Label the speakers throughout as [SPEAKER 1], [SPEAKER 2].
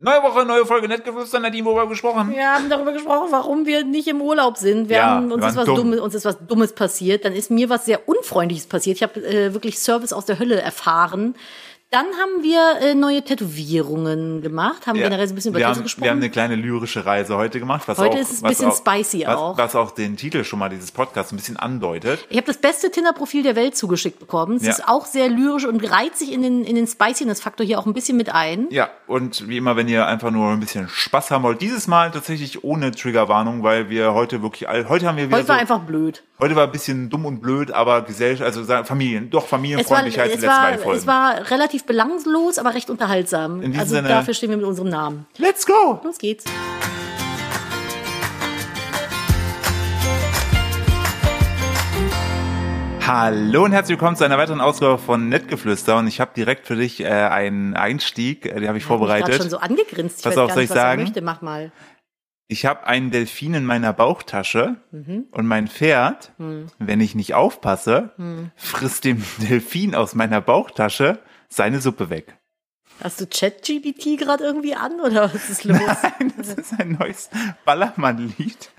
[SPEAKER 1] Neue Woche, neue Folge Nettgeflüster, Nadine, worüber wir gesprochen?
[SPEAKER 2] Wir haben darüber gesprochen, warum wir nicht im Urlaub sind. Wir
[SPEAKER 1] Ja,
[SPEAKER 2] haben,
[SPEAKER 1] wir
[SPEAKER 2] uns, ist
[SPEAKER 1] waren
[SPEAKER 2] was
[SPEAKER 1] dumm.
[SPEAKER 2] Dummes, uns ist was Dummes passiert. Dann ist mir was sehr Unfreundliches passiert. Ich habe äh, wirklich Service aus der Hölle erfahren. Dann haben wir äh, neue Tätowierungen gemacht, haben
[SPEAKER 1] Ja.
[SPEAKER 2] generell so ein bisschen über
[SPEAKER 1] wir
[SPEAKER 2] Tattoos
[SPEAKER 1] haben, Wir haben
[SPEAKER 2] gesprochen.
[SPEAKER 1] eine kleine lyrische Reise heute gemacht. Was
[SPEAKER 2] Heute
[SPEAKER 1] auch,
[SPEAKER 2] ist es ein
[SPEAKER 1] was
[SPEAKER 2] bisschen
[SPEAKER 1] auch,
[SPEAKER 2] spicy
[SPEAKER 1] was,
[SPEAKER 2] auch.
[SPEAKER 1] Was auch den Titel schon mal dieses Podcasts ein bisschen andeutet.
[SPEAKER 2] ich habe das beste Tinder-Profil der Welt zugeschickt bekommen. Es
[SPEAKER 1] Ja.
[SPEAKER 2] ist auch sehr lyrisch und reiht sich in den, in den Spiciness-Faktor hier auch ein bisschen mit ein.
[SPEAKER 1] Ja, und wie immer, wenn ihr einfach nur ein bisschen Spaß haben wollt, dieses Mal tatsächlich ohne Triggerwarnung, weil wir heute wirklich, all- heute haben wir wieder
[SPEAKER 2] Heute war
[SPEAKER 1] so,
[SPEAKER 2] einfach blöd.
[SPEAKER 1] heute war ein bisschen dumm und blöd, aber Gesellschaft, also sagen- Familien, doch
[SPEAKER 2] Es war,
[SPEAKER 1] Familienfreundlichkeit in
[SPEAKER 2] es,
[SPEAKER 1] den letzten beiden
[SPEAKER 2] war, es
[SPEAKER 1] Folgen.
[SPEAKER 2] war relativ belanglos, aber recht unterhaltsam.
[SPEAKER 1] diesem
[SPEAKER 2] Also
[SPEAKER 1] Sinne-
[SPEAKER 2] dafür stehen wir mit unserem Namen.
[SPEAKER 1] Let's go!
[SPEAKER 2] Los geht's.
[SPEAKER 1] Hallo und herzlich willkommen zu einer weiteren Ausgabe von Nettgeflüster und ich habe direkt für dich äh, einen Einstieg, äh, den habe ich
[SPEAKER 2] Ich
[SPEAKER 1] vorbereitet.
[SPEAKER 2] gerade schon so angegrinst. Ich
[SPEAKER 1] Pass
[SPEAKER 2] weiß
[SPEAKER 1] auf,
[SPEAKER 2] gar
[SPEAKER 1] soll ich
[SPEAKER 2] nicht, was
[SPEAKER 1] sagen?
[SPEAKER 2] er möchte. Mach mal.
[SPEAKER 1] Ich habe einen Delfin in meiner Bauchtasche
[SPEAKER 2] Mhm.
[SPEAKER 1] und mein Pferd, wenn ich nicht aufpasse,
[SPEAKER 2] Mhm.
[SPEAKER 1] frisst dem Delfin aus meiner Bauchtasche seine Suppe weg.
[SPEAKER 2] Hast du ChatGPT gerade irgendwie an oder was ist los?
[SPEAKER 1] Das
[SPEAKER 2] Also
[SPEAKER 1] ist ein neues Ballermann-Lied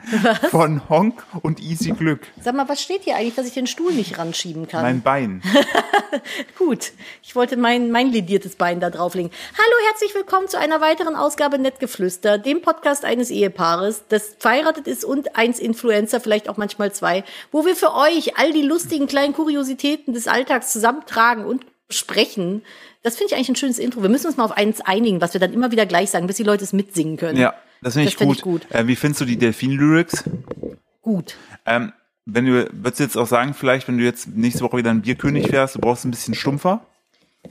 [SPEAKER 1] von Honk und Easy Glück.
[SPEAKER 2] Sag mal, was steht hier eigentlich, dass ich den Stuhl nicht ranschieben kann?
[SPEAKER 1] Mein Bein.
[SPEAKER 2] Gut, ich wollte mein, mein lediertes Bein da drauflegen. Hallo, herzlich willkommen zu einer weiteren Ausgabe Nettgeflüster, dem Podcast eines Ehepaares, das verheiratet ist und eins Influencer, vielleicht auch manchmal zwei, wo wir für euch all die lustigen kleinen Kuriositäten des Alltags zusammentragen und besprechen. Das finde ich eigentlich ein schönes Intro. Wir müssen uns mal auf eins einigen, was wir dann immer wieder gleich sagen, bis die Leute es mitsingen können.
[SPEAKER 1] Ja, das finde
[SPEAKER 2] Das
[SPEAKER 1] ich,
[SPEAKER 2] find ich
[SPEAKER 1] gut.
[SPEAKER 2] gut.
[SPEAKER 1] Äh, wie findest du die Delfin-Lyrics?
[SPEAKER 2] Gut.
[SPEAKER 1] Ähm, wenn du, würdest du jetzt auch sagen, vielleicht, wenn du jetzt nächste Woche wieder ein Bierkönig wärst, du brauchst ein bisschen stumpfer?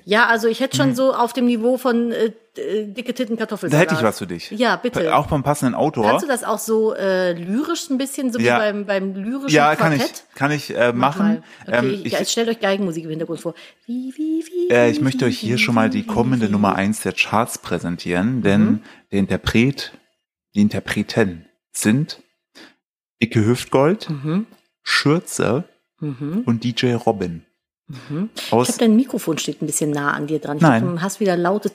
[SPEAKER 2] Ja, also ich hätte schon so auf dem Niveau von äh, äh, dicke Titten
[SPEAKER 1] Mhm. Da
[SPEAKER 2] Kartoffelsalat.
[SPEAKER 1] hätte ich was für dich.
[SPEAKER 2] Ja, bitte.
[SPEAKER 1] Auch beim passenden Autor.
[SPEAKER 2] Kannst du das auch so äh, lyrisch ein bisschen, so
[SPEAKER 1] Ja.
[SPEAKER 2] wie beim, beim lyrischen
[SPEAKER 1] ja, kann ich,
[SPEAKER 2] Quartett?
[SPEAKER 1] kann ich äh, machen.
[SPEAKER 2] Mal. Okay,
[SPEAKER 1] ähm,
[SPEAKER 2] ich,
[SPEAKER 1] ich,
[SPEAKER 2] jetzt stellt euch Geigenmusik im Hintergrund vor. Wie, wie, wie,
[SPEAKER 1] äh, ich möchte euch hier schon mal die kommende Nummer 1 der Charts
[SPEAKER 2] Mhm.
[SPEAKER 1] präsentieren, denn der Interpret, die Interpreten sind Icke Hüftgold,
[SPEAKER 2] Mhm.
[SPEAKER 1] Schürze und DJ Robin.
[SPEAKER 2] Mhm. Ich
[SPEAKER 1] Aus,
[SPEAKER 2] glaube, dein Mikrofon steht ein bisschen nah an dir dran. Ich
[SPEAKER 1] Nein.
[SPEAKER 2] glaub, du hast wieder lautes.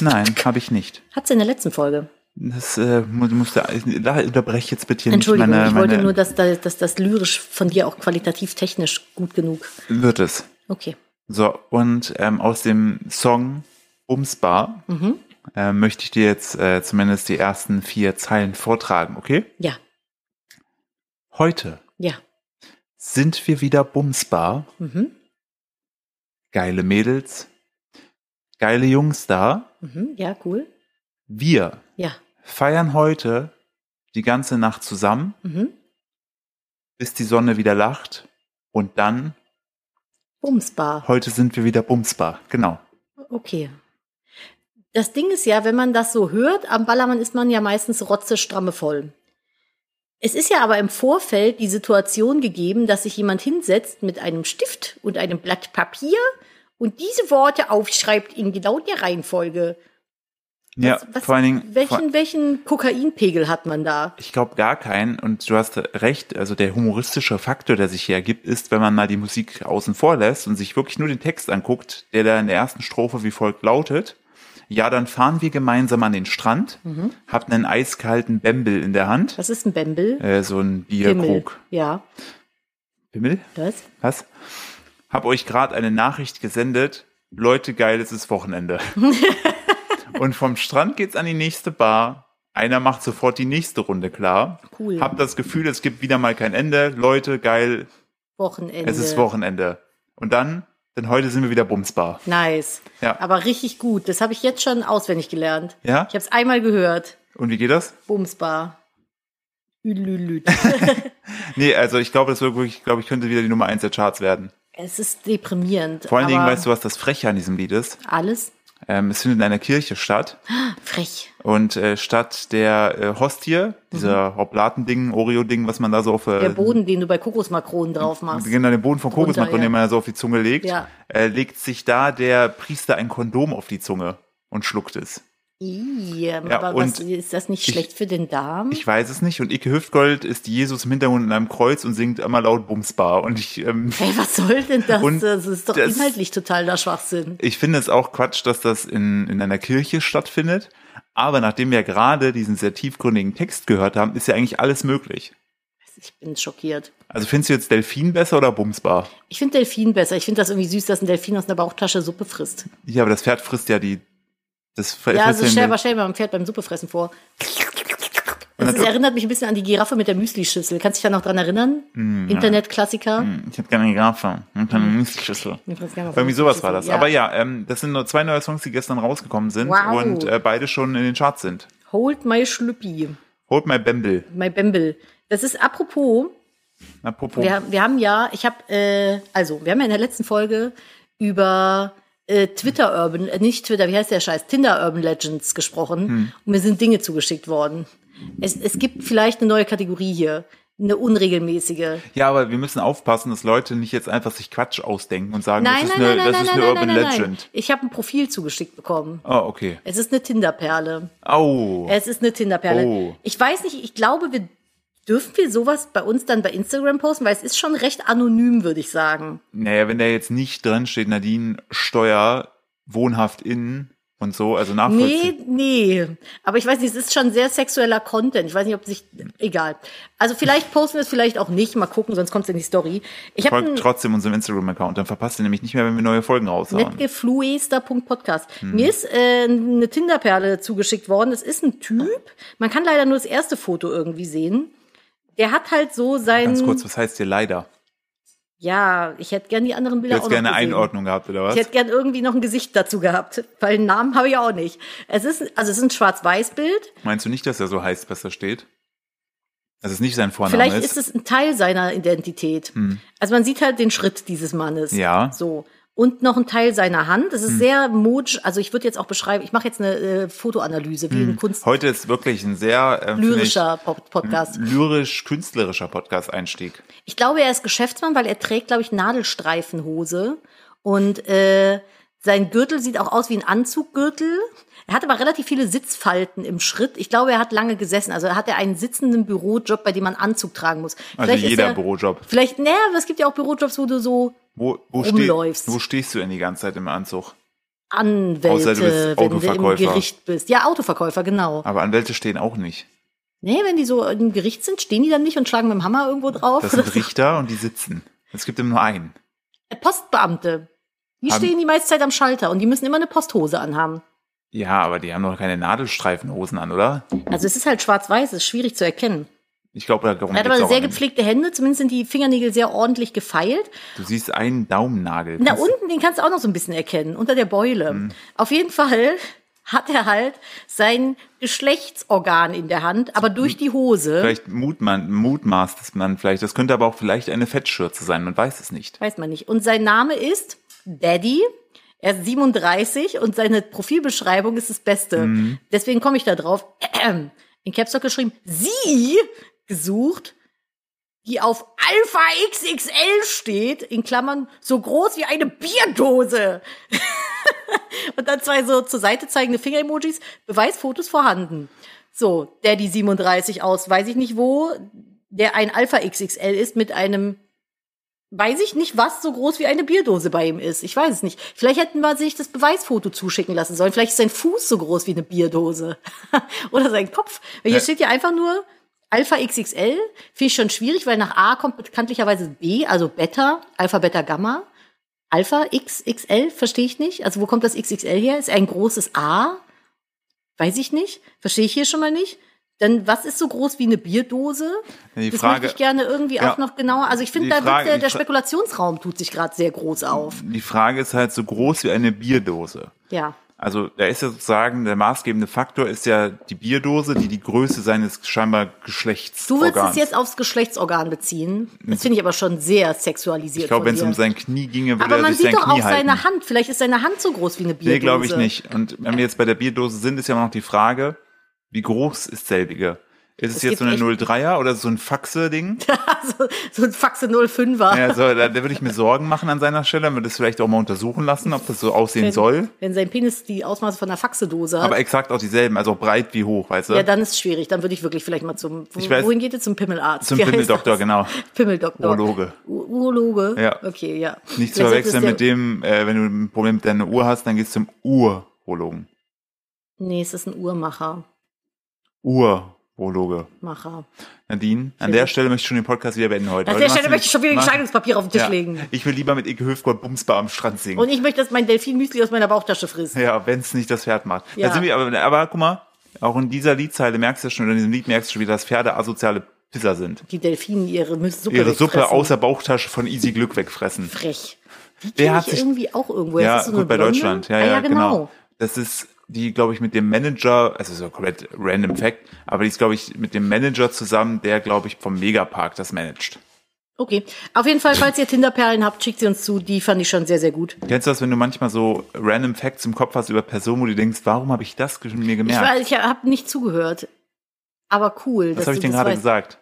[SPEAKER 1] nein, habe ich nicht.
[SPEAKER 2] Hat's in der letzten Folge.
[SPEAKER 1] Das äh, mu- musst du, da unterbreche ich jetzt bitte hier nicht
[SPEAKER 2] Entschuldigung,
[SPEAKER 1] meine,
[SPEAKER 2] ich wollte
[SPEAKER 1] meine
[SPEAKER 2] nur, dass, da- dass das lyrisch von dir auch qualitativ technisch gut genug.
[SPEAKER 1] wird es.
[SPEAKER 2] Okay.
[SPEAKER 1] So, und ähm, aus dem Song Bumsbar
[SPEAKER 2] Mhm.
[SPEAKER 1] äh, möchte ich dir jetzt äh, zumindest die ersten vier Zeilen vortragen, okay?
[SPEAKER 2] Ja,
[SPEAKER 1] Heute
[SPEAKER 2] ja.
[SPEAKER 1] sind wir wieder Bumsbar,
[SPEAKER 2] Mhm.
[SPEAKER 1] geile Mädels, geile Jungs da.
[SPEAKER 2] Mhm. Ja, cool.
[SPEAKER 1] Wir
[SPEAKER 2] Ja.
[SPEAKER 1] feiern heute die ganze Nacht zusammen,
[SPEAKER 2] Mhm.
[SPEAKER 1] bis die Sonne wieder lacht. Und dann,
[SPEAKER 2] Bumsbar.
[SPEAKER 1] heute sind wir wieder Bumsbar, genau.
[SPEAKER 2] Okay. Das Ding ist ja, wenn man das so hört, am Ballermann ist man ja meistens rotzestramme voll. Es ist ja aber im Vorfeld die Situation gegeben, dass sich jemand hinsetzt mit einem Stift und einem Blatt Papier und diese Worte aufschreibt in genau der Reihenfolge.
[SPEAKER 1] Ja,
[SPEAKER 2] Was,
[SPEAKER 1] vor allen Dingen, vor-
[SPEAKER 2] welchen, welchen Kokainpegel hat man da?
[SPEAKER 1] Ich glaube gar keinen. Und du hast recht. Also der humoristische Faktor, der sich hier ergibt, ist, wenn man mal die Musik außen vor lässt und sich wirklich nur den Text anguckt, der da in der ersten Strophe wie folgt lautet. Ja, dann fahren wir gemeinsam an den Strand, hab einen eiskalten Bembel in der Hand,
[SPEAKER 2] Was ist ein Bembel?
[SPEAKER 1] äh, so ein
[SPEAKER 2] Pimmel.
[SPEAKER 1] Bierkrug.
[SPEAKER 2] Ja,
[SPEAKER 1] Pimmel?
[SPEAKER 2] das?
[SPEAKER 1] Was? Hab euch gerade eine Nachricht gesendet. Leute, geil, es ist Wochenende. Und vom Strand geht's an die nächste Bar. Einer macht sofort die nächste Runde klar.
[SPEAKER 2] Cool.
[SPEAKER 1] Hab das Gefühl, es gibt wieder mal kein Ende. Leute, geil,
[SPEAKER 2] Wochenende.
[SPEAKER 1] es ist Wochenende. Und dann, denn heute sind wir wieder bumsbar.
[SPEAKER 2] Nice.
[SPEAKER 1] Ja.
[SPEAKER 2] Aber richtig gut. Das habe ich jetzt schon auswendig gelernt.
[SPEAKER 1] Ja?
[SPEAKER 2] Ich habe es einmal gehört.
[SPEAKER 1] Und wie geht das?
[SPEAKER 2] Bumsbar. Ülülüt.
[SPEAKER 1] Nee, also ich glaube, das wird wirklich, ich glaube, ich könnte wieder die Nummer eins der Charts werden.
[SPEAKER 2] es ist deprimierend.
[SPEAKER 1] Vor allen Dingen,
[SPEAKER 2] aber
[SPEAKER 1] weißt du, was das Freche an diesem Lied ist?
[SPEAKER 2] Alles
[SPEAKER 1] Ähm, es findet in einer Kirche statt.
[SPEAKER 2] frech.
[SPEAKER 1] Und äh, statt der äh, Hostie, dieser Oblatending, Oreo-Ding, was man da so auf äh,
[SPEAKER 2] Mhm. Der Boden, den du bei Kokosmakronen drauf machst.
[SPEAKER 1] genau den Boden von Kokos
[SPEAKER 2] Drunter,
[SPEAKER 1] macht,
[SPEAKER 2] ja.
[SPEAKER 1] den man da so auf die Zunge legt,
[SPEAKER 2] Ja.
[SPEAKER 1] äh, legt sich da der Priester ein Kondom auf die Zunge und schluckt es.
[SPEAKER 2] Ja,
[SPEAKER 1] Ja,
[SPEAKER 2] aber
[SPEAKER 1] und
[SPEAKER 2] was, ist das nicht
[SPEAKER 1] ich-
[SPEAKER 2] schlecht für den Darm?
[SPEAKER 1] Ich weiß es nicht. Und Ike Hüftgold ist Jesus im Hintergrund in einem Kreuz und singt immer laut Bumsbar. Und ich, ähm,
[SPEAKER 2] Hey, was soll denn das?
[SPEAKER 1] Und
[SPEAKER 2] das ist doch
[SPEAKER 1] das-
[SPEAKER 2] inhaltlich total der Schwachsinn.
[SPEAKER 1] ich finde es auch Quatsch, dass das in, in einer Kirche stattfindet. Aber nachdem wir gerade diesen sehr tiefgründigen Text gehört haben, ist ja eigentlich alles möglich.
[SPEAKER 2] Ich bin schockiert.
[SPEAKER 1] Also findest du jetzt Delfin besser oder Bumsbar?
[SPEAKER 2] Ich finde Delfin besser. Ich finde das irgendwie süß, dass ein Delfin aus einer Bauchtasche Suppe frisst.
[SPEAKER 1] Ja, aber das Pferd frisst ja die, das Pferd
[SPEAKER 2] Ja,
[SPEAKER 1] frisst
[SPEAKER 2] so
[SPEAKER 1] den-
[SPEAKER 2] stell mal, stell mal, beim Pferd beim Suppefressen
[SPEAKER 1] Und
[SPEAKER 2] vor. Das
[SPEAKER 1] natürlich-
[SPEAKER 2] erinnert mich ein bisschen an die Giraffe mit der Müslischüssel. Kannst dich da noch dran erinnern?
[SPEAKER 1] Hm,
[SPEAKER 2] Internetklassiker.
[SPEAKER 1] Ich hab gerne eine Giraffe und keine
[SPEAKER 2] Hm.
[SPEAKER 1] Müslischüssel.
[SPEAKER 2] Ich weiß gar nicht,
[SPEAKER 1] Hm.
[SPEAKER 2] was
[SPEAKER 1] Irgendwie sowas war das.
[SPEAKER 2] Müslischüssel-
[SPEAKER 1] Aber ja, ähm, das sind nur zwei neue Songs, die gestern rausgekommen sind
[SPEAKER 2] Wow.
[SPEAKER 1] und äh, beide schon in den Charts sind.
[SPEAKER 2] Hold my Schlüppi,
[SPEAKER 1] Hold My Bamble.
[SPEAKER 2] my Bamble. Das ist apropos,
[SPEAKER 1] Apropos.
[SPEAKER 2] wir, wir haben ja, ich habe, äh, also, wir haben ja in der letzten Folge über äh, Twitter Urban, äh, nicht Twitter, wie heißt der Scheiß, Tinder Urban Legends gesprochen
[SPEAKER 1] Hm.
[SPEAKER 2] und mir sind Dinge zugeschickt worden. Es, es gibt vielleicht eine neue Kategorie hier, eine unregelmäßige.
[SPEAKER 1] Ja, aber wir müssen aufpassen, dass Leute nicht jetzt einfach sich Quatsch ausdenken und sagen,
[SPEAKER 2] Nein,
[SPEAKER 1] das ist
[SPEAKER 2] nein,
[SPEAKER 1] eine,
[SPEAKER 2] nein, nein,
[SPEAKER 1] das
[SPEAKER 2] nein,
[SPEAKER 1] ist
[SPEAKER 2] nein,
[SPEAKER 1] eine
[SPEAKER 2] nein,
[SPEAKER 1] Urban
[SPEAKER 2] nein, nein, nein.
[SPEAKER 1] Legend.
[SPEAKER 2] Ich habe ein Profil zugeschickt bekommen.
[SPEAKER 1] Oh, okay.
[SPEAKER 2] Es ist eine Tinderperle.
[SPEAKER 1] Au.
[SPEAKER 2] Es ist eine Tinderperle.
[SPEAKER 1] Oh.
[SPEAKER 2] Ich weiß nicht, ich glaube, wir dürfen wir sowas bei uns dann bei Instagram posten, weil es ist schon recht anonym, würde ich sagen.
[SPEAKER 1] Naja, wenn da jetzt nicht drin steht, Nadine Steuer, wohnhaft in und so, also nachvollziehen.
[SPEAKER 2] Nee, nee. Aber ich weiß nicht, es ist schon sehr sexueller Content. Ich weiß nicht, ob sich. Egal. Also vielleicht posten wir es vielleicht auch nicht. Mal gucken, sonst kommt es in die Story. Ich habe
[SPEAKER 1] Folgt trotzdem unserem Instagram-Account, dann verpasst ihr nämlich nicht mehr, wenn wir neue Folgen raushauen.
[SPEAKER 2] Netgefluester.podcast.
[SPEAKER 1] Hm.
[SPEAKER 2] Mir ist äh, eine Tinderperle zugeschickt worden. Das ist ein Typ. Man kann leider nur das erste Foto irgendwie sehen. Der hat halt so sein.
[SPEAKER 1] Ganz kurz, was heißt hier leider?
[SPEAKER 2] Ja, ich hätte gern die anderen
[SPEAKER 1] Du
[SPEAKER 2] Bilder auch
[SPEAKER 1] hättest gerne
[SPEAKER 2] noch
[SPEAKER 1] eine
[SPEAKER 2] gesehen.
[SPEAKER 1] Einordnung gehabt, oder was?
[SPEAKER 2] Ich hätte gern irgendwie noch ein Gesicht dazu gehabt, weil einen Namen habe ich auch nicht. Es ist, also es ist ein Schwarz-Weiß-Bild.
[SPEAKER 1] Meinst du nicht, dass er so heißt, was da steht? Dass es nicht sein Vorname
[SPEAKER 2] Vielleicht
[SPEAKER 1] ist? Hm.
[SPEAKER 2] ist es ein Teil seiner Identität. Also man sieht halt den Schritt dieses Mannes.
[SPEAKER 1] Ja. Hm.
[SPEAKER 2] So. Und noch ein Teil seiner Hand. Das ist sehr modisch. Also ich würde jetzt auch beschreiben, ich mache jetzt eine äh, Fotoanalyse, wie ein Kunst
[SPEAKER 1] Hm. Heute ist wirklich ein sehr äh, finde ich,
[SPEAKER 2] lyrischer Pop- Podcast.
[SPEAKER 1] lyrisch-künstlerischer Podcast-Einstieg.
[SPEAKER 2] Ich glaube, er ist Geschäftsmann, weil er trägt, glaube ich, Nadelstreifenhose. Und äh, sein Gürtel sieht auch aus wie ein Anzuggürtel. Er hat aber relativ viele Sitzfalten im Schritt. Ich glaube, er hat lange gesessen. Also hat er einen sitzenden Bürojob, bei dem man Anzug tragen muss.
[SPEAKER 1] Also
[SPEAKER 2] Vielleicht ist
[SPEAKER 1] jeder
[SPEAKER 2] er,
[SPEAKER 1] Bürojob.
[SPEAKER 2] Vielleicht, naja, aber es gibt ja auch Bürojobs, wo du so
[SPEAKER 1] Wo, wo, steh,
[SPEAKER 2] Rumläufst.
[SPEAKER 1] wo stehst du denn die ganze Zeit im Anzug? Außer
[SPEAKER 2] Anwälte,
[SPEAKER 1] du bist
[SPEAKER 2] wenn du im
[SPEAKER 1] Autoverkäufer. Ah.
[SPEAKER 2] Gericht bist. Ja, Autoverkäufer, genau.
[SPEAKER 1] Aber Anwälte stehen auch nicht.
[SPEAKER 2] Nee, wenn die so im Gericht sind, stehen die dann nicht und schlagen mit dem Hammer irgendwo drauf.
[SPEAKER 1] Das sind Richter und die sitzen. Es gibt immer nur einen.
[SPEAKER 2] Postbeamte. Die
[SPEAKER 1] Haben-
[SPEAKER 2] stehen die meiste Zeit am Schalter und die müssen immer eine Posthose anhaben.
[SPEAKER 1] Ja, aber die haben doch keine Nadelstreifenhosen an, oder?
[SPEAKER 2] Also es ist halt schwarz-weiß, es ist schwierig zu erkennen.
[SPEAKER 1] Ich glaube, darum
[SPEAKER 2] Er hat
[SPEAKER 1] geht's
[SPEAKER 2] aber
[SPEAKER 1] auch
[SPEAKER 2] sehr
[SPEAKER 1] nicht.
[SPEAKER 2] gepflegte Hände, zumindest sind die Fingernägel sehr ordentlich gefeilt.
[SPEAKER 1] Du siehst einen Daumennagel.
[SPEAKER 2] Na
[SPEAKER 1] Kannst- Hm.
[SPEAKER 2] unten, den kannst du auch noch so ein bisschen erkennen, unter der Beule. Auf jeden Fall hat er halt sein Geschlechtsorgan in der Hand, aber durch die Hose.
[SPEAKER 1] Hm. Vielleicht mutman, mutmaßt es man vielleicht. Das könnte aber auch vielleicht eine Fettschürze sein. Man weiß es nicht.
[SPEAKER 2] Weiß man nicht. Und sein Name ist Daddy. Er ist 37 und seine Profilbeschreibung ist das Beste. Deswegen komme ich da drauf. In Caps Lock geschrieben, sie gesucht, die auf Alpha XXL steht, in Klammern so groß wie eine Bierdose. und dann zwei so zur Seite zeigende Finger-Emojis, Beweisfotos vorhanden. So, Daddy 37 aus, weiß ich nicht wo, der ein Alpha XXL ist mit einem weiß ich nicht, was so groß wie eine Bierdose bei ihm ist. Ich weiß es nicht. Vielleicht hätten wir sich das Beweisfoto zuschicken lassen sollen. Vielleicht ist sein Fuß so groß wie eine Bierdose. Oder sein Kopf. Weil hier
[SPEAKER 1] Ja.
[SPEAKER 2] steht ja einfach nur Alpha XXL. Finde ich schon schwierig, weil nach A kommt bekanntlicherweise B, also Beta, Alpha, Beta, Gamma. Alpha XXL verstehe ich nicht. Also wo kommt das XXL her? Ist ein großes A? Weiß ich nicht. Verstehe ich hier schon mal nicht. Dann was ist so groß wie eine Bierdose?
[SPEAKER 1] Die
[SPEAKER 2] das
[SPEAKER 1] Frage-
[SPEAKER 2] möchte ich gerne irgendwie
[SPEAKER 1] Ja.
[SPEAKER 2] auch noch genauer. Also ich finde,
[SPEAKER 1] Die
[SPEAKER 2] da wird
[SPEAKER 1] Frage-
[SPEAKER 2] der,
[SPEAKER 1] die
[SPEAKER 2] der
[SPEAKER 1] Fra-
[SPEAKER 2] Spekulationsraum tut sich gerade sehr groß auf.
[SPEAKER 1] Die Frage ist halt so groß wie eine Bierdose.
[SPEAKER 2] Ja.
[SPEAKER 1] Also da ist ja sozusagen der maßgebende Faktor ist ja die Bierdose, die die Größe seines scheinbar Geschlechts.
[SPEAKER 2] Du willst es jetzt aufs Geschlechtsorgan beziehen. Das finde ich aber schon sehr sexualisiert.
[SPEAKER 1] Ich glaube, wenn
[SPEAKER 2] von
[SPEAKER 1] es
[SPEAKER 2] dir.
[SPEAKER 1] um sein Knie ginge, würde
[SPEAKER 2] Aber
[SPEAKER 1] er
[SPEAKER 2] man
[SPEAKER 1] sich
[SPEAKER 2] sieht
[SPEAKER 1] sein
[SPEAKER 2] doch
[SPEAKER 1] Knie
[SPEAKER 2] auch
[SPEAKER 1] halten.
[SPEAKER 2] seine Hand. Vielleicht ist seine Hand so groß wie eine Bierdose.
[SPEAKER 1] Nee, glaube ich nicht. Und wenn wir jetzt bei der Bierdose sind, ist ja noch die Frage, wie groß ist selbige? Ist es,
[SPEAKER 2] Es
[SPEAKER 1] jetzt so
[SPEAKER 2] gibt
[SPEAKER 1] eine
[SPEAKER 2] echt-
[SPEAKER 1] 03er oder so ein Faxe-Ding?
[SPEAKER 2] so, so ein Faxe 05er.
[SPEAKER 1] Ja, so, da, da würde ich mir Sorgen machen an seiner Stelle. Dann würde es vielleicht auch mal untersuchen lassen, ob das so aussehen
[SPEAKER 2] wenn,
[SPEAKER 1] soll.
[SPEAKER 2] Wenn sein Penis die Ausmaße von einer Faxedose hat,
[SPEAKER 1] Aber exakt auch dieselben, also breit wie hoch, weißt du?
[SPEAKER 2] ja, dann ist es schwierig. Dann würde ich wirklich vielleicht mal zum, wo,
[SPEAKER 1] Ich weiß-
[SPEAKER 2] wohin geht ihr? Zum Pimmelarzt?
[SPEAKER 1] Zum
[SPEAKER 2] Wie heißt
[SPEAKER 1] Pimmeldoktor,
[SPEAKER 2] das?
[SPEAKER 1] genau.
[SPEAKER 2] Pimmeldoktor.
[SPEAKER 1] Urologe.
[SPEAKER 2] U Urologe?
[SPEAKER 1] Ja.
[SPEAKER 2] Okay, ja.
[SPEAKER 1] Nicht zu
[SPEAKER 2] Vielleicht sollte es
[SPEAKER 1] verwechseln
[SPEAKER 2] der-
[SPEAKER 1] mit dem, äh, wenn du ein Problem mit deiner Uhr hast, dann gehst du zum Urologen.
[SPEAKER 2] Nee, es ist ein Uhrmacher.
[SPEAKER 1] Urologe.
[SPEAKER 2] Macher.
[SPEAKER 1] Nadine, an der Stelle möchte ich schon den Podcast wieder beenden heute.
[SPEAKER 2] An
[SPEAKER 1] Heute
[SPEAKER 2] der
[SPEAKER 1] machst
[SPEAKER 2] Stelle
[SPEAKER 1] du-
[SPEAKER 2] möchte ich schon wieder
[SPEAKER 1] mach-
[SPEAKER 2] Entscheidungspapier auf den Tisch
[SPEAKER 1] Ja.
[SPEAKER 2] legen.
[SPEAKER 1] Ich will lieber mit Ike Höfgott Bumsbar am Strand singen.
[SPEAKER 2] Und ich möchte, dass mein Delfin Müsli aus meiner Bauchtasche frisst.
[SPEAKER 1] Hm. ja, wenn es nicht das Pferd macht.
[SPEAKER 2] Ja.
[SPEAKER 1] Da sind wir, aber, aber guck mal, auch in dieser Liedzeile merkst du schon, oder in diesem Lied merkst du schon, wie das Pferde asoziale Pisser sind.
[SPEAKER 2] Die Delfinen ihre Mü- Suppe
[SPEAKER 1] Ihre Suppe
[SPEAKER 2] wegfressen.
[SPEAKER 1] aus der Bauchtasche von Easy Glück wegfressen.
[SPEAKER 2] frech. Die
[SPEAKER 1] Wer
[SPEAKER 2] kenn
[SPEAKER 1] hat
[SPEAKER 2] ich
[SPEAKER 1] sich-
[SPEAKER 2] irgendwie auch irgendwo.
[SPEAKER 1] Ja,
[SPEAKER 2] Ist das so eine
[SPEAKER 1] gut, bei
[SPEAKER 2] Blonde?
[SPEAKER 1] Deutschland. Ja,
[SPEAKER 2] ah,
[SPEAKER 1] ja, genau.
[SPEAKER 2] genau.
[SPEAKER 1] Das ist die, glaube ich, mit dem Manager, also so komplett random Fact, aber die ist, glaube ich, mit dem Manager zusammen, der, glaube ich, vom Megapark das managt.
[SPEAKER 2] Okay. Auf jeden Fall, falls ihr Tinderperlen habt, schickt sie uns zu. Die fand ich schon sehr, sehr gut.
[SPEAKER 1] Kennst du das, wenn du manchmal so random Facts im Kopf hast über Personen, wo du denkst, warum habe ich das ge- mir
[SPEAKER 2] Ich,
[SPEAKER 1] gemerkt?
[SPEAKER 2] weiß, ich habe nicht zugehört. Aber cool.
[SPEAKER 1] Was habe ich
[SPEAKER 2] du
[SPEAKER 1] denn
[SPEAKER 2] das
[SPEAKER 1] gerade
[SPEAKER 2] weißt.
[SPEAKER 1] gesagt?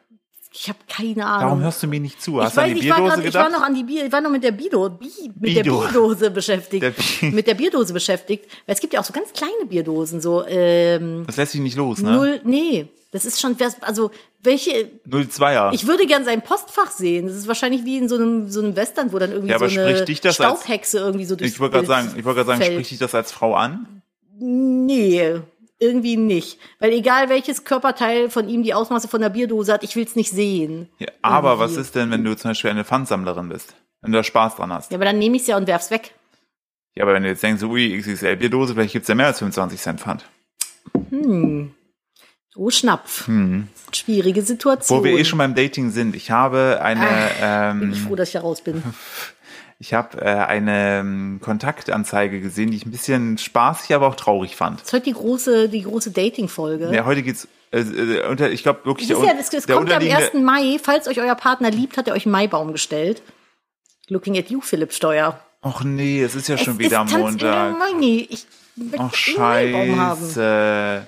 [SPEAKER 2] Ich habe keine Ahnung.
[SPEAKER 1] Warum hörst du mir nicht zu? Hast
[SPEAKER 2] ich
[SPEAKER 1] du an
[SPEAKER 2] weiß,
[SPEAKER 1] die
[SPEAKER 2] ich war,
[SPEAKER 1] Bierdose
[SPEAKER 2] grad, ich war
[SPEAKER 1] gedacht?
[SPEAKER 2] noch an die Bier, ich war noch mit der Bido, Bi, mit
[SPEAKER 1] Bido.
[SPEAKER 2] der Bierdose beschäftigt.
[SPEAKER 1] Der Bi-
[SPEAKER 2] mit der Bierdose beschäftigt. Weil es gibt ja auch so ganz kleine Bierdosen, so ähm,
[SPEAKER 1] Das lässt sich nicht los, ne?
[SPEAKER 2] null, nee, das ist schon, das- also welche,
[SPEAKER 1] 0-2er.
[SPEAKER 2] ich würde gern sein Postfach sehen. Das ist wahrscheinlich wie in so einem, so einem Western, wo dann irgendwie
[SPEAKER 1] Ja, aber
[SPEAKER 2] so eine
[SPEAKER 1] spricht dich das als-
[SPEAKER 2] Staubhexe irgendwie so durchs
[SPEAKER 1] Ich wollte gerade
[SPEAKER 2] Bild
[SPEAKER 1] sagen, ich wollte gerade sagen,
[SPEAKER 2] fällt.
[SPEAKER 1] sprich dich das als Frau an?
[SPEAKER 2] Nee, irgendwie nicht. Weil egal welches Körperteil von ihm die Ausmaße von der Bierdose hat, ich will's nicht sehen.
[SPEAKER 1] Ja, aber was
[SPEAKER 2] Irgendwie.
[SPEAKER 1] ist denn, wenn du zum Beispiel eine Pfandsammlerin bist? Wenn du da Spaß dran hast?
[SPEAKER 2] Ja, aber dann nehme ich's ja und werf's weg.
[SPEAKER 1] Ja, aber wenn du jetzt denkst, ui, XXL Bierdose, vielleicht gibt's ja mehr als 25 Cent Pfand.
[SPEAKER 2] Oh, Schnapf. Schwierige Situation.
[SPEAKER 1] Hm. Wo wir eh schon beim Dating sind. Ich habe eine,
[SPEAKER 2] Bin
[SPEAKER 1] ähm,
[SPEAKER 2] ich froh, dass ich da raus bin.
[SPEAKER 1] ich habe äh, eine ähm, Kontaktanzeige gesehen, die ich ein bisschen spaßig, aber auch traurig fand.
[SPEAKER 2] Das ist heute die große, die große Dating-Folge.
[SPEAKER 1] Ja, heute geht's, äh, äh, unter, ich glaube wirklich,
[SPEAKER 2] das ist
[SPEAKER 1] un-
[SPEAKER 2] ja, das, das kommt ja am 1. Mai. Falls euch euer Partner liebt, hat er euch einen Maibaum gestellt. Looking at you, Philipp Steuer.
[SPEAKER 1] Och nee, es ist ja schon
[SPEAKER 2] Es
[SPEAKER 1] wieder
[SPEAKER 2] ist Tanz in der
[SPEAKER 1] Montag.
[SPEAKER 2] Money. Ich möchte
[SPEAKER 1] Ach
[SPEAKER 2] einen Maibaum haben.
[SPEAKER 1] scheiße.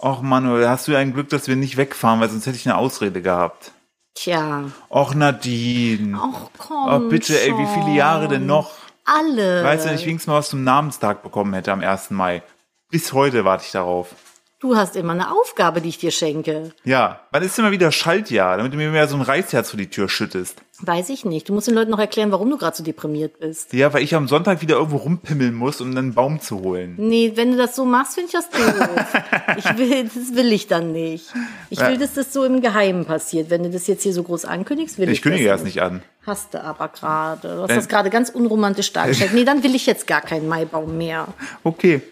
[SPEAKER 1] Och Manuel, hast du ein Glück, dass wir nicht wegfahren, weil sonst hätte ich eine Ausrede gehabt.
[SPEAKER 2] Tja.
[SPEAKER 1] Och Nadine.
[SPEAKER 2] Ach komm.
[SPEAKER 1] Oh, bitte, ey, wie viele Jahre denn noch?
[SPEAKER 2] Alle.
[SPEAKER 1] Weißt du, wenn ich wenigstens mal was zum Namenstag bekommen hätte am 1. Mai. Bis heute warte ich darauf.
[SPEAKER 2] du hast immer eine Aufgabe, die ich dir schenke.
[SPEAKER 1] Ja, wann ist denn mal wieder Schaltjahr, damit du mir mehr so ein Reizherz vor die Tür schüttest?
[SPEAKER 2] Weiß ich nicht. Du musst den Leuten noch erklären, warum du gerade so deprimiert bist.
[SPEAKER 1] Ja, weil ich am Sonntag wieder irgendwo rumpimmeln muss, um einen Baum zu holen.
[SPEAKER 2] Nee, wenn du das so machst, finde ich das doof. ich will, das will ich dann nicht. Ich will, dass das so im Geheimen passiert. Wenn du das jetzt hier so groß ankündigst, will ich,
[SPEAKER 1] Ich kündige
[SPEAKER 2] das
[SPEAKER 1] das nicht an.
[SPEAKER 2] Hast du aber gerade. Du hast
[SPEAKER 1] Wenn-
[SPEAKER 2] das gerade ganz unromantisch dargestellt. Nee, dann will ich jetzt gar keinen Maibaum mehr.
[SPEAKER 1] Okay,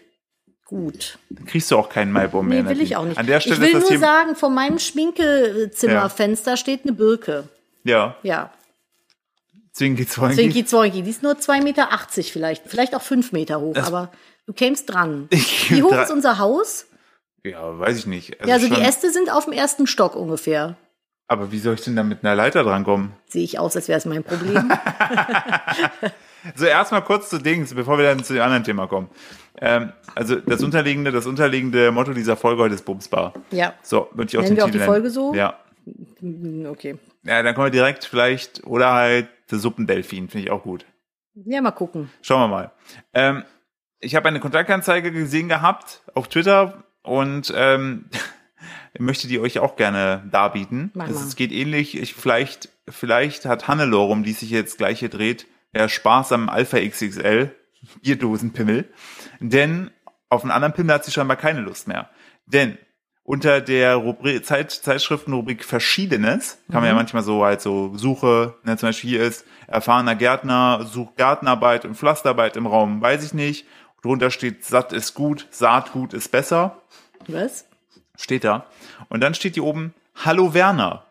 [SPEAKER 2] Gut.
[SPEAKER 1] dann kriegst du auch keinen Maibaum mehr.
[SPEAKER 2] Nee, will
[SPEAKER 1] Nadine.
[SPEAKER 2] ich auch nicht.
[SPEAKER 1] An der Stelle
[SPEAKER 2] ich will
[SPEAKER 1] ist das
[SPEAKER 2] nur
[SPEAKER 1] hier.
[SPEAKER 2] sagen, vor meinem Schminkezimmerfenster steht eine Birke.
[SPEAKER 1] ja,
[SPEAKER 2] Ja.
[SPEAKER 1] Zwinki Zwinki.
[SPEAKER 2] Zwinki Zwinki, die ist nur 2,80 Meter vielleicht, vielleicht auch 5 Meter hoch, aber du kämst dran.
[SPEAKER 1] Ich
[SPEAKER 2] Wie hoch
[SPEAKER 1] dran.
[SPEAKER 2] ist unser Haus?
[SPEAKER 1] Ja, weiß ich nicht.
[SPEAKER 2] Ja, also die
[SPEAKER 1] schon-
[SPEAKER 2] Äste sind auf dem ersten Stock ungefähr.
[SPEAKER 1] Aber wie soll ich denn da mit einer Leiter drankommen?
[SPEAKER 2] Sehe ich aus, als wäre es mein Problem.
[SPEAKER 1] So, erstmal kurz zu Dings, bevor wir dann zu dem anderen Thema kommen. Ähm, also das unterliegende, das unterliegende Motto dieser Folge heute ist Bumsbar.
[SPEAKER 2] Ja.
[SPEAKER 1] So, würde ich auch
[SPEAKER 2] Nennen
[SPEAKER 1] den
[SPEAKER 2] wir auch
[SPEAKER 1] Titel
[SPEAKER 2] die
[SPEAKER 1] nennen.
[SPEAKER 2] Folge so?
[SPEAKER 1] Ja.
[SPEAKER 2] Hm, okay.
[SPEAKER 1] Ja, dann kommen wir direkt vielleicht, oder halt The Suppendelfin, finde ich auch gut.
[SPEAKER 2] Ja, mal gucken.
[SPEAKER 1] Schauen wir mal. Ähm, ich habe eine Kontaktanzeige gesehen gehabt auf Twitter und ähm, möchte die euch auch gerne darbieten.
[SPEAKER 2] Mach
[SPEAKER 1] Es,
[SPEAKER 2] mal.
[SPEAKER 1] es geht ähnlich. Ich, vielleicht, vielleicht hat Hannelore, um die sich jetzt gleich hier dreht, der Spaß am Alpha XXL Bierdosenpimmel. Denn auf einen anderen Pimmel hat sie scheinbar keine Lust mehr. Denn unter der Rubri Zeit Zeitschriftenrubrik Verschiedenes kann
[SPEAKER 2] Mhm.
[SPEAKER 1] man ja manchmal so halt so Suche, ne, zum Beispiel hier ist erfahrener Gärtner, sucht Gartenarbeit und Pflasterarbeit im Raum, weiß ich nicht. Drunter steht, satt ist gut, Saatgut ist besser.
[SPEAKER 2] Was?
[SPEAKER 1] Steht da. Und dann steht hier oben, Hallo Werner.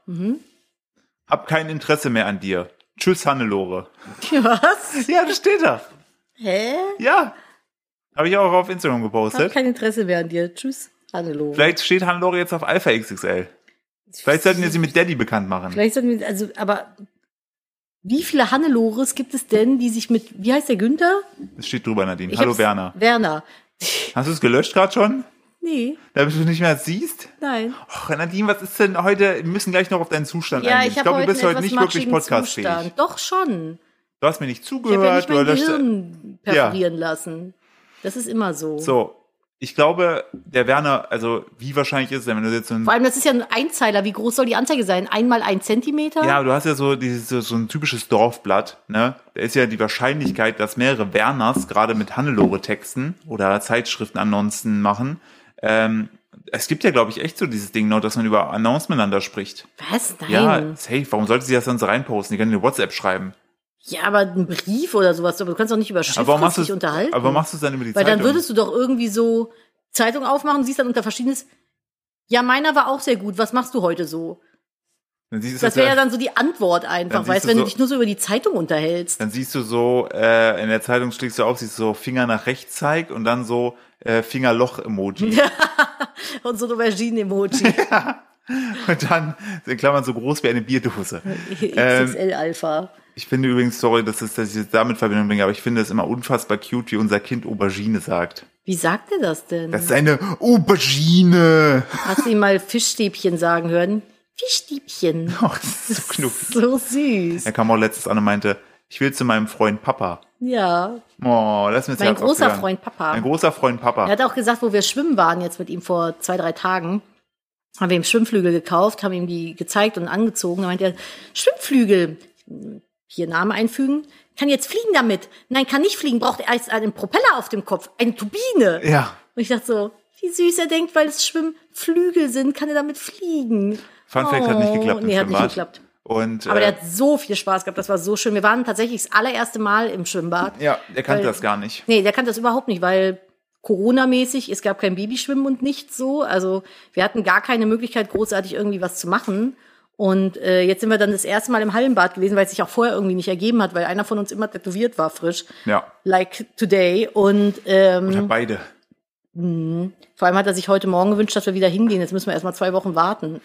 [SPEAKER 1] Hab kein Interesse mehr an dir. Tschüss, Hannelore.
[SPEAKER 2] Was?
[SPEAKER 1] Ja, das steht da.
[SPEAKER 2] Hä?
[SPEAKER 1] Ja. Habe ich auch auf Instagram
[SPEAKER 2] Ich habe
[SPEAKER 1] gepostet.
[SPEAKER 2] kein Interesse mehr an dir. Tschüss. Hallo.
[SPEAKER 1] Vielleicht steht Hannelore jetzt auf Alpha XXL. Vielleicht sollten wir sie mit Daddy bekannt machen.
[SPEAKER 2] Vielleicht sollten wir, also, aber wie viele Hannelores gibt es denn, die sich mit, wie heißt der Günther?
[SPEAKER 1] Es steht drüber, Nadine.
[SPEAKER 2] Ich
[SPEAKER 1] Hallo
[SPEAKER 2] hab's-
[SPEAKER 1] Werner.
[SPEAKER 2] Werner.
[SPEAKER 1] Hast du es gelöscht gerade schon?
[SPEAKER 2] Nee,
[SPEAKER 1] Damit du nicht mehr siehst?
[SPEAKER 2] nein.
[SPEAKER 1] Och, Nadine, was ist denn heute? Wir müssen gleich noch auf deinen Zustand
[SPEAKER 2] Ja,
[SPEAKER 1] eingehen.
[SPEAKER 2] ich, hab
[SPEAKER 1] glaube,
[SPEAKER 2] heute
[SPEAKER 1] du bist
[SPEAKER 2] einen
[SPEAKER 1] heute
[SPEAKER 2] etwas
[SPEAKER 1] nicht wirklich
[SPEAKER 2] matschigen
[SPEAKER 1] podcastfähig.
[SPEAKER 2] Zustand. Doch schon.
[SPEAKER 1] Du hast mir nicht
[SPEAKER 2] Ich habe ja
[SPEAKER 1] zugehört.
[SPEAKER 2] nicht mein
[SPEAKER 1] du hast-
[SPEAKER 2] Gehirn perforieren lassen. Das ist immer so.
[SPEAKER 1] so, ich glaube, der Werner, also wie wahrscheinlich ist es denn, wenn du jetzt so ein
[SPEAKER 2] Vor allem, das ist ja ein Einzeiler. Wie groß soll die Anzeige sein? Einmal ein Zentimeter?
[SPEAKER 1] Ja, aber du hast ja so, dieses, so, so ein typisches Dorfblatt, ne? Da ist ja die Wahrscheinlichkeit, dass mehrere Werners gerade mit Hannelore-Texten oder Zeitschriften Annoncen machen. Ähm, es gibt ja, glaube ich, echt so dieses Ding noch, dass man über Announce miteinander spricht.
[SPEAKER 2] Was? Nein.
[SPEAKER 1] Ja, safe. Warum sollte sie das dann so reinposten? Die können eine WhatsApp schreiben.
[SPEAKER 2] Ja, aber ein Brief oder sowas, aber du kannst doch nicht über Schrift
[SPEAKER 1] Aber warum machst du
[SPEAKER 2] dich unterhalten.
[SPEAKER 1] Aber warum machst du es dann über die
[SPEAKER 2] Weil
[SPEAKER 1] Zeitung?
[SPEAKER 2] dann würdest du doch irgendwie so Zeitung aufmachen, siehst dann unter verschiedenes. Ja, meiner war auch sehr gut. Was machst du heute so?
[SPEAKER 1] dann siehst du
[SPEAKER 2] Das wäre ja dann so die Antwort einfach,
[SPEAKER 1] Dann siehst
[SPEAKER 2] weißt,
[SPEAKER 1] du
[SPEAKER 2] wenn du
[SPEAKER 1] so-
[SPEAKER 2] dich nur so über die Zeitung unterhältst.
[SPEAKER 1] Dann siehst du so, äh, in der Zeitung schlägst du auf, siehst so Finger nach rechts zeig und dann so äh, Fingerloch-Emoji.
[SPEAKER 2] Und so ein Aubergine-Emoji.
[SPEAKER 1] Und dann in Klammern so groß wie eine Bierdose. Ähm.
[SPEAKER 2] XXL-Alpha.
[SPEAKER 1] Ich finde übrigens, sorry, dass, es, dass ich es damit in Verbindung bringe, aber ich finde es immer unfassbar cute, wie unser Kind Aubergine sagt.
[SPEAKER 2] Wie sagt er das denn?
[SPEAKER 1] Das ist eine Aubergine.
[SPEAKER 2] Hast du ihm mal Fischstäbchen sagen hören? Fischstäbchen.
[SPEAKER 1] Oh, das ist so knuffig.
[SPEAKER 2] So süß.
[SPEAKER 1] Er kam auch letztes an und meinte, ich will zu meinem Freund Papa.
[SPEAKER 2] Ja.
[SPEAKER 1] Oh, lass mir
[SPEAKER 2] Mein großer Freund Papa.
[SPEAKER 1] Mein großer Freund Papa.
[SPEAKER 2] Er hat auch gesagt, wo wir schwimmen waren jetzt mit ihm vor zwei, drei Tagen, haben wir ihm Schwimmflügel gekauft, haben ihm die gezeigt und angezogen. Da meint er, Schwimmflügel, hier Name einfügen, kann jetzt fliegen damit. Nein, kann nicht fliegen, braucht erst einen Propeller auf dem Kopf, eine Turbine.
[SPEAKER 1] ja,
[SPEAKER 2] Und ich dachte so, wie süß er denkt, weil es Schwimmflügel sind, kann er damit fliegen. Oh,
[SPEAKER 1] Fun Fact hat nicht geklappt im
[SPEAKER 2] Nee, hat nicht
[SPEAKER 1] Schwimmbad.
[SPEAKER 2] geklappt.
[SPEAKER 1] Und,
[SPEAKER 2] Aber
[SPEAKER 1] äh,
[SPEAKER 2] der hat so viel Spaß gehabt, das war so schön. Wir waren tatsächlich das allererste Mal im Schwimmbad.
[SPEAKER 1] ja, er kannte
[SPEAKER 2] weil-
[SPEAKER 1] das gar nicht.
[SPEAKER 2] Nee, der kann das überhaupt nicht, weil Corona-mäßig, es gab kein Babyschwimmen und nichts so. Also wir hatten gar keine Möglichkeit, großartig irgendwie was zu machen. Und äh, jetzt sind wir dann das erste Mal im Hallenbad gewesen, weil es sich auch vorher irgendwie nicht ergeben hat, weil einer von uns immer tätowiert war, frisch.
[SPEAKER 1] Ja,
[SPEAKER 2] Like today. Und ähm,
[SPEAKER 1] oder beide.
[SPEAKER 2] vor allem hat er sich heute Morgen gewünscht, dass wir wieder hingehen. Jetzt müssen wir erstmal zwei Wochen warten.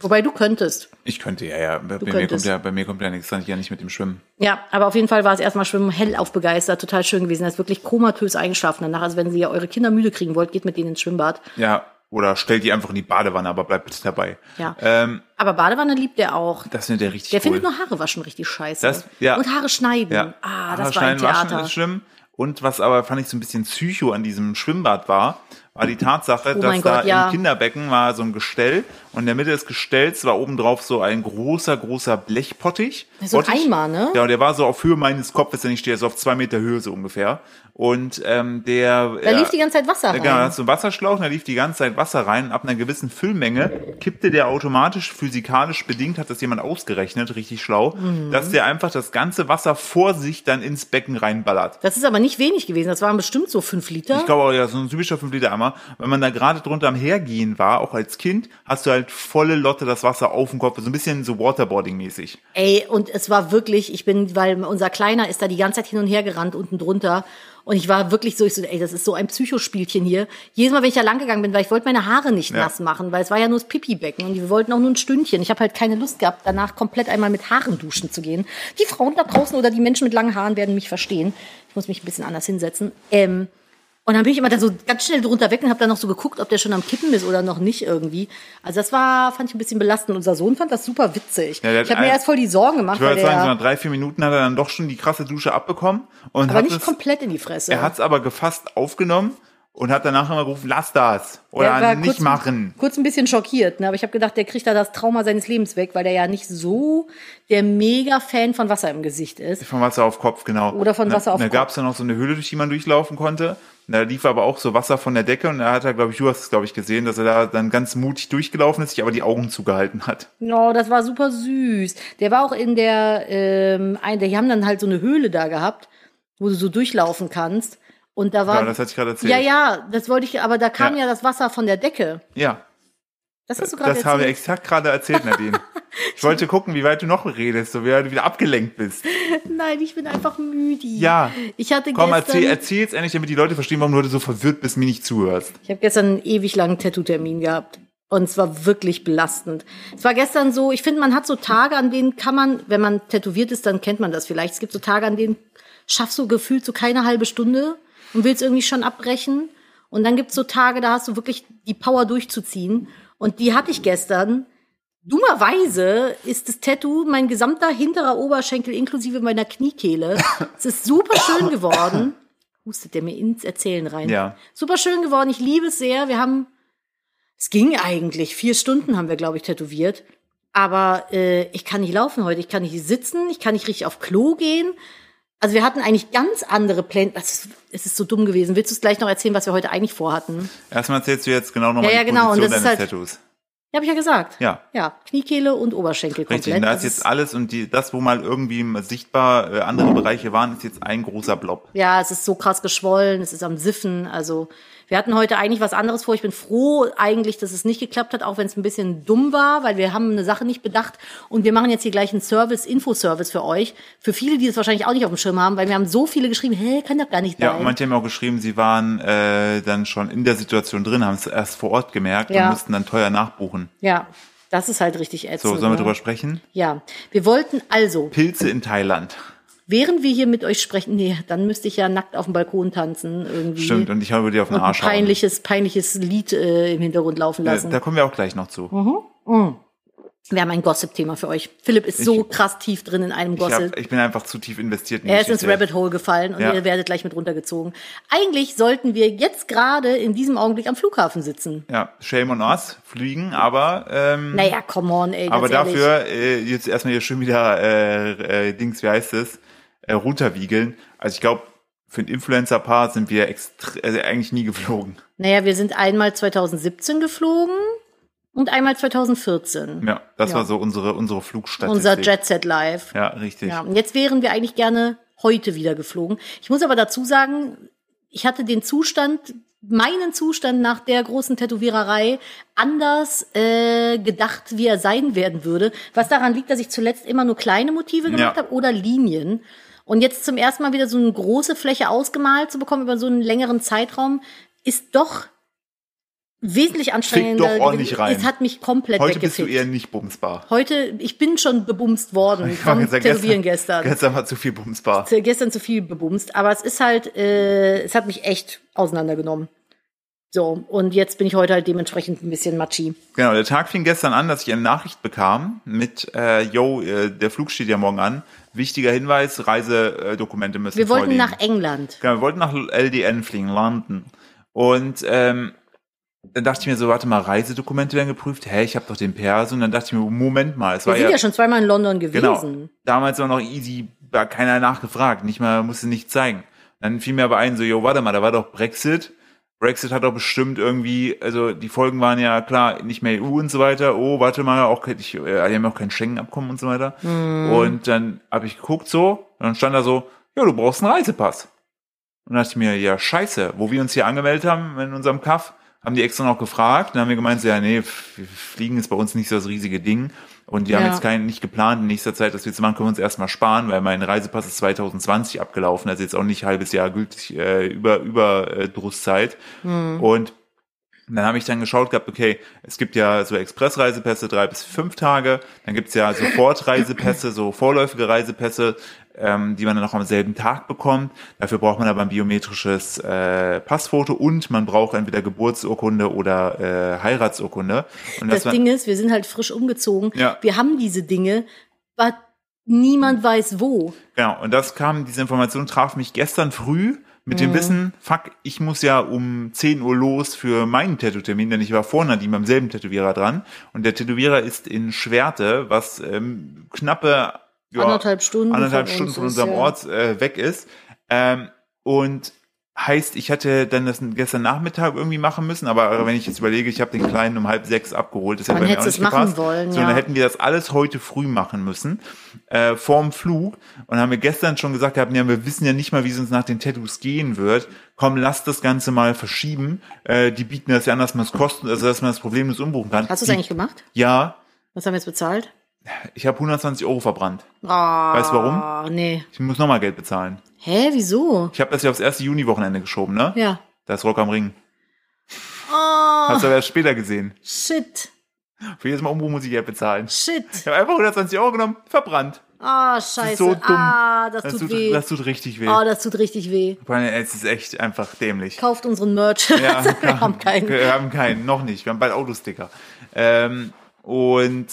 [SPEAKER 2] Wobei du könntest.
[SPEAKER 1] Ich könnte ja, ja. Bei, mir, kommt
[SPEAKER 2] könntest.
[SPEAKER 1] ja bei mir kommt ja nichts, dann ich ja nicht mit dem Schwimmen.
[SPEAKER 2] Ja, aber auf jeden Fall war es erstmal Schwimmen hellauf begeistert, total schön gewesen. Er ist wirklich komatös eingeschlafen danach. Also wenn ihr eure Kinder müde kriegen wollt, geht mit denen ins Schwimmbad.
[SPEAKER 1] Ja, oder stell die einfach in die Badewanne, aber bleib bitte dabei.
[SPEAKER 2] Ja.
[SPEAKER 1] Ähm,
[SPEAKER 2] Aber Badewanne liebt er auch.
[SPEAKER 1] das findet er richtig
[SPEAKER 2] Der
[SPEAKER 1] cool.
[SPEAKER 2] findet nur Haare waschen richtig scheiße.
[SPEAKER 1] Das- ja.
[SPEAKER 2] Und Haare schneiden.
[SPEAKER 1] Ja.
[SPEAKER 2] Ah,
[SPEAKER 1] Haare
[SPEAKER 2] das war ein
[SPEAKER 1] schneiden, waschen
[SPEAKER 2] Theater.
[SPEAKER 1] ist schlimm. Und was aber fand ich so ein bisschen psycho an diesem Schwimmbad war, war die Tatsache,
[SPEAKER 2] Oh
[SPEAKER 1] dass
[SPEAKER 2] mein
[SPEAKER 1] da
[SPEAKER 2] Gott, ja.
[SPEAKER 1] im Kinderbecken war so ein Gestell und in der Mitte des Gestells war obendrauf so ein großer, großer Blechpottich.
[SPEAKER 2] So ein
[SPEAKER 1] Bottich.
[SPEAKER 2] Eimer, ne?
[SPEAKER 1] Ja, und der war so auf Höhe meines Kopfes, denn ich stehe jetzt auf zwei Meter Höhe so ungefähr. Und ähm, der...
[SPEAKER 2] Da lief die ganze Zeit Wasser
[SPEAKER 1] ja, Genau, da
[SPEAKER 2] rein.
[SPEAKER 1] hast du einen Wasserschlauch, und da lief die ganze Zeit Wasser rein. Ab einer gewissen Füllmenge kippte der automatisch, physikalisch bedingt, hat das jemand ausgerechnet, richtig schlau,
[SPEAKER 2] Mhm.
[SPEAKER 1] dass der einfach das ganze Wasser vor sich dann ins Becken reinballert.
[SPEAKER 2] Das ist aber nicht wenig gewesen. Das waren bestimmt so fünf Liter.
[SPEAKER 1] Ich glaube auch, ja, so ein typischer 5-Liter-Eimer. Wenn man da gerade drunter am Hergehen war, auch als Kind, hast du halt volle Lotte das Wasser auf dem Kopf, so ein bisschen so Waterboarding-mäßig.
[SPEAKER 2] Ey, und es war wirklich, ich bin, weil unser Kleiner ist da die ganze Zeit hin und her gerannt, unten drunter. Und ich war wirklich so, ich so, ey, das ist so ein Psychospielchen hier. Jedes Mal, wenn ich da lang gegangen bin, weil ich wollte meine Haare nicht
[SPEAKER 1] Ja.
[SPEAKER 2] nass machen, weil es war ja nur das Pipi-Becken und wir wollten auch nur ein Stündchen. Ich habe halt keine Lust gehabt, danach komplett einmal mit Haaren duschen zu gehen. Die Frauen da draußen oder die Menschen mit langen Haaren werden mich verstehen. Ich muss mich ein bisschen anders hinsetzen. Ähm, und dann bin ich immer da so ganz schnell drunter weg und habe dann noch so geguckt, ob der schon am Kippen ist oder noch nicht irgendwie. Also das war, fand ich ein bisschen belastend. Unser Sohn fand das super witzig.
[SPEAKER 1] Ja, der hat
[SPEAKER 2] ich habe mir
[SPEAKER 1] ein-
[SPEAKER 2] erst voll die Sorgen gemacht,
[SPEAKER 1] Ich würde
[SPEAKER 2] weil
[SPEAKER 1] jetzt sagen, so
[SPEAKER 2] der,
[SPEAKER 1] nach drei, vier Minuten hat er dann doch schon die krasse Dusche abbekommen und
[SPEAKER 2] aber
[SPEAKER 1] hat
[SPEAKER 2] nicht
[SPEAKER 1] es,
[SPEAKER 2] komplett in die Fresse.
[SPEAKER 1] er hat es aber gefasst aufgenommen und hat danach immer gerufen, lass das
[SPEAKER 2] Der war
[SPEAKER 1] oder nicht
[SPEAKER 2] kurz,
[SPEAKER 1] machen.
[SPEAKER 2] Kurz ein bisschen schockiert, ne? aber ich habe gedacht, der kriegt da das Trauma seines Lebens weg, weil der ja nicht so der Mega-Fan von Wasser im Gesicht ist.
[SPEAKER 1] Von Wasser auf Kopf, genau.
[SPEAKER 2] Oder von Wasser auf
[SPEAKER 1] da,
[SPEAKER 2] Kopf.
[SPEAKER 1] Da gab es dann noch so eine Höhle, durch die man durchlaufen konnte. Da lief aber auch so Wasser von der Decke und da hat er, glaube ich, du hast es, glaube ich, gesehen, dass er da dann ganz mutig durchgelaufen ist, sich aber die Augen zugehalten hat.
[SPEAKER 2] No, das war super süß. Der war auch in der, ähm, ein, die haben dann halt so eine Höhle da gehabt, wo du so durchlaufen kannst. Und da war.
[SPEAKER 1] Ja, das hatte ich gerade erzählt.
[SPEAKER 2] Ja, ja, das wollte ich, aber da kam ja,
[SPEAKER 1] Ja.
[SPEAKER 2] das Wasser von der Decke.
[SPEAKER 1] Ja,
[SPEAKER 2] Das hast du gerade
[SPEAKER 1] das habe ich
[SPEAKER 2] erzählt.
[SPEAKER 1] exakt gerade erzählt, Nadine. ich wollte gucken, wie weit du noch redest, so wie du wieder abgelenkt bist.
[SPEAKER 2] Nein, ich bin einfach müde.
[SPEAKER 1] Ja.
[SPEAKER 2] Ich hatte
[SPEAKER 1] Komm,
[SPEAKER 2] gestern,
[SPEAKER 1] erzähl, erzähl's endlich, damit die Leute verstehen, warum du heute so verwirrt bist, mir nicht zuhörst.
[SPEAKER 2] ich habe gestern einen ewig langen Tattoo-Termin gehabt. Und es war wirklich belastend. Es war gestern so, ich finde, man hat so Tage, an denen kann man, wenn man tätowiert ist, dann kennt man das vielleicht. Es gibt so Tage, an denen schaffst du gefühlt so keine halbe Stunde und willst irgendwie schon abbrechen. Und dann gibt's so Tage, da hast du wirklich die Power durchzuziehen. Und die hatte ich gestern. Dummerweise ist das Tattoo mein gesamter hinterer Oberschenkel inklusive meiner Kniekehle. es ist super schön geworden. Hustet der mir ins Erzählen rein.
[SPEAKER 1] Ja.
[SPEAKER 2] Super schön geworden. Ich liebe es sehr. Wir haben, es ging eigentlich. Vier Stunden haben wir, glaube ich, tätowiert. Aber äh, ich kann nicht laufen heute. Ich kann nicht sitzen. Ich kann nicht richtig auf Klo gehen. Also wir hatten eigentlich ganz andere Pläne. Das ist, es ist so dumm gewesen. Willst du es gleich noch erzählen, was wir heute eigentlich vorhatten?
[SPEAKER 1] Erstmal erzählst du jetzt genau nochmal
[SPEAKER 2] Ja, ja,
[SPEAKER 1] die
[SPEAKER 2] genau, und
[SPEAKER 1] Position
[SPEAKER 2] das ist
[SPEAKER 1] deines
[SPEAKER 2] halt-
[SPEAKER 1] Tattoos.
[SPEAKER 2] Ja, habe ich ja gesagt.
[SPEAKER 1] Ja.
[SPEAKER 2] Ja, Kniekehle und Oberschenkel komplett.
[SPEAKER 1] Richtig, und da ist
[SPEAKER 2] Das
[SPEAKER 1] jetzt alles und die, das, wo mal irgendwie sichtbar äh, andere
[SPEAKER 2] Mhm.
[SPEAKER 1] Bereiche waren, ist jetzt ein großer Blob.
[SPEAKER 2] ja, es ist so krass geschwollen, es ist am Siffen. Also wir hatten heute eigentlich was anderes vor. Ich bin froh eigentlich, dass es nicht geklappt hat, auch wenn es ein bisschen dumm war, weil wir haben eine Sache nicht bedacht. Und wir machen jetzt hier gleich einen Service, Infoservice für euch. Für viele, die es wahrscheinlich auch nicht auf dem Schirm haben, weil wir haben so viele geschrieben, hä, kann doch gar nicht
[SPEAKER 1] Ja,
[SPEAKER 2] sein.
[SPEAKER 1] und manche haben auch geschrieben, sie waren äh, dann schon in der Situation drin, haben es erst vor Ort gemerkt
[SPEAKER 2] Ja.
[SPEAKER 1] und mussten dann teuer nachbuchen.
[SPEAKER 2] ja, das ist halt richtig ätzend.
[SPEAKER 1] So, sollen wir
[SPEAKER 2] ne?
[SPEAKER 1] drüber sprechen?
[SPEAKER 2] Ja, wir wollten also,
[SPEAKER 1] Pilze in Thailand.
[SPEAKER 2] während wir hier mit euch sprechen, nee, dann müsste ich ja nackt auf dem Balkon tanzen irgendwie.
[SPEAKER 1] Stimmt, und ich habe dir auf den
[SPEAKER 2] und ein
[SPEAKER 1] Arsch hauen.
[SPEAKER 2] peinliches, peinliches Lied äh, im Hintergrund laufen
[SPEAKER 1] Äh,
[SPEAKER 2] lassen. Mhm.
[SPEAKER 1] Da kommen wir auch gleich noch zu.
[SPEAKER 2] Wir haben ein Gossip-Thema für euch. Philipp ist so krass tief drin in einem
[SPEAKER 1] Ich,
[SPEAKER 2] Gossip.
[SPEAKER 1] hab, ich bin einfach zu tief investiert in die
[SPEAKER 2] Er ist ins
[SPEAKER 1] Geschichte.
[SPEAKER 2] Rabbit Hole gefallen und
[SPEAKER 1] Ja.
[SPEAKER 2] ihr werdet gleich mit runtergezogen. Eigentlich sollten wir jetzt gerade in diesem Augenblick am Flughafen sitzen.
[SPEAKER 1] Ja, shame on us, fliegen, aber ähm,
[SPEAKER 2] Naja, come on, ey. Ganz
[SPEAKER 1] aber
[SPEAKER 2] ehrlich.
[SPEAKER 1] dafür äh, jetzt erstmal hier schön wieder äh, äh, Dings, wie heißt es, äh, runterwiegeln. Also ich glaube, für ein Influencer-Paar sind wir extre also eigentlich nie geflogen.
[SPEAKER 2] Naja, wir sind einmal 2017 geflogen und einmal 2014.
[SPEAKER 1] Ja, das
[SPEAKER 2] Ja.
[SPEAKER 1] war so unsere unsere Flugstatistik.
[SPEAKER 2] Unser Jet Set Live.
[SPEAKER 1] Ja, richtig.
[SPEAKER 2] Ja, und jetzt wären wir eigentlich gerne heute wieder geflogen. Ich muss aber dazu sagen, ich hatte den Zustand, meinen Zustand nach der großen Tätowiererei anders äh, gedacht, wie er sein werden würde. Was daran liegt, dass ich zuletzt immer nur kleine Motive gemacht
[SPEAKER 1] Ja.
[SPEAKER 2] habe oder Linien. Und jetzt zum ersten Mal wieder so eine große Fläche ausgemalt zu bekommen über so einen längeren Zeitraum, ist doch wesentlich anstrengender.
[SPEAKER 1] doch ordentlich
[SPEAKER 2] gewesen.
[SPEAKER 1] rein.
[SPEAKER 2] Es hat mich komplett
[SPEAKER 1] Heute bist
[SPEAKER 2] weggefickt.
[SPEAKER 1] du eher nicht bumsbar.
[SPEAKER 2] Heute, ich bin schon bebumst worden vom Tätowieren gestern.
[SPEAKER 1] Gestern war zu viel bumsbar.
[SPEAKER 2] Zu- gestern zu viel bebumst, aber es ist halt, äh, es hat mich echt auseinandergenommen. So, und jetzt bin ich heute halt dementsprechend ein bisschen matschi.
[SPEAKER 1] Genau, der Tag fing gestern an, dass ich eine Nachricht bekam mit, äh, yo, äh, der Flug steht ja morgen an. Wichtiger Hinweis, Reisedokumente müssen
[SPEAKER 2] Wir wollten
[SPEAKER 1] vorliegen.
[SPEAKER 2] nach England.
[SPEAKER 1] Genau, wir wollten nach LDN fliegen, London. Und ähm, dann dachte ich mir so, warte mal, Reisedokumente werden geprüft. Hä, ich habe doch den Perso. Und dann dachte ich mir, Moment mal, es
[SPEAKER 2] Wir
[SPEAKER 1] war
[SPEAKER 2] sind
[SPEAKER 1] ja,
[SPEAKER 2] ja schon zweimal in London
[SPEAKER 1] genau.
[SPEAKER 2] gewesen.
[SPEAKER 1] Damals war noch easy, war keiner nachgefragt, nicht mal musste nichts zeigen. Dann fiel mir aber ein, so, jo, warte mal, da war doch Brexit. Brexit hat doch bestimmt irgendwie, also die Folgen waren ja klar, nicht mehr EU und so weiter. Oh, warte mal, auch kein- ich, äh, die haben auch kein Schengen-Abkommen und so weiter.
[SPEAKER 2] Hm.
[SPEAKER 1] Und dann habe ich geguckt so, und dann stand da so, ja, du brauchst einen Reisepass. Und dann dachte ich mir, ja, scheiße, wo wir uns hier angemeldet haben in unserem Kaff, haben die extra noch gefragt. Dann haben wir gemeint, so, ja, nee, F- Fliegen ist bei uns nicht so das riesige Ding. Und die haben
[SPEAKER 2] Ja.
[SPEAKER 1] jetzt keinen, nicht geplant, in nächster Zeit das wir zu machen, können wir uns erstmal sparen, weil mein Reisepass ist 2020 abgelaufen, also jetzt auch nicht halbes Jahr gültig, äh, über, über äh, Drusszeit. Und dann habe ich dann geschaut gehabt, okay, es gibt ja so Expressreisepässe, drei bis fünf Tage, dann gibt's ja Sofortreisepässe, so vorläufige Reisepässe, ähm, die man dann auch am selben Tag bekommt. Dafür braucht man aber ein biometrisches äh, Passfoto und man braucht entweder Geburtsurkunde oder äh, Heiratsurkunde. Und
[SPEAKER 2] Das
[SPEAKER 1] dass man-
[SPEAKER 2] Ding ist, wir sind halt frisch umgezogen.
[SPEAKER 1] Ja.
[SPEAKER 2] Wir haben diese Dinge, aber niemand weiß wo.
[SPEAKER 1] Genau, und das kam, diese Information traf mich gestern früh mit dem Wissen, fuck, ich muss ja um 10 Uhr los für meinen Tattoo-Termin, denn ich war vor Nadine beim selben Tätowierer dran. Und der Tätowierer ist in Schwerte, was ähm, knappe ja,
[SPEAKER 2] Anderthalb Stunden
[SPEAKER 1] anderthalb
[SPEAKER 2] Mhm. von
[SPEAKER 1] Stunden
[SPEAKER 2] uns
[SPEAKER 1] von
[SPEAKER 2] ist,
[SPEAKER 1] unserem
[SPEAKER 2] ja.
[SPEAKER 1] Ort äh, weg ist. Ähm, und heißt, ich hätte dann das gestern Nachmittag irgendwie machen müssen, aber wenn ich jetzt überlege, ich habe den Kleinen um halb sechs abgeholt, das hätte
[SPEAKER 2] Mhm. Man
[SPEAKER 1] bei mir
[SPEAKER 2] hätte
[SPEAKER 1] auch
[SPEAKER 2] es
[SPEAKER 1] nicht
[SPEAKER 2] machen
[SPEAKER 1] gepasst.
[SPEAKER 2] wollen,
[SPEAKER 1] so, dann
[SPEAKER 2] ja.
[SPEAKER 1] hätten wir das alles heute früh machen müssen äh, vorm Flug und haben wir gestern schon gesagt gehabt, ja, wir wissen ja nicht mal, wie es uns nach den Tattoos gehen wird. Komm, lass das Ganze mal verschieben. Äh, die bieten das ja an, dass man es kosten, also dass man das problemlos umbuchen kann.
[SPEAKER 2] Hast du es
[SPEAKER 1] Die-
[SPEAKER 2] eigentlich gemacht?
[SPEAKER 1] Ja,
[SPEAKER 2] Was haben wir jetzt bezahlt?
[SPEAKER 1] ich habe 120 Euro verbrannt.
[SPEAKER 2] Ah,
[SPEAKER 1] Weißt du warum?
[SPEAKER 2] Nee.
[SPEAKER 1] Ich muss nochmal Geld bezahlen.
[SPEAKER 2] Hä, wieso?
[SPEAKER 1] Ich habe das ja aufs erste Juni-Wochenende geschoben, ne?
[SPEAKER 2] Ja.
[SPEAKER 1] Da ist Rock am Ring.
[SPEAKER 2] Oh,
[SPEAKER 1] Hast du aber erst später gesehen.
[SPEAKER 2] shit.
[SPEAKER 1] Für jedes Mal umbuchen muss ich Geld bezahlen.
[SPEAKER 2] Shit.
[SPEAKER 1] Ich habe einfach 120 Euro genommen, verbrannt.
[SPEAKER 2] Ah, scheiße.
[SPEAKER 1] so dumm.
[SPEAKER 2] Ah, das,
[SPEAKER 1] Das
[SPEAKER 2] tut,
[SPEAKER 1] tut,
[SPEAKER 2] weh.
[SPEAKER 1] das tut richtig weh.
[SPEAKER 2] oh, das tut richtig weh.
[SPEAKER 1] Vor allem, Es ist echt einfach dämlich.
[SPEAKER 2] Kauft unseren Merch. wir haben keinen.
[SPEAKER 1] Wir haben keinen, noch nicht. Wir haben bald Autosticker. Ähm, und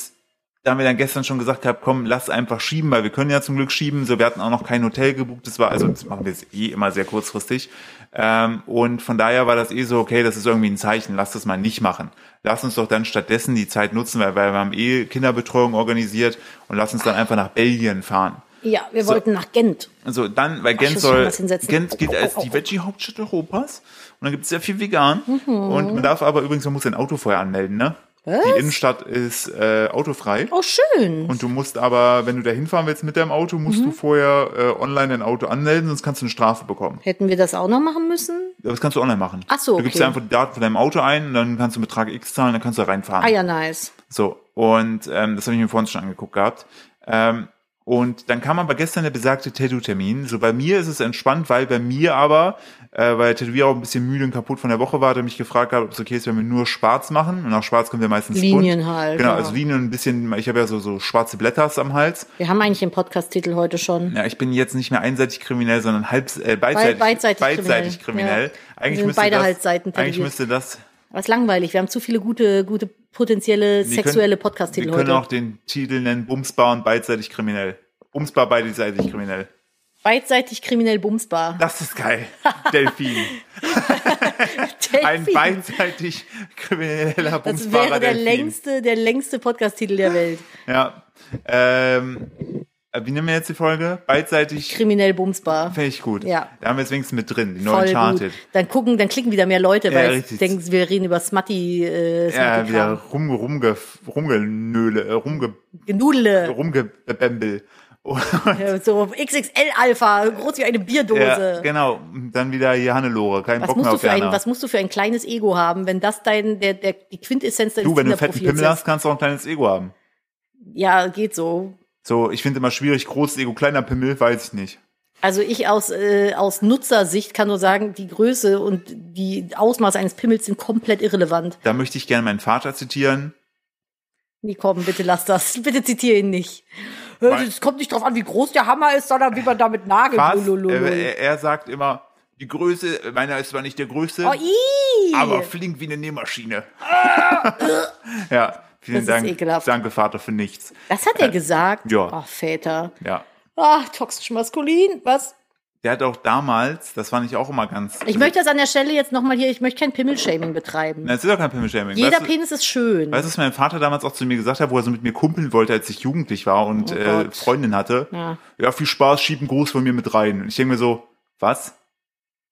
[SPEAKER 1] da haben wir dann gestern schon gesagt gehabt, komm, lass einfach schieben, weil wir können ja zum Glück schieben. So, wir hatten auch noch kein Hotel gebucht. Das war, also das machen wir jetzt eh immer sehr kurzfristig. Ähm, und von daher war das eh so, okay, das ist irgendwie ein Zeichen, lass das mal nicht machen. Lass uns doch dann stattdessen die Zeit nutzen, weil, weil wir haben eh Kinderbetreuung organisiert und lass uns dann einfach nach Belgien fahren.
[SPEAKER 2] Ja, wir wollten nach Gent.
[SPEAKER 1] Also dann, weil Gent
[SPEAKER 2] muss schon
[SPEAKER 1] soll,
[SPEAKER 2] was hinsetzen.
[SPEAKER 1] Gent gilt als die Veggie-Hauptstadt Europas und dann gibt es sehr viel vegan
[SPEAKER 2] Mhm.
[SPEAKER 1] und man darf aber übrigens, man muss sein Auto vorher anmelden, ne? Die Innenstadt ist äh, autofrei
[SPEAKER 2] Oh, schön.
[SPEAKER 1] und du musst aber, wenn du da hinfahren willst mit deinem Auto, musst
[SPEAKER 2] Mhm.
[SPEAKER 1] du vorher äh, online dein Auto anmelden, sonst kannst du eine Strafe bekommen.
[SPEAKER 2] Hätten wir das auch noch machen müssen?
[SPEAKER 1] Das kannst du online machen.
[SPEAKER 2] Ach so,
[SPEAKER 1] Du gibst
[SPEAKER 2] okay.
[SPEAKER 1] einfach die Daten von deinem Auto ein und dann kannst du einen Betrag X zahlen, dann kannst du da reinfahren.
[SPEAKER 2] Ah ja, nice.
[SPEAKER 1] So, und ähm, das habe ich mir vorhin schon angeguckt gehabt. Ähm, und dann kam aber gestern der besagte Tattoo-Termin. So, bei mir ist es entspannt, weil bei mir aber, äh, weil der Tätowierer auch ein bisschen müde und kaputt von der Woche war, hat er mich gefragt hat, ob es okay ist, wenn wir nur schwarz machen. Und nach schwarz kommt ja meistens
[SPEAKER 2] Linien
[SPEAKER 1] bunt.
[SPEAKER 2] halt,
[SPEAKER 1] Genau,
[SPEAKER 2] ja.
[SPEAKER 1] also Linien und ein bisschen, ich habe ja so, so schwarze Blätters am Hals.
[SPEAKER 2] Wir haben eigentlich den Podcast-Titel heute schon.
[SPEAKER 1] Ja, ich bin jetzt nicht mehr einseitig kriminell, sondern halb, äh, beidseitig,
[SPEAKER 2] beidseitig
[SPEAKER 1] beidseitig
[SPEAKER 2] kriminell.
[SPEAKER 1] kriminell.
[SPEAKER 2] Ja.
[SPEAKER 1] Eigentlich
[SPEAKER 2] Sind
[SPEAKER 1] müsste
[SPEAKER 2] beide
[SPEAKER 1] das,
[SPEAKER 2] Halsseiten
[SPEAKER 1] eigentlich
[SPEAKER 2] tätowiert.
[SPEAKER 1] müsste das
[SPEAKER 2] Aber ist langweilig. Wir haben zu viele gute, gute potenzielle
[SPEAKER 1] Wir können-
[SPEAKER 2] sexuelle Podcast-Titel
[SPEAKER 1] Wir können
[SPEAKER 2] heute.
[SPEAKER 1] auch den Titel nennen Bumsbar und beidseitig kriminell. Bumsbar beidseitig kriminell.
[SPEAKER 2] Beidseitig kriminell bumsbar.
[SPEAKER 1] Das ist geil. Delfin. Ein
[SPEAKER 2] Delfin.
[SPEAKER 1] beidseitig krimineller
[SPEAKER 2] das
[SPEAKER 1] Bumsbarer
[SPEAKER 2] wäre der
[SPEAKER 1] Delfin.
[SPEAKER 2] längste, der längste Podcast-Titel der Welt.
[SPEAKER 1] Ja. Ähm, wie nennen wir jetzt die Folge? Beidseitig
[SPEAKER 2] Kriminell bumsbar.
[SPEAKER 1] finde ich gut.
[SPEAKER 2] Ja.
[SPEAKER 1] Da haben wir es wenigstens mit drin. Die neue
[SPEAKER 2] Voll gut.
[SPEAKER 1] Uncharted.
[SPEAKER 2] Dann gucken, dann klicken wieder mehr Leute,
[SPEAKER 1] Ja,
[SPEAKER 2] weil
[SPEAKER 1] richtig.
[SPEAKER 2] denken, wir reden über Smutty, äh,
[SPEAKER 1] Ja,
[SPEAKER 2] Smutty
[SPEAKER 1] wieder rum, rumge, rumgenöle, äh, rumge,
[SPEAKER 2] Genudele.
[SPEAKER 1] rumgebämbel.
[SPEAKER 2] Ja, Äh, So XXL-Alpha, groß wie eine
[SPEAKER 1] Ja,
[SPEAKER 2] Bierdose.
[SPEAKER 1] genau. Und Dann wieder hier Hannelore. Kein
[SPEAKER 2] was
[SPEAKER 1] Bock
[SPEAKER 2] musst,
[SPEAKER 1] mehr
[SPEAKER 2] du
[SPEAKER 1] auf
[SPEAKER 2] für ein,
[SPEAKER 1] Jana.
[SPEAKER 2] was musst du für ein kleines Ego haben, wenn das dein, der, der, die Quintessenz deines
[SPEAKER 1] Du, wenn du einen fetten
[SPEAKER 2] Tinder-Profils
[SPEAKER 1] Pimmel hast, kannst du auch ein kleines Ego haben.
[SPEAKER 2] ist? Ja, geht so.
[SPEAKER 1] So, ich finde immer schwierig, großes Ego, kleiner Pimmel, weiß ich nicht.
[SPEAKER 2] Also ich aus, äh, aus Nutzersicht kann nur sagen, die Größe und die Ausmaße eines Pimmels sind komplett irrelevant.
[SPEAKER 1] Da möchte ich gerne meinen Vater zitieren.
[SPEAKER 2] Nee, komm, bitte lass das. Bitte zitiere ihn nicht.
[SPEAKER 1] Weil-
[SPEAKER 2] Es kommt nicht drauf an, wie groß der Hammer ist, sondern wie man damit nagelt.
[SPEAKER 1] Was?
[SPEAKER 2] Lululul.
[SPEAKER 1] Äh, er, er sagt immer, die Größe, meiner ist zwar nicht der Größte,
[SPEAKER 2] Oh, ii.
[SPEAKER 1] äh, aber flink wie eine Nähmaschine. ja, vielen
[SPEAKER 2] Ah! Das ist
[SPEAKER 1] Dank.
[SPEAKER 2] ekelhaft.
[SPEAKER 1] Danke, Vater, für nichts.
[SPEAKER 2] das hat er gesagt.
[SPEAKER 1] äh, ja.
[SPEAKER 2] Ach, Väter.
[SPEAKER 1] Ja.
[SPEAKER 2] Ach, toxisch maskulin. Was?
[SPEAKER 1] Der hat auch damals, das fand ich auch immer ganz.
[SPEAKER 2] Ich möchte das an der Stelle jetzt nochmal hier, ich möchte kein Pimmelshaming betreiben.
[SPEAKER 1] Das ist ja kein Pimmelshaming.
[SPEAKER 2] Jeder
[SPEAKER 1] weißt, du-
[SPEAKER 2] Penis ist schön.
[SPEAKER 1] weißt du, was mein Vater damals auch zu mir gesagt hat, wo er so mit mir kumpeln wollte, als ich jugendlich war und
[SPEAKER 2] Oh
[SPEAKER 1] äh,
[SPEAKER 2] Gott.
[SPEAKER 1] Freundin hatte?
[SPEAKER 2] Ja.
[SPEAKER 1] ja, viel Spaß, schieben Gruß von mir mit rein. Und ich denke mir so, was?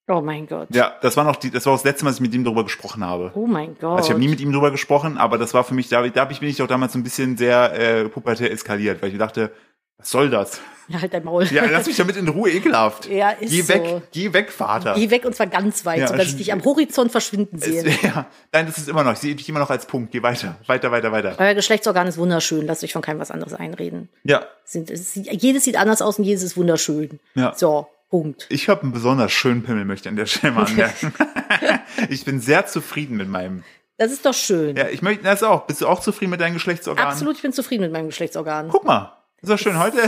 [SPEAKER 2] Oh mein Gott.
[SPEAKER 1] Ja, das war noch die, das war auch das letzte Mal, dass ich mit ihm darüber gesprochen habe.
[SPEAKER 2] Oh mein Gott.
[SPEAKER 1] Also ich habe nie mit ihm darüber gesprochen, aber das war für mich, da, da hab ich- bin ich auch damals so ein bisschen sehr äh, pubertär eskaliert, weil ich mir dachte, was soll das?
[SPEAKER 2] halt dein Maul.
[SPEAKER 1] Ja, lass mich damit in Ruhe ekelhaft.
[SPEAKER 2] Ja, ist
[SPEAKER 1] geh weg,
[SPEAKER 2] so.
[SPEAKER 1] geh weg, Vater.
[SPEAKER 2] Geh weg und zwar ganz weit,
[SPEAKER 1] Ja,
[SPEAKER 2] sodass ich
[SPEAKER 1] schon-
[SPEAKER 2] dich am Horizont verschwinden sehe.
[SPEAKER 1] Es- ja, nein, das ist immer noch, ich sehe dich immer noch als Punkt. Geh weiter, weiter, weiter, weiter.
[SPEAKER 2] Euer Geschlechtsorgan ist wunderschön, lasst euch von keinem was anderes einreden.
[SPEAKER 1] Ja,
[SPEAKER 2] Sind, es, sieht- jedes sieht anders aus und jedes ist wunderschön.
[SPEAKER 1] Ja.
[SPEAKER 2] So, Punkt.
[SPEAKER 1] ich habe einen besonders schönen Pimmel, möchte ich an der Stelle mal anmerken. ich bin sehr zufrieden mit meinem.
[SPEAKER 2] Das ist doch schön.
[SPEAKER 1] Ja, ich möchte das auch. Bist du auch zufrieden mit deinen Geschlechtsorganen?
[SPEAKER 2] Absolut, ich bin zufrieden mit meinem Geschlechtsorgan.
[SPEAKER 1] Guck mal, ist doch schön heute.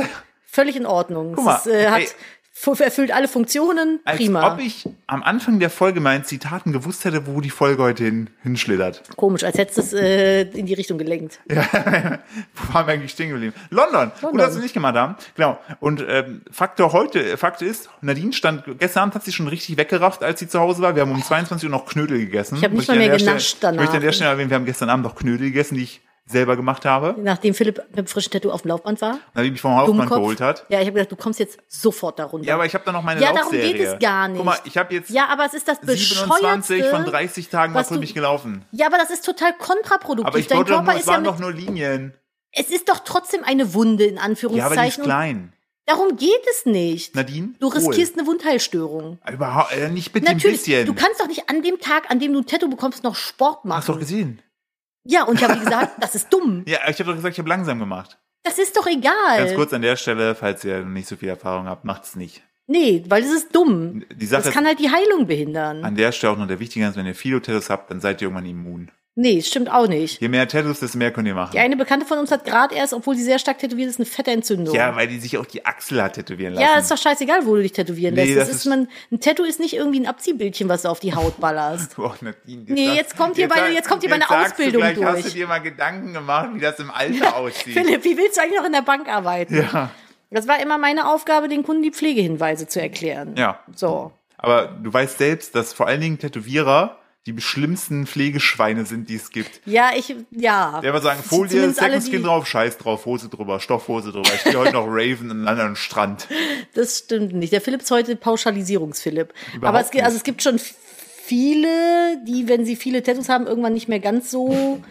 [SPEAKER 2] Völlig in Ordnung.
[SPEAKER 1] Guck
[SPEAKER 2] es ist,
[SPEAKER 1] mal,
[SPEAKER 2] äh,
[SPEAKER 1] ey.
[SPEAKER 2] hat, fu- erfüllt alle Funktionen,
[SPEAKER 1] Als
[SPEAKER 2] prima.
[SPEAKER 1] ob ich am Anfang der Folge meinen Zitaten gewusst hätte, wo die Folge heute hin, hinschlittert.
[SPEAKER 2] Komisch, als hättest du es äh, in die Richtung gelenkt.
[SPEAKER 1] Wo waren wir eigentlich stehen geblieben? London. Gut, dass wir nicht gemacht haben. Genau. Und ähm, Faktor heute, Fakt ist, Nadine stand, gestern Abend hat sie schon richtig weggerafft, als sie zu Hause war. Wir haben um 22 Uhr noch Knödel gegessen. Ich
[SPEAKER 2] hab nicht mal mehr genascht
[SPEAKER 1] Ich möchte
[SPEAKER 2] danach.
[SPEAKER 1] an der Stelle erwähnen, wir haben gestern Abend noch Knödel gegessen, die ich selber gemacht habe,
[SPEAKER 2] Nachdem Philipp mit dem frischen Tattoo auf dem Laufband war.
[SPEAKER 1] Nadine mich vom Hauptmann
[SPEAKER 2] Dummkopf.
[SPEAKER 1] geholt hat.
[SPEAKER 2] Ja, ich habe gedacht, du kommst jetzt sofort darunter.
[SPEAKER 1] Ja, aber ich habe da noch meine
[SPEAKER 2] Ja, darum
[SPEAKER 1] Laufserie.
[SPEAKER 2] geht es gar nicht.
[SPEAKER 1] Guck mal, ich habe jetzt
[SPEAKER 2] Ja, aber es ist das bescheuerste.
[SPEAKER 1] 27 von 30 Tagen was
[SPEAKER 2] was
[SPEAKER 1] für
[SPEAKER 2] du-
[SPEAKER 1] mich gelaufen.
[SPEAKER 2] Ja, aber das ist total kontraproduktiv.
[SPEAKER 1] Aber ich
[SPEAKER 2] Dein
[SPEAKER 1] wollte doch
[SPEAKER 2] Körper
[SPEAKER 1] nur, es
[SPEAKER 2] ist ja
[SPEAKER 1] waren
[SPEAKER 2] mit,
[SPEAKER 1] doch nur Linien.
[SPEAKER 2] es ist doch trotzdem eine Wunde in
[SPEAKER 1] Ja, aber die ist
[SPEAKER 2] Anführungszeichen.
[SPEAKER 1] klein.
[SPEAKER 2] Darum geht es nicht.
[SPEAKER 1] Nadine?
[SPEAKER 2] du
[SPEAKER 1] hol.
[SPEAKER 2] riskierst eine Wundheilstörung.
[SPEAKER 1] Überhaupt, äh, nicht bitte ein
[SPEAKER 2] Natürlich,
[SPEAKER 1] bisschen.
[SPEAKER 2] du kannst doch nicht an dem Tag, an dem du ein Tattoo bekommst, noch Sport
[SPEAKER 1] Hast du doch
[SPEAKER 2] machen.
[SPEAKER 1] gesehen.
[SPEAKER 2] Ja, und ich habe gesagt, das ist dumm.
[SPEAKER 1] Ja, ich habe doch gesagt, ich habe langsam gemacht.
[SPEAKER 2] Das ist doch egal.
[SPEAKER 1] Ganz kurz an der Stelle, falls ihr noch nicht so viel Erfahrung habt, macht's nicht.
[SPEAKER 2] Nee, weil es ist dumm.
[SPEAKER 1] Die Sache
[SPEAKER 2] Das
[SPEAKER 1] ist,
[SPEAKER 2] kann halt die Heilung behindern.
[SPEAKER 1] an der Stelle auch noch der wichtige, ist, wenn ihr viele Hotels habt, dann seid ihr irgendwann immun.
[SPEAKER 2] Nee, stimmt auch nicht.
[SPEAKER 1] Je mehr Tattoos, desto mehr könnt ihr machen.
[SPEAKER 2] Die eine Bekannte von uns hat gerade erst, obwohl sie sehr stark tätowiert ist, eine fette Entzündung.
[SPEAKER 1] Ja, weil die sich auch die Achsel hat tätowieren lassen.
[SPEAKER 2] also. Ja, ist doch scheißegal, wo du dich tätowieren
[SPEAKER 1] Nee,
[SPEAKER 2] lässt.
[SPEAKER 1] das
[SPEAKER 2] Das ist
[SPEAKER 1] ist-
[SPEAKER 2] man, ein Tattoo ist nicht irgendwie ein Abziehbildchen, was du auf die Haut ballerst.
[SPEAKER 1] Boah, Nadine, jetzt
[SPEAKER 2] Nee,
[SPEAKER 1] sagst-
[SPEAKER 2] jetzt kommt hier bei-
[SPEAKER 1] sag-
[SPEAKER 2] jetzt kommt hier bei einer
[SPEAKER 1] sagst
[SPEAKER 2] Ausbildung
[SPEAKER 1] du gleich, Hast du
[SPEAKER 2] durch.
[SPEAKER 1] dir mal Gedanken gemacht, wie das im Alter aussieht?
[SPEAKER 2] Philipp, wie willst du eigentlich noch in der Bank arbeiten?
[SPEAKER 1] Ja.
[SPEAKER 2] Das war immer meine Aufgabe, den Kunden die Pflegehinweise zu erklären.
[SPEAKER 1] Ja.
[SPEAKER 2] So.
[SPEAKER 1] Aber du weißt selbst, dass vor allen Dingen Tätowierer die schlimmsten Pflegeschweine sind, die es gibt.
[SPEAKER 2] Ja, ich, ja.
[SPEAKER 1] Der immer sagen, Folie,
[SPEAKER 2] Zumindest alle,
[SPEAKER 1] Second Skin
[SPEAKER 2] die-
[SPEAKER 1] drauf, Scheiß drauf, Hose drüber, Stoffhose drüber. Ich gehe heute noch Raven an einen anderen Strand.
[SPEAKER 2] Das stimmt nicht. Der Philipp ist heute Pauschalisierungsphilipp.
[SPEAKER 1] Überhaupt
[SPEAKER 2] Aber es, gibt- also
[SPEAKER 1] nicht.
[SPEAKER 2] es gibt schon f- viele, die, wenn sie viele Tattoos haben, irgendwann nicht mehr ganz so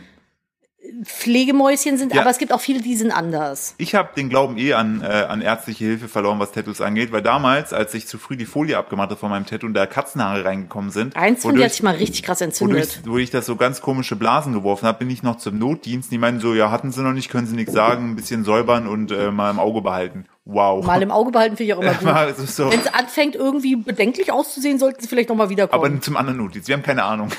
[SPEAKER 2] Pflegemäuschen sind.
[SPEAKER 1] Ja.
[SPEAKER 2] Aber es gibt auch viele, die sind anders.
[SPEAKER 1] Ich habe den Glauben eh an, äh, an ärztliche Hilfe verloren, was Tattoos angeht, weil damals, als ich zu früh die Folie abgemacht habe von meinem Tattoo und da Katzenhaare reingekommen sind,
[SPEAKER 2] Eins von denen hat
[SPEAKER 1] wodurch,
[SPEAKER 2] sich mal richtig krass entzündet.
[SPEAKER 1] wodurch, wodurch ich das so ganz komische Blasen geworfen habe, bin ich noch zum Notdienst. Die meinen so, ja, hatten sie noch nicht, können sie nichts sagen, ein bisschen säubern und äh, mal im Auge behalten. Wow.
[SPEAKER 2] Mal im Auge behalten finde ich auch immer gut.
[SPEAKER 1] Mal so- so.
[SPEAKER 2] Wenn es anfängt, irgendwie bedenklich auszusehen, sollten sie vielleicht nochmal wiederkommen.
[SPEAKER 1] Aber zum anderen Notdienst. Wir haben keine Ahnung.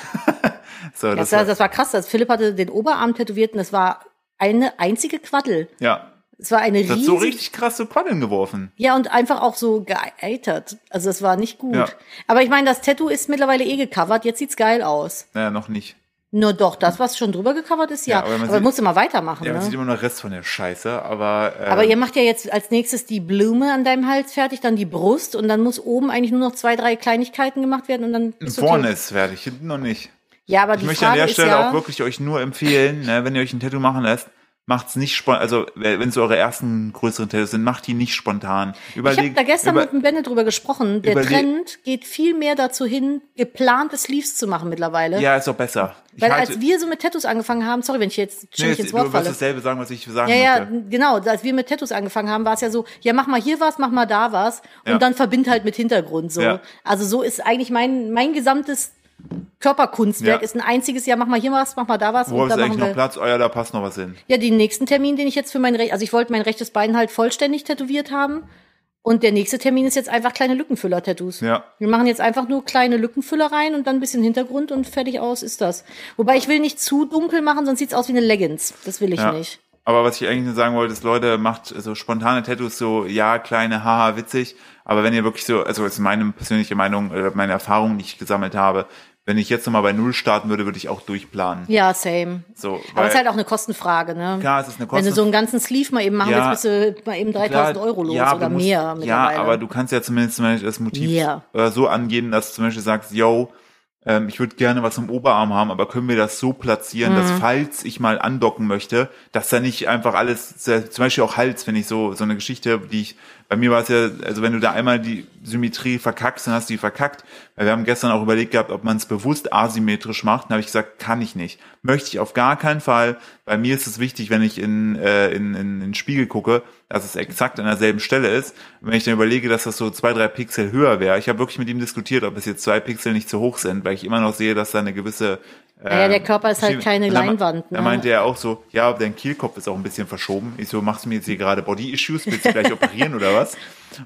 [SPEAKER 1] so, das,
[SPEAKER 2] das, war,
[SPEAKER 1] war,
[SPEAKER 2] das war krass. Das Philipp hatte den Oberarm tätowiert und das war eine einzige Quaddel.
[SPEAKER 1] ja.
[SPEAKER 2] Es war eine
[SPEAKER 1] Das hat so
[SPEAKER 2] riesige
[SPEAKER 1] richtig krasse Quaddeln geworfen.
[SPEAKER 2] Ja, und einfach auch so gealtert. Also es war nicht gut.
[SPEAKER 1] Ja.
[SPEAKER 2] Aber ich meine, das Tattoo ist mittlerweile eh gecovert. Jetzt sieht's geil aus.
[SPEAKER 1] Naja, noch nicht.
[SPEAKER 2] Nur doch, das, was schon drüber gecovert ist, ja.
[SPEAKER 1] Ja, aber man
[SPEAKER 2] aber
[SPEAKER 1] sieht-
[SPEAKER 2] musst du mal weitermachen,
[SPEAKER 1] Ja, man sieht
[SPEAKER 2] ne?
[SPEAKER 1] immer noch Rest von der Scheiße, aber, äh,
[SPEAKER 2] Aber ihr macht ja jetzt als nächstes die Blume an deinem Hals fertig, dann die Brust und dann muss oben eigentlich nur noch zwei, drei Kleinigkeiten gemacht werden und dann bist du
[SPEAKER 1] vorne
[SPEAKER 2] tot.
[SPEAKER 1] ist fertig, hinten noch nicht.
[SPEAKER 2] Ja, aber
[SPEAKER 1] Ich
[SPEAKER 2] die
[SPEAKER 1] möchte
[SPEAKER 2] Frage
[SPEAKER 1] an der Stelle
[SPEAKER 2] ist ja,
[SPEAKER 1] auch wirklich euch nur empfehlen, ne, wenn ihr euch ein Tattoo machen lasst, macht's nicht spontan, also wenn es eure ersten größeren Tattoos sind, macht die nicht spontan.
[SPEAKER 2] ich habe
[SPEAKER 1] Überlegt,
[SPEAKER 2] da gestern
[SPEAKER 1] über-
[SPEAKER 2] mit dem Bennett drüber gesprochen. Der
[SPEAKER 1] überleg-
[SPEAKER 2] Trend geht viel mehr dazu hin, geplante Sleeves zu machen mittlerweile.
[SPEAKER 1] ja, ist doch besser. Ich
[SPEAKER 2] Weil
[SPEAKER 1] halte-
[SPEAKER 2] als wir so mit Tattoos angefangen haben, sorry, wenn ich jetzt
[SPEAKER 1] nee,
[SPEAKER 2] ständig
[SPEAKER 1] jetzt,
[SPEAKER 2] ins Wort
[SPEAKER 1] du wirst
[SPEAKER 2] falle.
[SPEAKER 1] dasselbe sagen, was ich sagen
[SPEAKER 2] Ja, ja,
[SPEAKER 1] möchte.
[SPEAKER 2] genau. Als wir mit Tattoos angefangen haben, war es ja so, ja, mach mal hier was, mach mal da was und
[SPEAKER 1] Ja.
[SPEAKER 2] dann verbind halt mit Hintergrund so.
[SPEAKER 1] Ja.
[SPEAKER 2] Also so ist eigentlich mein, mein gesamtes Körperkunstwerk
[SPEAKER 1] Ja.
[SPEAKER 2] ist ein einziges, ja, mach mal hier was, mach mal da was
[SPEAKER 1] Wo
[SPEAKER 2] und
[SPEAKER 1] ist
[SPEAKER 2] dann
[SPEAKER 1] eigentlich
[SPEAKER 2] machen
[SPEAKER 1] noch
[SPEAKER 2] wir.
[SPEAKER 1] Platz? Oh ja, da passt noch was hin.
[SPEAKER 2] Ja, den nächsten Termin, den ich jetzt für mein Recht, also ich wollte mein rechtes Bein halt vollständig tätowiert haben. Und der nächste Termin ist jetzt einfach kleine Lückenfüller-Tattoos.
[SPEAKER 1] Ja.
[SPEAKER 2] Wir machen jetzt einfach nur kleine Lückenfüller rein und dann ein bisschen Hintergrund und fertig aus ist das. Wobei ich will nicht zu dunkel machen, sonst sieht's aus wie eine Leggings. Das will ich
[SPEAKER 1] Ja.
[SPEAKER 2] nicht.
[SPEAKER 1] Aber was ich eigentlich nur sagen wollte, ist, Leute, macht so spontane Tattoos so, ja, kleine, haha, witzig. Aber wenn ihr wirklich so, also das ist meine persönliche Meinung oder meine Erfahrung, die ich gesammelt habe, wenn ich jetzt nochmal bei Null starten würde, würde ich auch durchplanen.
[SPEAKER 2] Ja, same.
[SPEAKER 1] So,
[SPEAKER 2] Aber
[SPEAKER 1] weil-
[SPEAKER 2] es ist halt auch eine Kostenfrage, ne?
[SPEAKER 1] Klar, es ist eine
[SPEAKER 2] Wenn
[SPEAKER 1] Kosten-
[SPEAKER 2] du so einen ganzen Sleeve mal eben machen
[SPEAKER 1] Ja.
[SPEAKER 2] willst, bist du mal eben 3000
[SPEAKER 1] Klar,
[SPEAKER 2] Euro los
[SPEAKER 1] ja,
[SPEAKER 2] oder
[SPEAKER 1] du musst-
[SPEAKER 2] mehr
[SPEAKER 1] Ja,
[SPEAKER 2] mittlerweile.
[SPEAKER 1] aber du kannst ja zumindest zum Beispiel das Motiv
[SPEAKER 2] Ja.
[SPEAKER 1] äh, so angeben, dass du zum Beispiel sagst, yo, ähm, ich würde gerne was am Oberarm haben, aber können wir das so platzieren, dass
[SPEAKER 2] Mhm.
[SPEAKER 1] falls ich mal andocken möchte, dass da nicht einfach alles, äh, zum Beispiel auch Hals, finde ich so, so eine Geschichte, die ich, bei mir war es ja, also wenn du da einmal die Symmetrie verkackst, dann hast du die verkackt. Weil wir haben gestern auch überlegt gehabt, ob man es bewusst asymmetrisch macht. Dann habe ich gesagt, kann ich nicht. Möchte ich auf gar keinen Fall. Bei mir ist es wichtig, wenn ich in, äh, in, in, in den Spiegel gucke, dass es exakt an derselben Stelle ist. Und wenn ich dann überlege, dass das so zwei, drei Pixel höher wäre, ich habe wirklich mit ihm diskutiert, ob es jetzt zwei Pixel nicht zu hoch sind, weil ich immer noch sehe, dass da eine gewisse. Äh,
[SPEAKER 2] Naja, der Körper ist halt
[SPEAKER 1] Schiene-
[SPEAKER 2] keine
[SPEAKER 1] Und dann-
[SPEAKER 2] Leinwand, ne?
[SPEAKER 1] Da meinte er auch so, ja, aber dein Kehlkopf ist auch ein bisschen verschoben. Ich so, machst du mir jetzt hier gerade Body-Issues? Willst du gleich operieren oder was?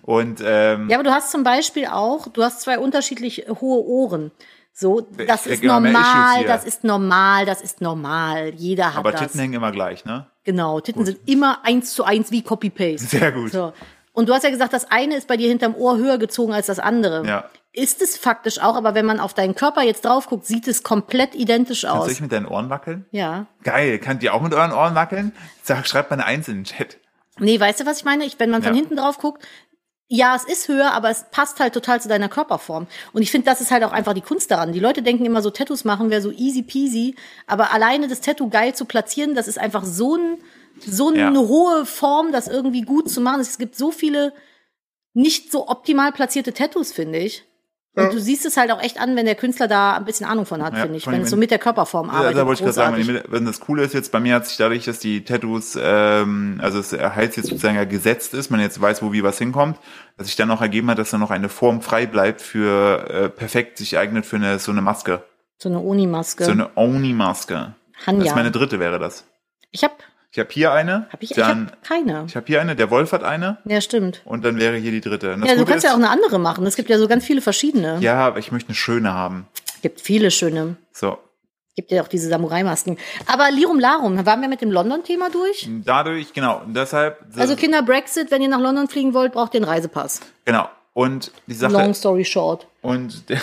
[SPEAKER 1] Und ähm,
[SPEAKER 2] ja, aber du hast zum Beispiel auch, du hast zwei unterschiedlich hohe Ohren. So, das
[SPEAKER 1] krieg
[SPEAKER 2] ist
[SPEAKER 1] immer mehr Issues
[SPEAKER 2] normal,
[SPEAKER 1] hier.
[SPEAKER 2] das ist normal, das ist normal. Jeder hat
[SPEAKER 1] aber
[SPEAKER 2] das.
[SPEAKER 1] Titten hängen immer gleich, ne?
[SPEAKER 2] Genau, Titten sind immer eins zu eins wie Copy-Paste.
[SPEAKER 1] Sehr gut.
[SPEAKER 2] So. Und du hast ja gesagt, das eine ist bei dir hinterm Ohr höher gezogen als das andere.
[SPEAKER 1] Ja.
[SPEAKER 2] Ist es faktisch auch, aber wenn man auf deinen Körper jetzt drauf guckt, sieht es komplett identisch
[SPEAKER 1] Kannst du
[SPEAKER 2] aus.
[SPEAKER 1] dich mit deinen Ohren wackeln?
[SPEAKER 2] Ja.
[SPEAKER 1] Geil, könnt ihr auch mit euren Ohren wackeln? Sag, schreibt mal eine Eins in den Chat.
[SPEAKER 2] Nee, weißt du, was ich meine? Ich, wenn man von
[SPEAKER 1] Ja.
[SPEAKER 2] hinten drauf guckt, ja, es ist höher, aber es passt halt total zu deiner Körperform. Und ich finde, das ist halt auch einfach die Kunst daran. Die Leute denken immer so, Tattoos machen wäre so easy peasy, aber alleine das Tattoo geil zu platzieren, das ist einfach so, ein, so eine
[SPEAKER 1] Ja.
[SPEAKER 2] hohe Form, das irgendwie gut zu machen. Es gibt so viele nicht so optimal platzierte Tattoos, finde ich. Und du siehst es halt auch echt an, wenn der Künstler da ein bisschen Ahnung von hat,
[SPEAKER 1] Ja,
[SPEAKER 2] finde ich.
[SPEAKER 1] vor allem
[SPEAKER 2] Wenn es so
[SPEAKER 1] wenn-
[SPEAKER 2] mit der Körperform
[SPEAKER 1] Ja,
[SPEAKER 2] arbeitet.
[SPEAKER 1] da wollte ich gerade sagen, wenn,
[SPEAKER 2] Ah, großartig.
[SPEAKER 1] die Mitte- wenn das Coole ist jetzt, bei mir hat sich dadurch, dass die Tattoos, ähm, also es heißt jetzt sozusagen ja gesetzt ist, man jetzt weiß, wo wie was hinkommt, dass sich dann auch ergeben hat, dass dann noch eine Form frei bleibt für äh, perfekt sich eignet für eine so eine Maske.
[SPEAKER 2] so eine Unimaske.
[SPEAKER 1] So eine Oni-Maske. Das
[SPEAKER 2] Hanja.
[SPEAKER 1] ist meine dritte, wäre das.
[SPEAKER 2] ich habe
[SPEAKER 1] Ich habe hier eine,
[SPEAKER 2] hab ich, ich
[SPEAKER 1] dann
[SPEAKER 2] hab keine.
[SPEAKER 1] ich habe hier eine, der Wolf hat eine
[SPEAKER 2] Ja, stimmt.
[SPEAKER 1] und dann wäre hier die dritte. Und das
[SPEAKER 2] Ja, du
[SPEAKER 1] Gute
[SPEAKER 2] kannst
[SPEAKER 1] ist,
[SPEAKER 2] ja auch eine andere machen. Es gibt ja so ganz viele verschiedene.
[SPEAKER 1] Ja, aber ich möchte eine schöne haben.
[SPEAKER 2] Es gibt viele schöne.
[SPEAKER 1] So.
[SPEAKER 2] Gibt ja auch diese Samurai-Masken. Aber Lirum Larum, waren wir mit dem London-Thema durch?
[SPEAKER 1] Dadurch, genau, deshalb.
[SPEAKER 2] Also Kinder Brexit, wenn ihr nach London fliegen wollt, braucht ihr einen Reisepass.
[SPEAKER 1] genau. Und die Sache.
[SPEAKER 2] Long story short.
[SPEAKER 1] und der,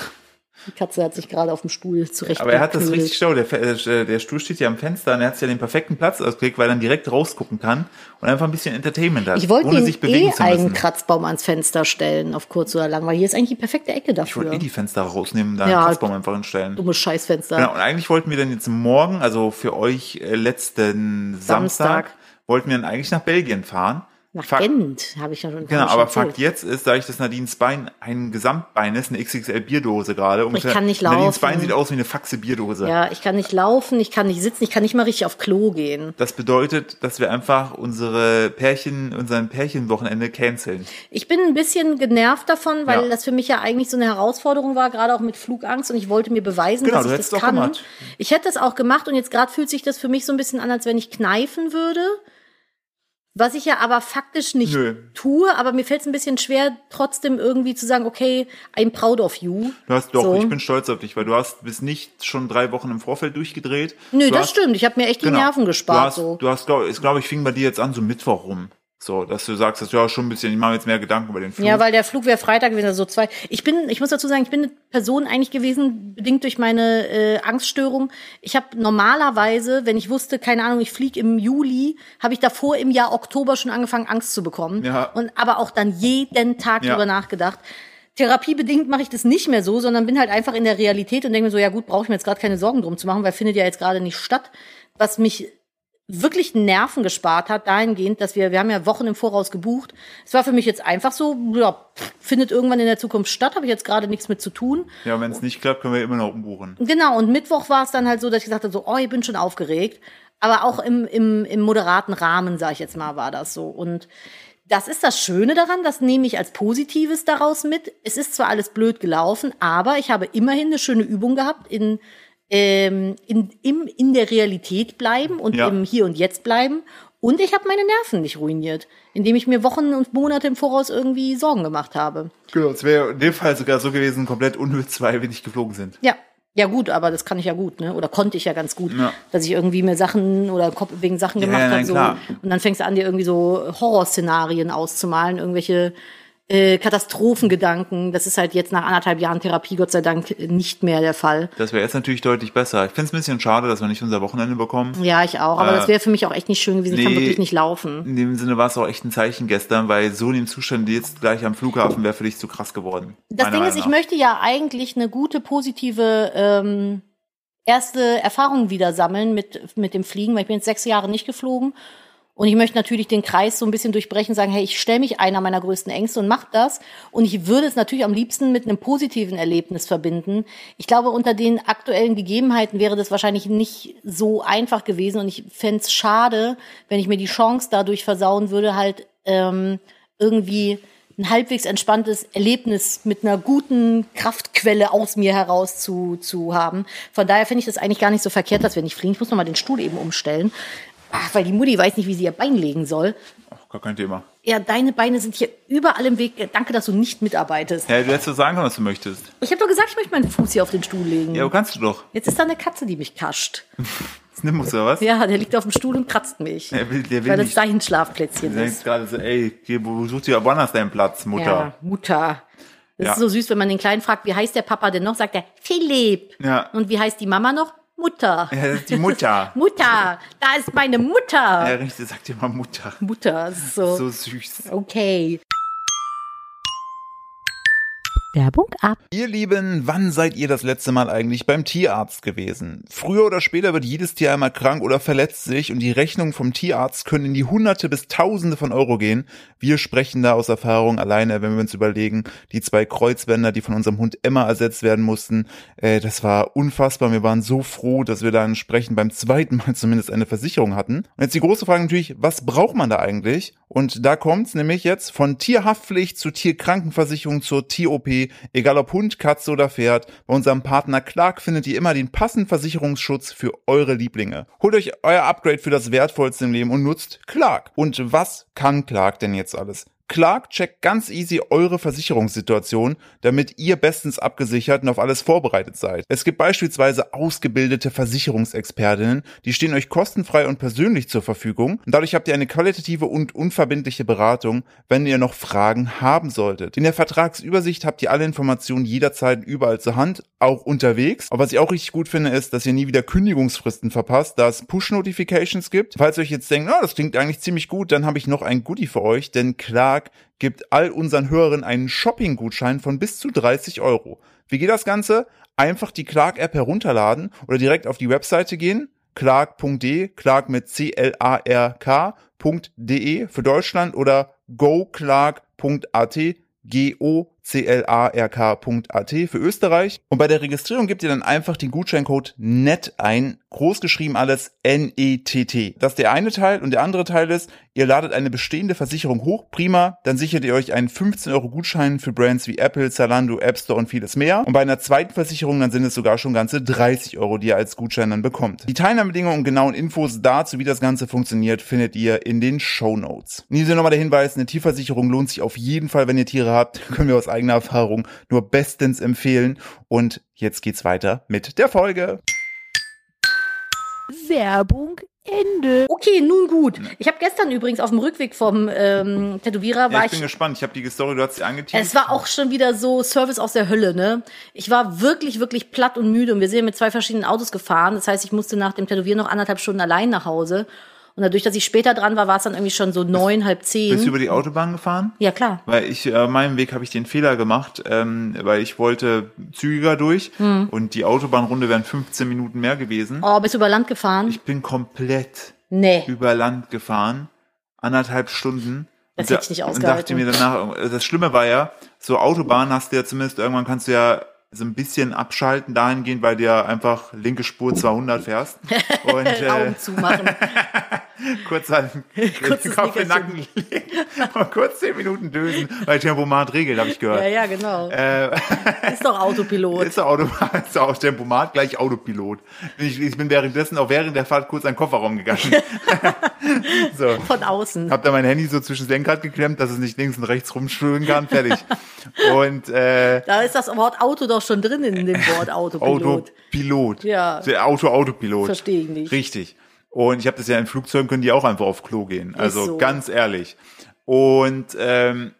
[SPEAKER 2] Die Katze hat sich gerade auf dem Stuhl zurecht.
[SPEAKER 1] aber er hat das richtig schlau. Der, Fe- äh, der Stuhl steht ja am Fenster und er hat ja den perfekten Platz ausgelegt, weil er dann direkt rausgucken kann und einfach ein bisschen Entertainment hat.
[SPEAKER 2] Ich wollte
[SPEAKER 1] ohne
[SPEAKER 2] den
[SPEAKER 1] sich bewegen
[SPEAKER 2] eh
[SPEAKER 1] zu
[SPEAKER 2] einen
[SPEAKER 1] müssen.
[SPEAKER 2] Kratzbaum ans Fenster stellen, auf kurz oder lang, weil hier ist eigentlich die perfekte Ecke
[SPEAKER 1] Ich wollte
[SPEAKER 2] dafür.
[SPEAKER 1] eh die Fenster rausnehmen und da
[SPEAKER 2] Ja.
[SPEAKER 1] einen Kratzbaum einfach hinstellen.
[SPEAKER 2] Dummes Scheißfenster.
[SPEAKER 1] Genau, und eigentlich wollten wir dann jetzt morgen, also für euch äh, letzten Samstag,
[SPEAKER 2] Samstag.
[SPEAKER 1] wollten wir dann eigentlich nach Belgien fahren.
[SPEAKER 2] Nach
[SPEAKER 1] Fakt-
[SPEAKER 2] Gent habe ich ja schon.
[SPEAKER 1] Genau,
[SPEAKER 2] hab ich schon
[SPEAKER 1] aber Fakt
[SPEAKER 2] erzählt.
[SPEAKER 1] jetzt ist, dadurch, dass Nadines Bein ein Gesamtbein ist, eine XXL-Bierdose gerade. Und
[SPEAKER 2] Ich kann nicht
[SPEAKER 1] Nadines
[SPEAKER 2] laufen.
[SPEAKER 1] Bein sieht aus wie eine Faxe-Bierdose.
[SPEAKER 2] Ja, ich kann nicht laufen, ich kann nicht sitzen, ich kann nicht mal richtig auf Klo gehen.
[SPEAKER 1] Das bedeutet, dass wir einfach unsere Pärchen, unseren Pärchenwochenende canceln.
[SPEAKER 2] Ich bin ein bisschen genervt davon, weil
[SPEAKER 1] Ja.
[SPEAKER 2] das für mich ja eigentlich so eine Herausforderung war, gerade auch mit Flugangst und ich wollte mir beweisen,
[SPEAKER 1] Genau,
[SPEAKER 2] dass
[SPEAKER 1] du
[SPEAKER 2] ich
[SPEAKER 1] hättest
[SPEAKER 2] das
[SPEAKER 1] es auch
[SPEAKER 2] kann.
[SPEAKER 1] gemacht.
[SPEAKER 2] Ich hätte das auch gemacht und jetzt gerade fühlt sich das für mich so ein bisschen an, als wenn ich kneifen würde. Was ich ja aber faktisch nicht
[SPEAKER 1] Nö.
[SPEAKER 2] tue, aber mir fällt es ein bisschen schwer, trotzdem irgendwie zu sagen, okay, I'm proud of you.
[SPEAKER 1] Du hast doch,
[SPEAKER 2] So.
[SPEAKER 1] ich bin stolz auf dich, weil du hast bis nicht schon drei Wochen im Vorfeld durchgedreht.
[SPEAKER 2] Nö,
[SPEAKER 1] du
[SPEAKER 2] das
[SPEAKER 1] hast,
[SPEAKER 2] stimmt. Ich habe mir echt die
[SPEAKER 1] genau.
[SPEAKER 2] Nerven
[SPEAKER 1] Du
[SPEAKER 2] gespart.
[SPEAKER 1] hast,
[SPEAKER 2] so.
[SPEAKER 1] du hast glaube glaub ich, fing bei dir jetzt an, so Mittwoch rum. So, dass du sagst, dass du ja schon ein bisschen, ich mache mir jetzt mehr Gedanken über den Flug.
[SPEAKER 2] Ja, weil der Flug wäre Freitag gewesen, also so zwei. Ich bin, ich muss dazu sagen, ich bin eine Person eigentlich gewesen, bedingt durch meine äh, Angststörung. Ich habe normalerweise, wenn ich wusste, keine Ahnung, ich fliege im Juli, habe ich davor im Jahr Oktober schon angefangen, Angst zu bekommen.
[SPEAKER 1] Ja.
[SPEAKER 2] Und aber auch dann jeden Tag
[SPEAKER 1] Ja.
[SPEAKER 2] drüber nachgedacht. Therapiebedingt mache ich das nicht mehr so, sondern bin halt einfach in der Realität und denke mir so, ja gut, brauche ich mir jetzt gerade keine Sorgen drum zu machen, weil findet ja jetzt gerade nicht statt. Was mich wirklich Nerven gespart hat, dahingehend, dass wir, wir haben ja Wochen im Voraus gebucht. Es war für mich jetzt einfach so, ja, pff, findet irgendwann in der Zukunft statt, habe ich jetzt gerade nichts mit zu tun.
[SPEAKER 1] ja wenn es nicht klappt, können wir immer noch umbuchen.
[SPEAKER 2] Genau, und Mittwoch war es dann halt so, dass ich gesagt habe, so, oh, ich bin schon aufgeregt. Aber auch im, im, im moderaten Rahmen, sage ich jetzt mal, war das so. Und das ist das Schöne daran, das nehme ich als Positives daraus mit. Es ist zwar alles blöd gelaufen, aber ich habe immerhin eine schöne Übung gehabt in, ähm, in, im, in der Realität bleiben und
[SPEAKER 1] Ja.
[SPEAKER 2] im Hier und Jetzt bleiben. Und ich habe meine Nerven nicht ruiniert, indem ich mir Wochen und Monate im Voraus irgendwie Sorgen gemacht habe.
[SPEAKER 1] Genau, es wäre in dem Fall sogar so gewesen, komplett unnütz, weil wir nicht geflogen sind.
[SPEAKER 2] Ja. Ja gut, aber das kann ich ja gut, ne? Oder konnte ich ja ganz gut,
[SPEAKER 1] Ja.
[SPEAKER 2] dass ich irgendwie mir Sachen oder Kopf wegen Sachen
[SPEAKER 1] Ja,
[SPEAKER 2] gemacht
[SPEAKER 1] ja, nein,
[SPEAKER 2] habe. So.
[SPEAKER 1] klar.
[SPEAKER 2] Und dann fängst du an, dir irgendwie so Horrorszenarien auszumalen, irgendwelche äh, Katastrophengedanken. Das ist halt jetzt nach anderthalb Jahren Therapie, Gott sei Dank, nicht mehr der Fall.
[SPEAKER 1] Das wäre jetzt natürlich deutlich besser. Ich finde es ein bisschen schade, dass wir nicht unser Wochenende bekommen.
[SPEAKER 2] Ja, ich auch. Aber
[SPEAKER 1] Äh,
[SPEAKER 2] das wäre für mich auch echt nicht schön gewesen. Ich kann
[SPEAKER 1] nee.
[SPEAKER 2] wirklich nicht laufen.
[SPEAKER 1] In dem Sinne war es auch echt ein Zeichen gestern, weil so in dem Zustand jetzt gleich am Flughafen wäre für dich zu krass geworden.
[SPEAKER 2] Das
[SPEAKER 1] Meiner
[SPEAKER 2] Ding ist,
[SPEAKER 1] Meinung
[SPEAKER 2] ich
[SPEAKER 1] nach.
[SPEAKER 2] möchte ja eigentlich eine gute, positive ähm, erste Erfahrung wieder sammeln mit, mit dem Fliegen, weil ich bin jetzt sechs Jahre nicht geflogen. Und ich möchte natürlich den Kreis so ein bisschen durchbrechen, sagen, hey, ich stelle mich einer meiner größten Ängste und mach das. Und ich würde es natürlich am liebsten mit einem positiven Erlebnis verbinden. Ich glaube, unter den aktuellen Gegebenheiten wäre das wahrscheinlich nicht so einfach gewesen. Und ich fände es schade, wenn ich mir die Chance dadurch versauen würde, halt ähm, irgendwie ein halbwegs entspanntes Erlebnis mit einer guten Kraftquelle aus mir heraus zu, zu haben. Von daher finde ich das eigentlich gar nicht so verkehrt, dass wir nicht fliegen. Ich muss nochmal den Stuhl eben umstellen. Ach, weil die Mutti weiß nicht, wie sie ihr Bein legen soll.
[SPEAKER 1] Ach, gar kein Thema.
[SPEAKER 2] Ja, deine Beine sind hier überall im Weg. Danke, dass du nicht mitarbeitest.
[SPEAKER 1] Ja, du hättest doch sagen können, was du möchtest.
[SPEAKER 2] Ich habe doch gesagt, ich möchte meinen Fuß hier auf den Stuhl legen.
[SPEAKER 1] Ja, aber kannst du doch.
[SPEAKER 2] Jetzt ist da eine Katze, die mich kascht.
[SPEAKER 1] Das nimmst du, oder was?
[SPEAKER 2] Ja, der liegt auf dem Stuhl und kratzt mich.
[SPEAKER 1] Der will, der will
[SPEAKER 2] weil das
[SPEAKER 1] nicht.
[SPEAKER 2] dein
[SPEAKER 1] Du
[SPEAKER 2] Schlafplätzchen ist.
[SPEAKER 1] denkst gerade so, ey, geh, wo- such dir woanders deinen Platz, Mutter.
[SPEAKER 2] Ja, Mutter. Das
[SPEAKER 1] Ja.
[SPEAKER 2] ist so süß, wenn man den Kleinen fragt, wie heißt der Papa denn noch? Sagt er Philipp.
[SPEAKER 1] Ja.
[SPEAKER 2] Und wie heißt die Mama noch? Mutter.
[SPEAKER 1] Ja, das ist die Mutter.
[SPEAKER 2] Mutter, da ist meine Mutter.
[SPEAKER 1] Ja, richtig, sagt dir mal Mutter.
[SPEAKER 2] Mutter, das ist so.
[SPEAKER 1] So süß.
[SPEAKER 2] Okay. Werbung ab.
[SPEAKER 1] Ihr Lieben, wann seid ihr das letzte Mal eigentlich beim Tierarzt gewesen? Früher oder später wird jedes Tier einmal krank oder verletzt sich und die Rechnungen vom Tierarzt können in die Hunderte bis Tausende von Euro gehen. Wir sprechen da aus Erfahrung alleine, wenn wir uns überlegen, die zwei Kreuzbänder, die von unserem Hund Emma ersetzt werden mussten, äh, das war unfassbar. Wir waren so froh, dass wir da entsprechend beim zweiten Mal zumindest eine Versicherung hatten. Und jetzt die große Frage natürlich, was braucht man da eigentlich? Und da kommt's nämlich jetzt von Tierhaftpflicht zu Tierkrankenversicherung zur TOP, egal ob Hund, Katze oder Pferd. Bei unserem Partner Clark findet ihr immer den passenden Versicherungsschutz für eure Lieblinge. Holt euch euer Upgrade für das Wertvollste im Leben und nutzt Clark. Und was kann Clark denn jetzt alles? Clark checkt ganz easy eure Versicherungssituation, damit ihr bestens abgesichert und auf alles vorbereitet seid. Es gibt beispielsweise ausgebildete Versicherungsexpertinnen, die stehen euch kostenfrei und persönlich zur Verfügung und dadurch habt ihr eine qualitative und unverbindliche Beratung, wenn ihr noch Fragen haben solltet. In der Vertragsübersicht habt ihr alle Informationen jederzeit überall zur Hand, auch unterwegs. Aber was ich auch richtig gut finde, ist, dass ihr nie wieder Kündigungsfristen verpasst, da es Push-Notifications gibt. Falls ihr euch jetzt denkt, oh, das klingt eigentlich ziemlich gut, dann habe ich noch ein Goodie für euch, denn Clark gibt all unseren Hörern einen Shopping-Gutschein von bis zu 30 Euro. Wie geht das Ganze? Einfach die Clark-App herunterladen oder direkt auf die Webseite gehen. Clark.de, Clark mit C-L-A-R-K.de E für Deutschland oder goclark.at, G-O-C-L-A-R-K.at für Österreich. Und bei der Registrierung gebt ihr dann einfach den Gutscheincode NET ein, großgeschrieben alles N-E-T-T. Das ist der eine Teil und der andere Teil ist, ihr ladet eine bestehende Versicherung hoch, prima, dann sichert ihr euch einen 15 Euro Gutschein für Brands wie Apple, Zalando, App Store und vieles mehr. Und bei einer zweiten Versicherung dann sind es sogar schon ganze 30 Euro, die ihr als Gutschein dann bekommt. Die Teilnahmebedingungen und genauen Infos dazu, wie das Ganze funktioniert, findet ihr in den Show Notes. In diesem Sinne nochmal der Hinweis, eine Tierversicherung lohnt sich auf jeden Fall, wenn ihr Tiere habt, können wir aus eigener Erfahrung nur bestens empfehlen. Und jetzt geht's weiter mit der Folge.
[SPEAKER 3] Werbung Ende.
[SPEAKER 2] Okay, nun gut. Ich habe gestern übrigens auf dem Rückweg vom ähm, Tätowierer
[SPEAKER 1] Ja,
[SPEAKER 2] war
[SPEAKER 1] ich bin
[SPEAKER 2] ich.
[SPEAKER 1] gespannt. Ich habe die Story, du hast sie angeteased.
[SPEAKER 2] Es war auch schon wieder so Service aus der Hölle, ne? Ich war wirklich, wirklich platt und müde und wir sind ja mit zwei verschiedenen Autos gefahren. Das heißt, ich musste nach dem Tätowieren noch anderthalb Stunden allein nach Hause. Und dadurch, dass ich später dran war, war es dann irgendwie schon so neun, halb
[SPEAKER 1] Bist du
[SPEAKER 2] zehn.
[SPEAKER 1] über die Autobahn gefahren?
[SPEAKER 2] Ja, klar.
[SPEAKER 1] Weil ich, äh, meinem Weg habe ich den Fehler gemacht, ähm, weil ich wollte zügiger durch
[SPEAKER 2] Hm.
[SPEAKER 1] und die Autobahnrunde wären 15 Minuten mehr gewesen.
[SPEAKER 2] Oh, bist du über Land gefahren?
[SPEAKER 1] Ich bin komplett
[SPEAKER 2] nee.
[SPEAKER 1] über Land gefahren, anderthalb Stunden.
[SPEAKER 2] Das
[SPEAKER 1] Und da-
[SPEAKER 2] hätte ich nicht
[SPEAKER 1] Und dachte mir danach, also das Schlimme war ja, so Autobahn hast du ja zumindest, irgendwann kannst du ja so ein bisschen abschalten dahingehend, weil du ja einfach linke Spur 200 fährst und äh,
[SPEAKER 2] Augen zumachen.
[SPEAKER 1] kurz an den
[SPEAKER 2] Kurzes
[SPEAKER 1] Kopf in den
[SPEAKER 2] Nickerchen.
[SPEAKER 1] Nacken legen und kurz 10 Minuten dösen, weil Tempomat regelt, habe ich gehört.
[SPEAKER 2] ja, ja, genau.
[SPEAKER 1] Äh.
[SPEAKER 2] Ist doch Autopilot.
[SPEAKER 1] Ist der Automat, ist auch Tempomat, gleich Autopilot. Ich, ich bin währenddessen auch während der Fahrt kurz an den Kofferraum gegangen. so.
[SPEAKER 2] Von außen.
[SPEAKER 1] Hab da mein Handy so zwischen das Lenkrad geklemmt, dass es nicht links und rechts rumschwimmen kann, fertig. Und äh,
[SPEAKER 2] Da ist das Wort Auto doch schon drin in dem Wort Autopilot.
[SPEAKER 1] Autopilot.
[SPEAKER 2] Ja.
[SPEAKER 1] Der Auto, Autopilot.
[SPEAKER 2] Versteh ich nicht.
[SPEAKER 1] Richtig. Und ich habe das ja in Flugzeugen, können die auch einfach auf Klo gehen. Also
[SPEAKER 2] so.
[SPEAKER 1] ganz ehrlich. Und ähm,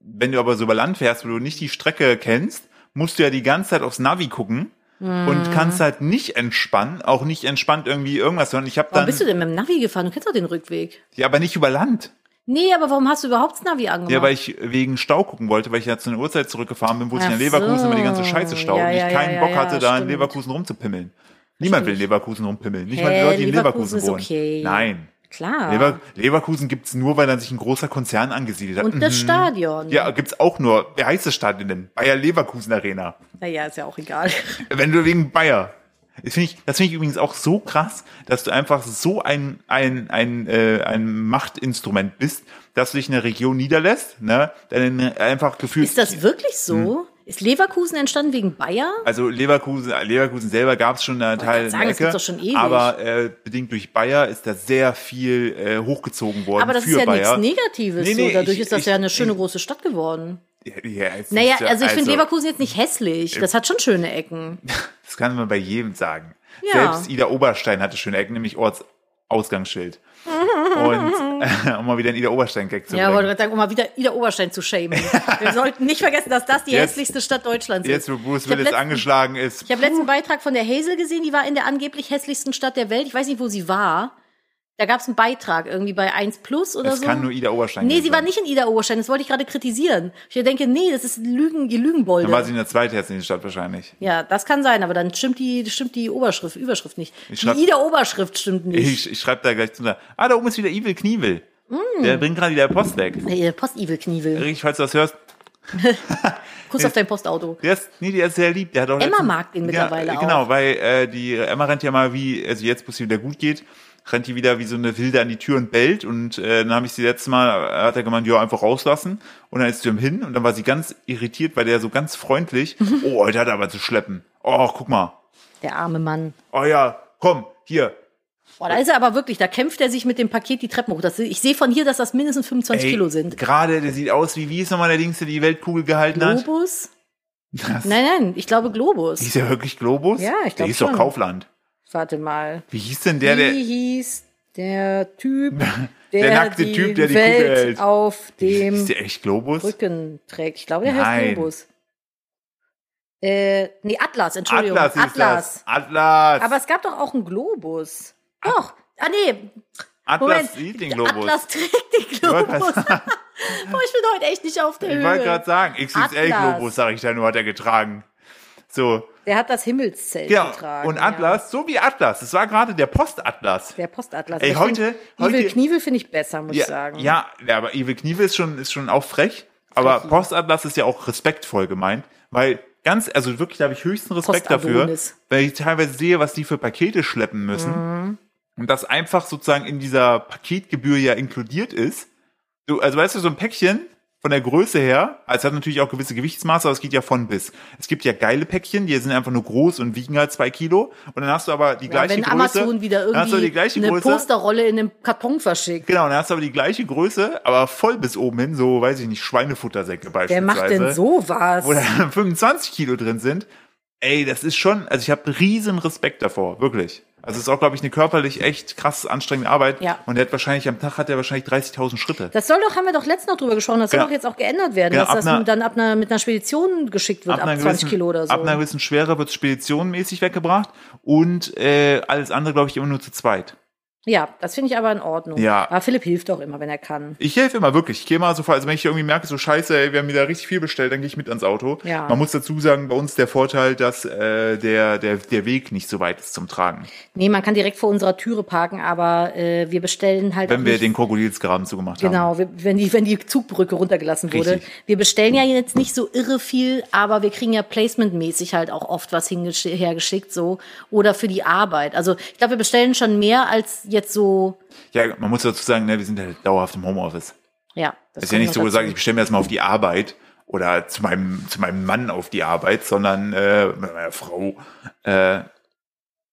[SPEAKER 1] wenn du aber so über Land fährst, wo du nicht die Strecke kennst, musst du ja die ganze Zeit aufs Navi gucken
[SPEAKER 2] Mhm.
[SPEAKER 1] und kannst halt nicht entspannen, auch nicht entspannt irgendwie irgendwas, sondern ich habe
[SPEAKER 2] Warum
[SPEAKER 1] dann,
[SPEAKER 2] bist du denn mit dem Navi gefahren? Du kennst doch den Rückweg.
[SPEAKER 1] ja, aber nicht über Land.
[SPEAKER 2] Nee, aber warum hast du überhaupt das Navi angemacht?
[SPEAKER 1] Ja, weil ich wegen Stau gucken wollte, weil ich ja zu einer Uhrzeit zurückgefahren bin, wo sich in
[SPEAKER 2] Ach
[SPEAKER 1] Leverkusen
[SPEAKER 2] so.
[SPEAKER 1] immer die ganze Scheiße staut
[SPEAKER 2] Ja,
[SPEAKER 1] und ich
[SPEAKER 2] ja,
[SPEAKER 1] keinen
[SPEAKER 2] ja,
[SPEAKER 1] Bock
[SPEAKER 2] ja,
[SPEAKER 1] hatte, da in
[SPEAKER 2] stimmt.
[SPEAKER 1] Leverkusen rumzupimmeln. Niemand will in Leverkusen rumpimmeln. Nicht mal die
[SPEAKER 2] Hä,
[SPEAKER 1] Leute, die in
[SPEAKER 2] Leverkusen
[SPEAKER 1] Leverkusen,
[SPEAKER 2] ist
[SPEAKER 1] wohnen.
[SPEAKER 2] okay. Ah.
[SPEAKER 1] Nein.
[SPEAKER 2] Klar.
[SPEAKER 1] Lever Leverkusen gibt's nur, weil dann sich ein großer Konzern angesiedelt hat.
[SPEAKER 2] Und das Stadion.
[SPEAKER 1] Mhm. Ja, gibt's auch nur. Wer heißt das Stadion denn? Bayer Leverkusen Arena.
[SPEAKER 2] Naja, ist ja auch egal.
[SPEAKER 1] Wenn du wegen Bayer. Das finde ich, das finde ich übrigens auch so krass, dass du einfach so ein, ein, ein, äh, ein Machtinstrument bist, dass du dich in der Region niederlässt, ne? Dann einfach gefühlt.
[SPEAKER 2] Ist das wirklich
[SPEAKER 1] Hm.
[SPEAKER 2] so? Ist Leverkusen entstanden wegen Bayer?
[SPEAKER 1] Also Leverkusen, Leverkusen selber gab es schon einen Teil
[SPEAKER 2] sagen,
[SPEAKER 1] in
[SPEAKER 2] das
[SPEAKER 1] der Ecke,
[SPEAKER 2] gibt's doch schon ewig.
[SPEAKER 1] aber äh, bedingt durch Bayer ist da sehr viel äh, hochgezogen worden
[SPEAKER 2] Aber das
[SPEAKER 1] für
[SPEAKER 2] ist ja
[SPEAKER 1] Bayer.
[SPEAKER 2] nichts ne? Negatives.
[SPEAKER 1] Nee, nee,
[SPEAKER 2] so. Dadurch
[SPEAKER 1] ich-
[SPEAKER 2] ist das
[SPEAKER 1] ich-
[SPEAKER 2] ja eine schöne
[SPEAKER 1] ich-
[SPEAKER 2] große Stadt geworden.
[SPEAKER 1] Ja, es
[SPEAKER 2] Naja,
[SPEAKER 1] ist ja-
[SPEAKER 2] also ich finde Leverkusen jetzt nicht hässlich.
[SPEAKER 1] Äh,
[SPEAKER 2] Das hat schon schöne Ecken.
[SPEAKER 1] Das kann man bei jedem sagen.
[SPEAKER 2] Ja.
[SPEAKER 1] Selbst Ida Oberstein hatte schöne Ecken, nämlich Ortsausgangsschild. Und äh, um mal wieder einen Ida Oberstein-Gag zu
[SPEAKER 2] Ja, wollte
[SPEAKER 1] bringen.
[SPEAKER 2] gerade sagen, um mal wieder Ida Oberstein zu schämen. Wir sollten nicht vergessen, dass das die
[SPEAKER 1] Jetzt-
[SPEAKER 2] hässlichste Stadt Deutschlands
[SPEAKER 1] Jetzt,
[SPEAKER 2] ist.
[SPEAKER 1] wo Bruce
[SPEAKER 2] Ich hab
[SPEAKER 1] Willis
[SPEAKER 2] letztens-
[SPEAKER 1] angeschlagen ist,
[SPEAKER 2] Ich habe letzten Beitrag von der Hazel gesehen, die war in der angeblich hässlichsten Stadt der Welt. Ich weiß nicht, wo sie war. Da gab es einen Beitrag irgendwie bei 1 Plus oder
[SPEAKER 1] das
[SPEAKER 2] so.
[SPEAKER 1] kann nur Ida Oberstein
[SPEAKER 2] nee,
[SPEAKER 1] gewesen
[SPEAKER 2] sie war
[SPEAKER 1] sein.
[SPEAKER 2] nicht in Ida Oberstein, das wollte ich gerade kritisieren. Ich denke, nee, das ist Lügen, die Lügenbolde.
[SPEAKER 1] Dann war sie in der zweithässlichen Stadt wahrscheinlich.
[SPEAKER 2] Ja, das kann sein, aber dann stimmt die, stimmt die Oberschrift, Überschrift nicht. Die
[SPEAKER 1] schreib-
[SPEAKER 2] Ida-Oberschrift stimmt nicht.
[SPEAKER 1] Ich, ich schreibe da gleich zu. Ah, da oben ist wieder Evil Knievel.
[SPEAKER 2] Mm.
[SPEAKER 1] Der bringt gerade wieder Post weg.
[SPEAKER 2] Äh, Post-Evil-Knievel.
[SPEAKER 1] Richtig, falls du das hörst,
[SPEAKER 2] Kuss auf dein Postauto.
[SPEAKER 1] Der ist, nee, der ist sehr lieb. Der hat auch
[SPEAKER 2] Emma
[SPEAKER 1] letztens-
[SPEAKER 2] mag den mittlerweile
[SPEAKER 1] ja,
[SPEAKER 2] auch.
[SPEAKER 1] Genau, weil äh, die Emma rennt ja mal wie, also jetzt, wo es ihr wieder gut geht, rennt die wieder wie so eine Wilde an die Tür und bellt. Und äh, dann habe ich sie letztes Mal, äh, hat er gemeint, ja, einfach rauslassen. Und dann ist sie ihm hin und dann war sie ganz irritiert, weil der so ganz freundlich, oh, heute hat er aber zu schleppen. Oh, guck mal.
[SPEAKER 2] Der arme Mann.
[SPEAKER 1] Oh ja, komm, hier.
[SPEAKER 2] Boah, da ist er aber wirklich, da kämpft er sich mit dem Paket die Treppen hoch. Das, ich sehe von hier, dass das mindestens 25
[SPEAKER 1] Ey,
[SPEAKER 2] Kilo sind.
[SPEAKER 1] Gerade, der sieht aus wie, wie ist nochmal der Dings, der die Weltkugel gehalten hat?
[SPEAKER 2] Globus?
[SPEAKER 1] Das,
[SPEAKER 2] Nein, nein, ich glaube Globus.
[SPEAKER 1] Hieß er wirklich Globus?
[SPEAKER 2] Ja, ich
[SPEAKER 1] Der
[SPEAKER 2] glaub
[SPEAKER 1] hieß doch
[SPEAKER 2] schon.
[SPEAKER 1] Kaufland.
[SPEAKER 2] Warte mal.
[SPEAKER 1] Wie hieß denn der,
[SPEAKER 2] Wie
[SPEAKER 1] der,
[SPEAKER 2] hieß der Typ,
[SPEAKER 1] Der nackte
[SPEAKER 2] die
[SPEAKER 1] Typ, der die
[SPEAKER 2] Welt
[SPEAKER 1] Kugel hält?
[SPEAKER 2] auf dem
[SPEAKER 1] hieß der echt Globus?
[SPEAKER 2] Rücken trägt? Ich glaube, der
[SPEAKER 1] Nein.
[SPEAKER 2] heißt Globus. Äh, nee, Atlas, Entschuldigung.
[SPEAKER 1] Atlas hieß das. Atlas.
[SPEAKER 2] Aber es gab doch auch einen Globus. Doch. Ah, nee.
[SPEAKER 1] Atlas
[SPEAKER 2] Moment.
[SPEAKER 1] sieht den Globus.
[SPEAKER 2] Atlas trägt den
[SPEAKER 1] wollte
[SPEAKER 2] Globus. Boah, ich bin heute echt nicht auf der
[SPEAKER 1] Ich wollte
[SPEAKER 2] Höhe.
[SPEAKER 1] gerade sagen,
[SPEAKER 2] Atlas.
[SPEAKER 1] XXL-Globus, sag ich da nur, hat er getragen. So,
[SPEAKER 2] Der hat das Himmelszelt
[SPEAKER 1] ja.
[SPEAKER 2] getragen.
[SPEAKER 1] Und
[SPEAKER 2] ja.
[SPEAKER 1] Atlas, so wie Atlas. Es war gerade der Postatlas.
[SPEAKER 2] Der Postatlas.
[SPEAKER 1] Ey,
[SPEAKER 2] Ich
[SPEAKER 1] heute-
[SPEAKER 2] find,
[SPEAKER 1] heute-
[SPEAKER 2] Evil Knievel finde ich besser, muss
[SPEAKER 1] ja,
[SPEAKER 2] ich sagen.
[SPEAKER 1] Ja, ja, aber Iwe Knievel ist schon, ist schon auch frech. Aber Postatlas ist ja auch respektvoll gemeint, weil ganz, also wirklich, da habe ich höchsten Respekt dafür,
[SPEAKER 2] Postadonis.
[SPEAKER 1] weil ich teilweise sehe, was die für Pakete schleppen müssen.
[SPEAKER 2] Mhm.
[SPEAKER 1] Und das einfach sozusagen in dieser Paketgebühr ja inkludiert ist. Du, also weißt du, so ein Päckchen von der Größe her, also es hat natürlich auch gewisse Gewichtsmaße, aber es geht ja von bis. Es gibt ja geile Päckchen, die sind einfach nur groß und wiegen halt zwei Kilo. Und dann hast du aber die
[SPEAKER 2] Ja,
[SPEAKER 1] gleiche
[SPEAKER 2] wenn
[SPEAKER 1] Größe.
[SPEAKER 2] Amazon wieder
[SPEAKER 1] dann hast du die
[SPEAKER 2] irgendwie
[SPEAKER 1] gleiche
[SPEAKER 2] eine
[SPEAKER 1] Größe.
[SPEAKER 2] Posterrolle in einem Karton verschickt.
[SPEAKER 1] Genau, dann hast du aber die gleiche Größe, aber voll bis oben hin, so weiß ich nicht, Schweinefuttersäcke
[SPEAKER 2] Wer
[SPEAKER 1] beispielsweise.
[SPEAKER 2] macht denn sowas?
[SPEAKER 1] Wo da 25 Kilo drin sind. Ey, das ist schon, also ich habe riesen Respekt davor, wirklich. Also es ist auch, glaube ich, eine körperlich echt krass anstrengende Arbeit.
[SPEAKER 2] Ja.
[SPEAKER 1] Und der hat wahrscheinlich, am Tag hat er wahrscheinlich 30.000 Schritte.
[SPEAKER 2] Das soll doch, haben wir doch letztens noch drüber gesprochen, das soll
[SPEAKER 1] Genau.
[SPEAKER 2] doch jetzt auch geändert werden,
[SPEAKER 1] Genau, ab
[SPEAKER 2] dass das
[SPEAKER 1] einer-
[SPEAKER 2] dann ab einer, mit einer Spedition geschickt wird, ab, 20 Kilo oder so.
[SPEAKER 1] Ab einer gewissen Schwere wird speditionmäßig weggebracht und äh, alles andere, glaube ich, immer nur zu zweit.
[SPEAKER 2] ja, das finde ich aber in Ordnung.
[SPEAKER 1] Ja.
[SPEAKER 2] Aber Philipp hilft auch immer, wenn er kann.
[SPEAKER 1] Ich helfe immer wirklich. Ich gehe mal so vor, also wenn ich irgendwie merke, so scheiße, ey, wir haben wieder richtig viel bestellt, dann gehe ich mit ans Auto.
[SPEAKER 2] Ja.
[SPEAKER 1] Man muss dazu sagen, bei uns der Vorteil, dass äh, der, der, der Weg nicht so weit ist zum Tragen.
[SPEAKER 2] Nee, man kann direkt vor unserer Türe parken, aber äh, wir bestellen halt. auch
[SPEAKER 1] Wenn wir
[SPEAKER 2] nicht-
[SPEAKER 1] den Krokodilsgraben zugemacht haben.
[SPEAKER 2] Genau, wir- wenn die, wenn die Zugbbrücke runtergelassen wurde.
[SPEAKER 1] Richtig.
[SPEAKER 2] Wir bestellen ja jetzt nicht so irre viel, aber wir kriegen ja placementmäßig halt auch oft was hingesch- hergeschickt so oder für die Arbeit. Also ich glaube, wir bestellen schon mehr als jetzt so.
[SPEAKER 1] Ja, man muss dazu sagen, ne, wir sind ja dauerhaft im Homeoffice.
[SPEAKER 2] Ja, das
[SPEAKER 1] ist ja
[SPEAKER 2] kommt
[SPEAKER 1] nicht
[SPEAKER 2] noch
[SPEAKER 1] so,
[SPEAKER 2] Genau dazu.
[SPEAKER 1] sage ich bestelle mir erstmal auf die Arbeit oder zu meinem, zu meinem Mann auf die Arbeit, sondern äh, mit meiner Frau. Äh,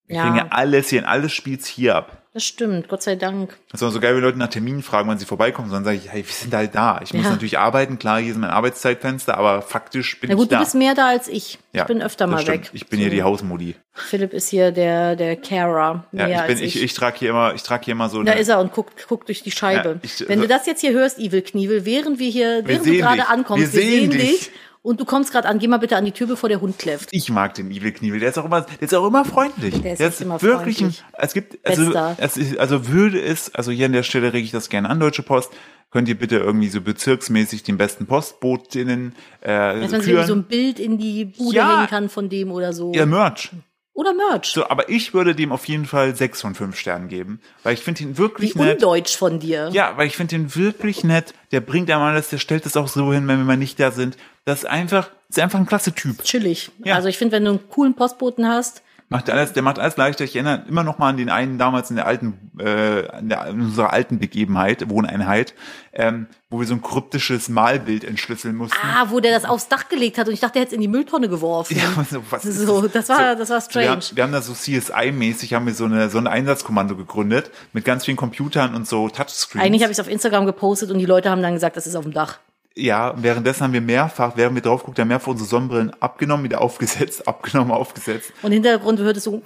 [SPEAKER 1] wir
[SPEAKER 2] Ja.
[SPEAKER 1] kriegen ja alles hier, und alles spielt's hier ab.
[SPEAKER 2] Das stimmt, Gott sei Dank.
[SPEAKER 1] Das ist immer so geil, wenn Leute nach Terminen fragen, wann sie vorbeikommen, sondern sage ich, hey, wir sind halt da. Ich muss
[SPEAKER 2] Ja.
[SPEAKER 1] natürlich arbeiten, klar, hier ist mein Arbeitszeitfenster, aber faktisch bin
[SPEAKER 2] Na
[SPEAKER 1] ich
[SPEAKER 2] gut,
[SPEAKER 1] da.
[SPEAKER 2] du bist mehr da als ich.
[SPEAKER 1] Ja,
[SPEAKER 2] ich bin öfter
[SPEAKER 1] das
[SPEAKER 2] mal
[SPEAKER 1] stimmt.
[SPEAKER 2] weg.
[SPEAKER 1] Ich bin hier die Hausmodi.
[SPEAKER 2] Philipp ist hier der, der Carer.
[SPEAKER 1] Ja,
[SPEAKER 2] Mehr
[SPEAKER 1] ich, bin,
[SPEAKER 2] als
[SPEAKER 1] ich,
[SPEAKER 2] ich.
[SPEAKER 1] ich, trage hier immer, ich trage hier immer so
[SPEAKER 2] da
[SPEAKER 1] eine-
[SPEAKER 2] ist er und guckt, guckt durch die Scheibe.
[SPEAKER 1] Ja, ich- äh,
[SPEAKER 2] Wenn du das jetzt hier hörst, Evil Knievel, während wir hier, während du
[SPEAKER 1] sehen
[SPEAKER 2] gerade
[SPEAKER 1] dich.
[SPEAKER 2] ankommst,
[SPEAKER 1] Wir sehen dich.
[SPEAKER 2] und du kommst gerade an, geh mal bitte an die Tür, bevor der Hund kläfft.
[SPEAKER 1] ich mag den Evil Knievel. Der ist auch immer, der ist auch immer freundlich.
[SPEAKER 2] Der ist echt immer
[SPEAKER 1] wirklich
[SPEAKER 2] freundlich.
[SPEAKER 1] Ein, es gibt, also,
[SPEAKER 2] Bester.
[SPEAKER 1] es ist, also würde es, also hier an der Stelle rege ich das gerne an, Deutsche Post. Könnt ihr bitte irgendwie so bezirksmäßig den besten Postbotinnen, äh,
[SPEAKER 2] Dass man sich irgendwie
[SPEAKER 1] küren.
[SPEAKER 2] so ein Bild in die Bude
[SPEAKER 1] Ja.
[SPEAKER 2] hängen kann von dem oder so.
[SPEAKER 1] ihr Merch.
[SPEAKER 2] Oder Merch.
[SPEAKER 1] So, aber ich würde dem auf jeden Fall sechs von fünf Sternen geben, weil ich finde ihn
[SPEAKER 2] Wie
[SPEAKER 1] wirklich nett.
[SPEAKER 2] undeutsch von dir.
[SPEAKER 1] Ja, weil ich finde den wirklich nett. Der bringt einem alles, der stellt es auch so hin, wenn wir mal nicht da sind. Das ist einfach, ist einfach ein klasse Typ.
[SPEAKER 2] Chillig.
[SPEAKER 1] Ja.
[SPEAKER 2] Also ich finde, wenn du einen coolen Postboten hast,
[SPEAKER 1] Macht alles, der macht alles leichter. Ich erinnere immer noch mal an den einen damals in der alten, äh, in, der, in unserer alten Begebenheit, Wohneinheit, ähm, wo wir so ein kryptisches Malbild entschlüsseln mussten.
[SPEAKER 2] ah, wo der das aufs Dach gelegt hat und ich dachte, der hätte es in die Mülltonne geworfen.
[SPEAKER 1] Ja, so, was ist
[SPEAKER 2] So, das war- das war
[SPEAKER 1] Wir haben,
[SPEAKER 2] strange.
[SPEAKER 1] wir haben da so CSI-mäßig, haben wir so, eine, so ein Einsatzkommando gegründet mit ganz vielen Computern und so Touchscreens.
[SPEAKER 2] Eigentlich habe ich es auf Instagram gepostet und die Leute haben dann gesagt, das ist auf dem Dach.
[SPEAKER 1] Ja, und währenddessen haben wir mehrfach, während wir drauf guckt, haben wir mehrfach unsere Sonnenbrillen abgenommen, wieder aufgesetzt, abgenommen, aufgesetzt.
[SPEAKER 2] Und im Hintergrund hört es so,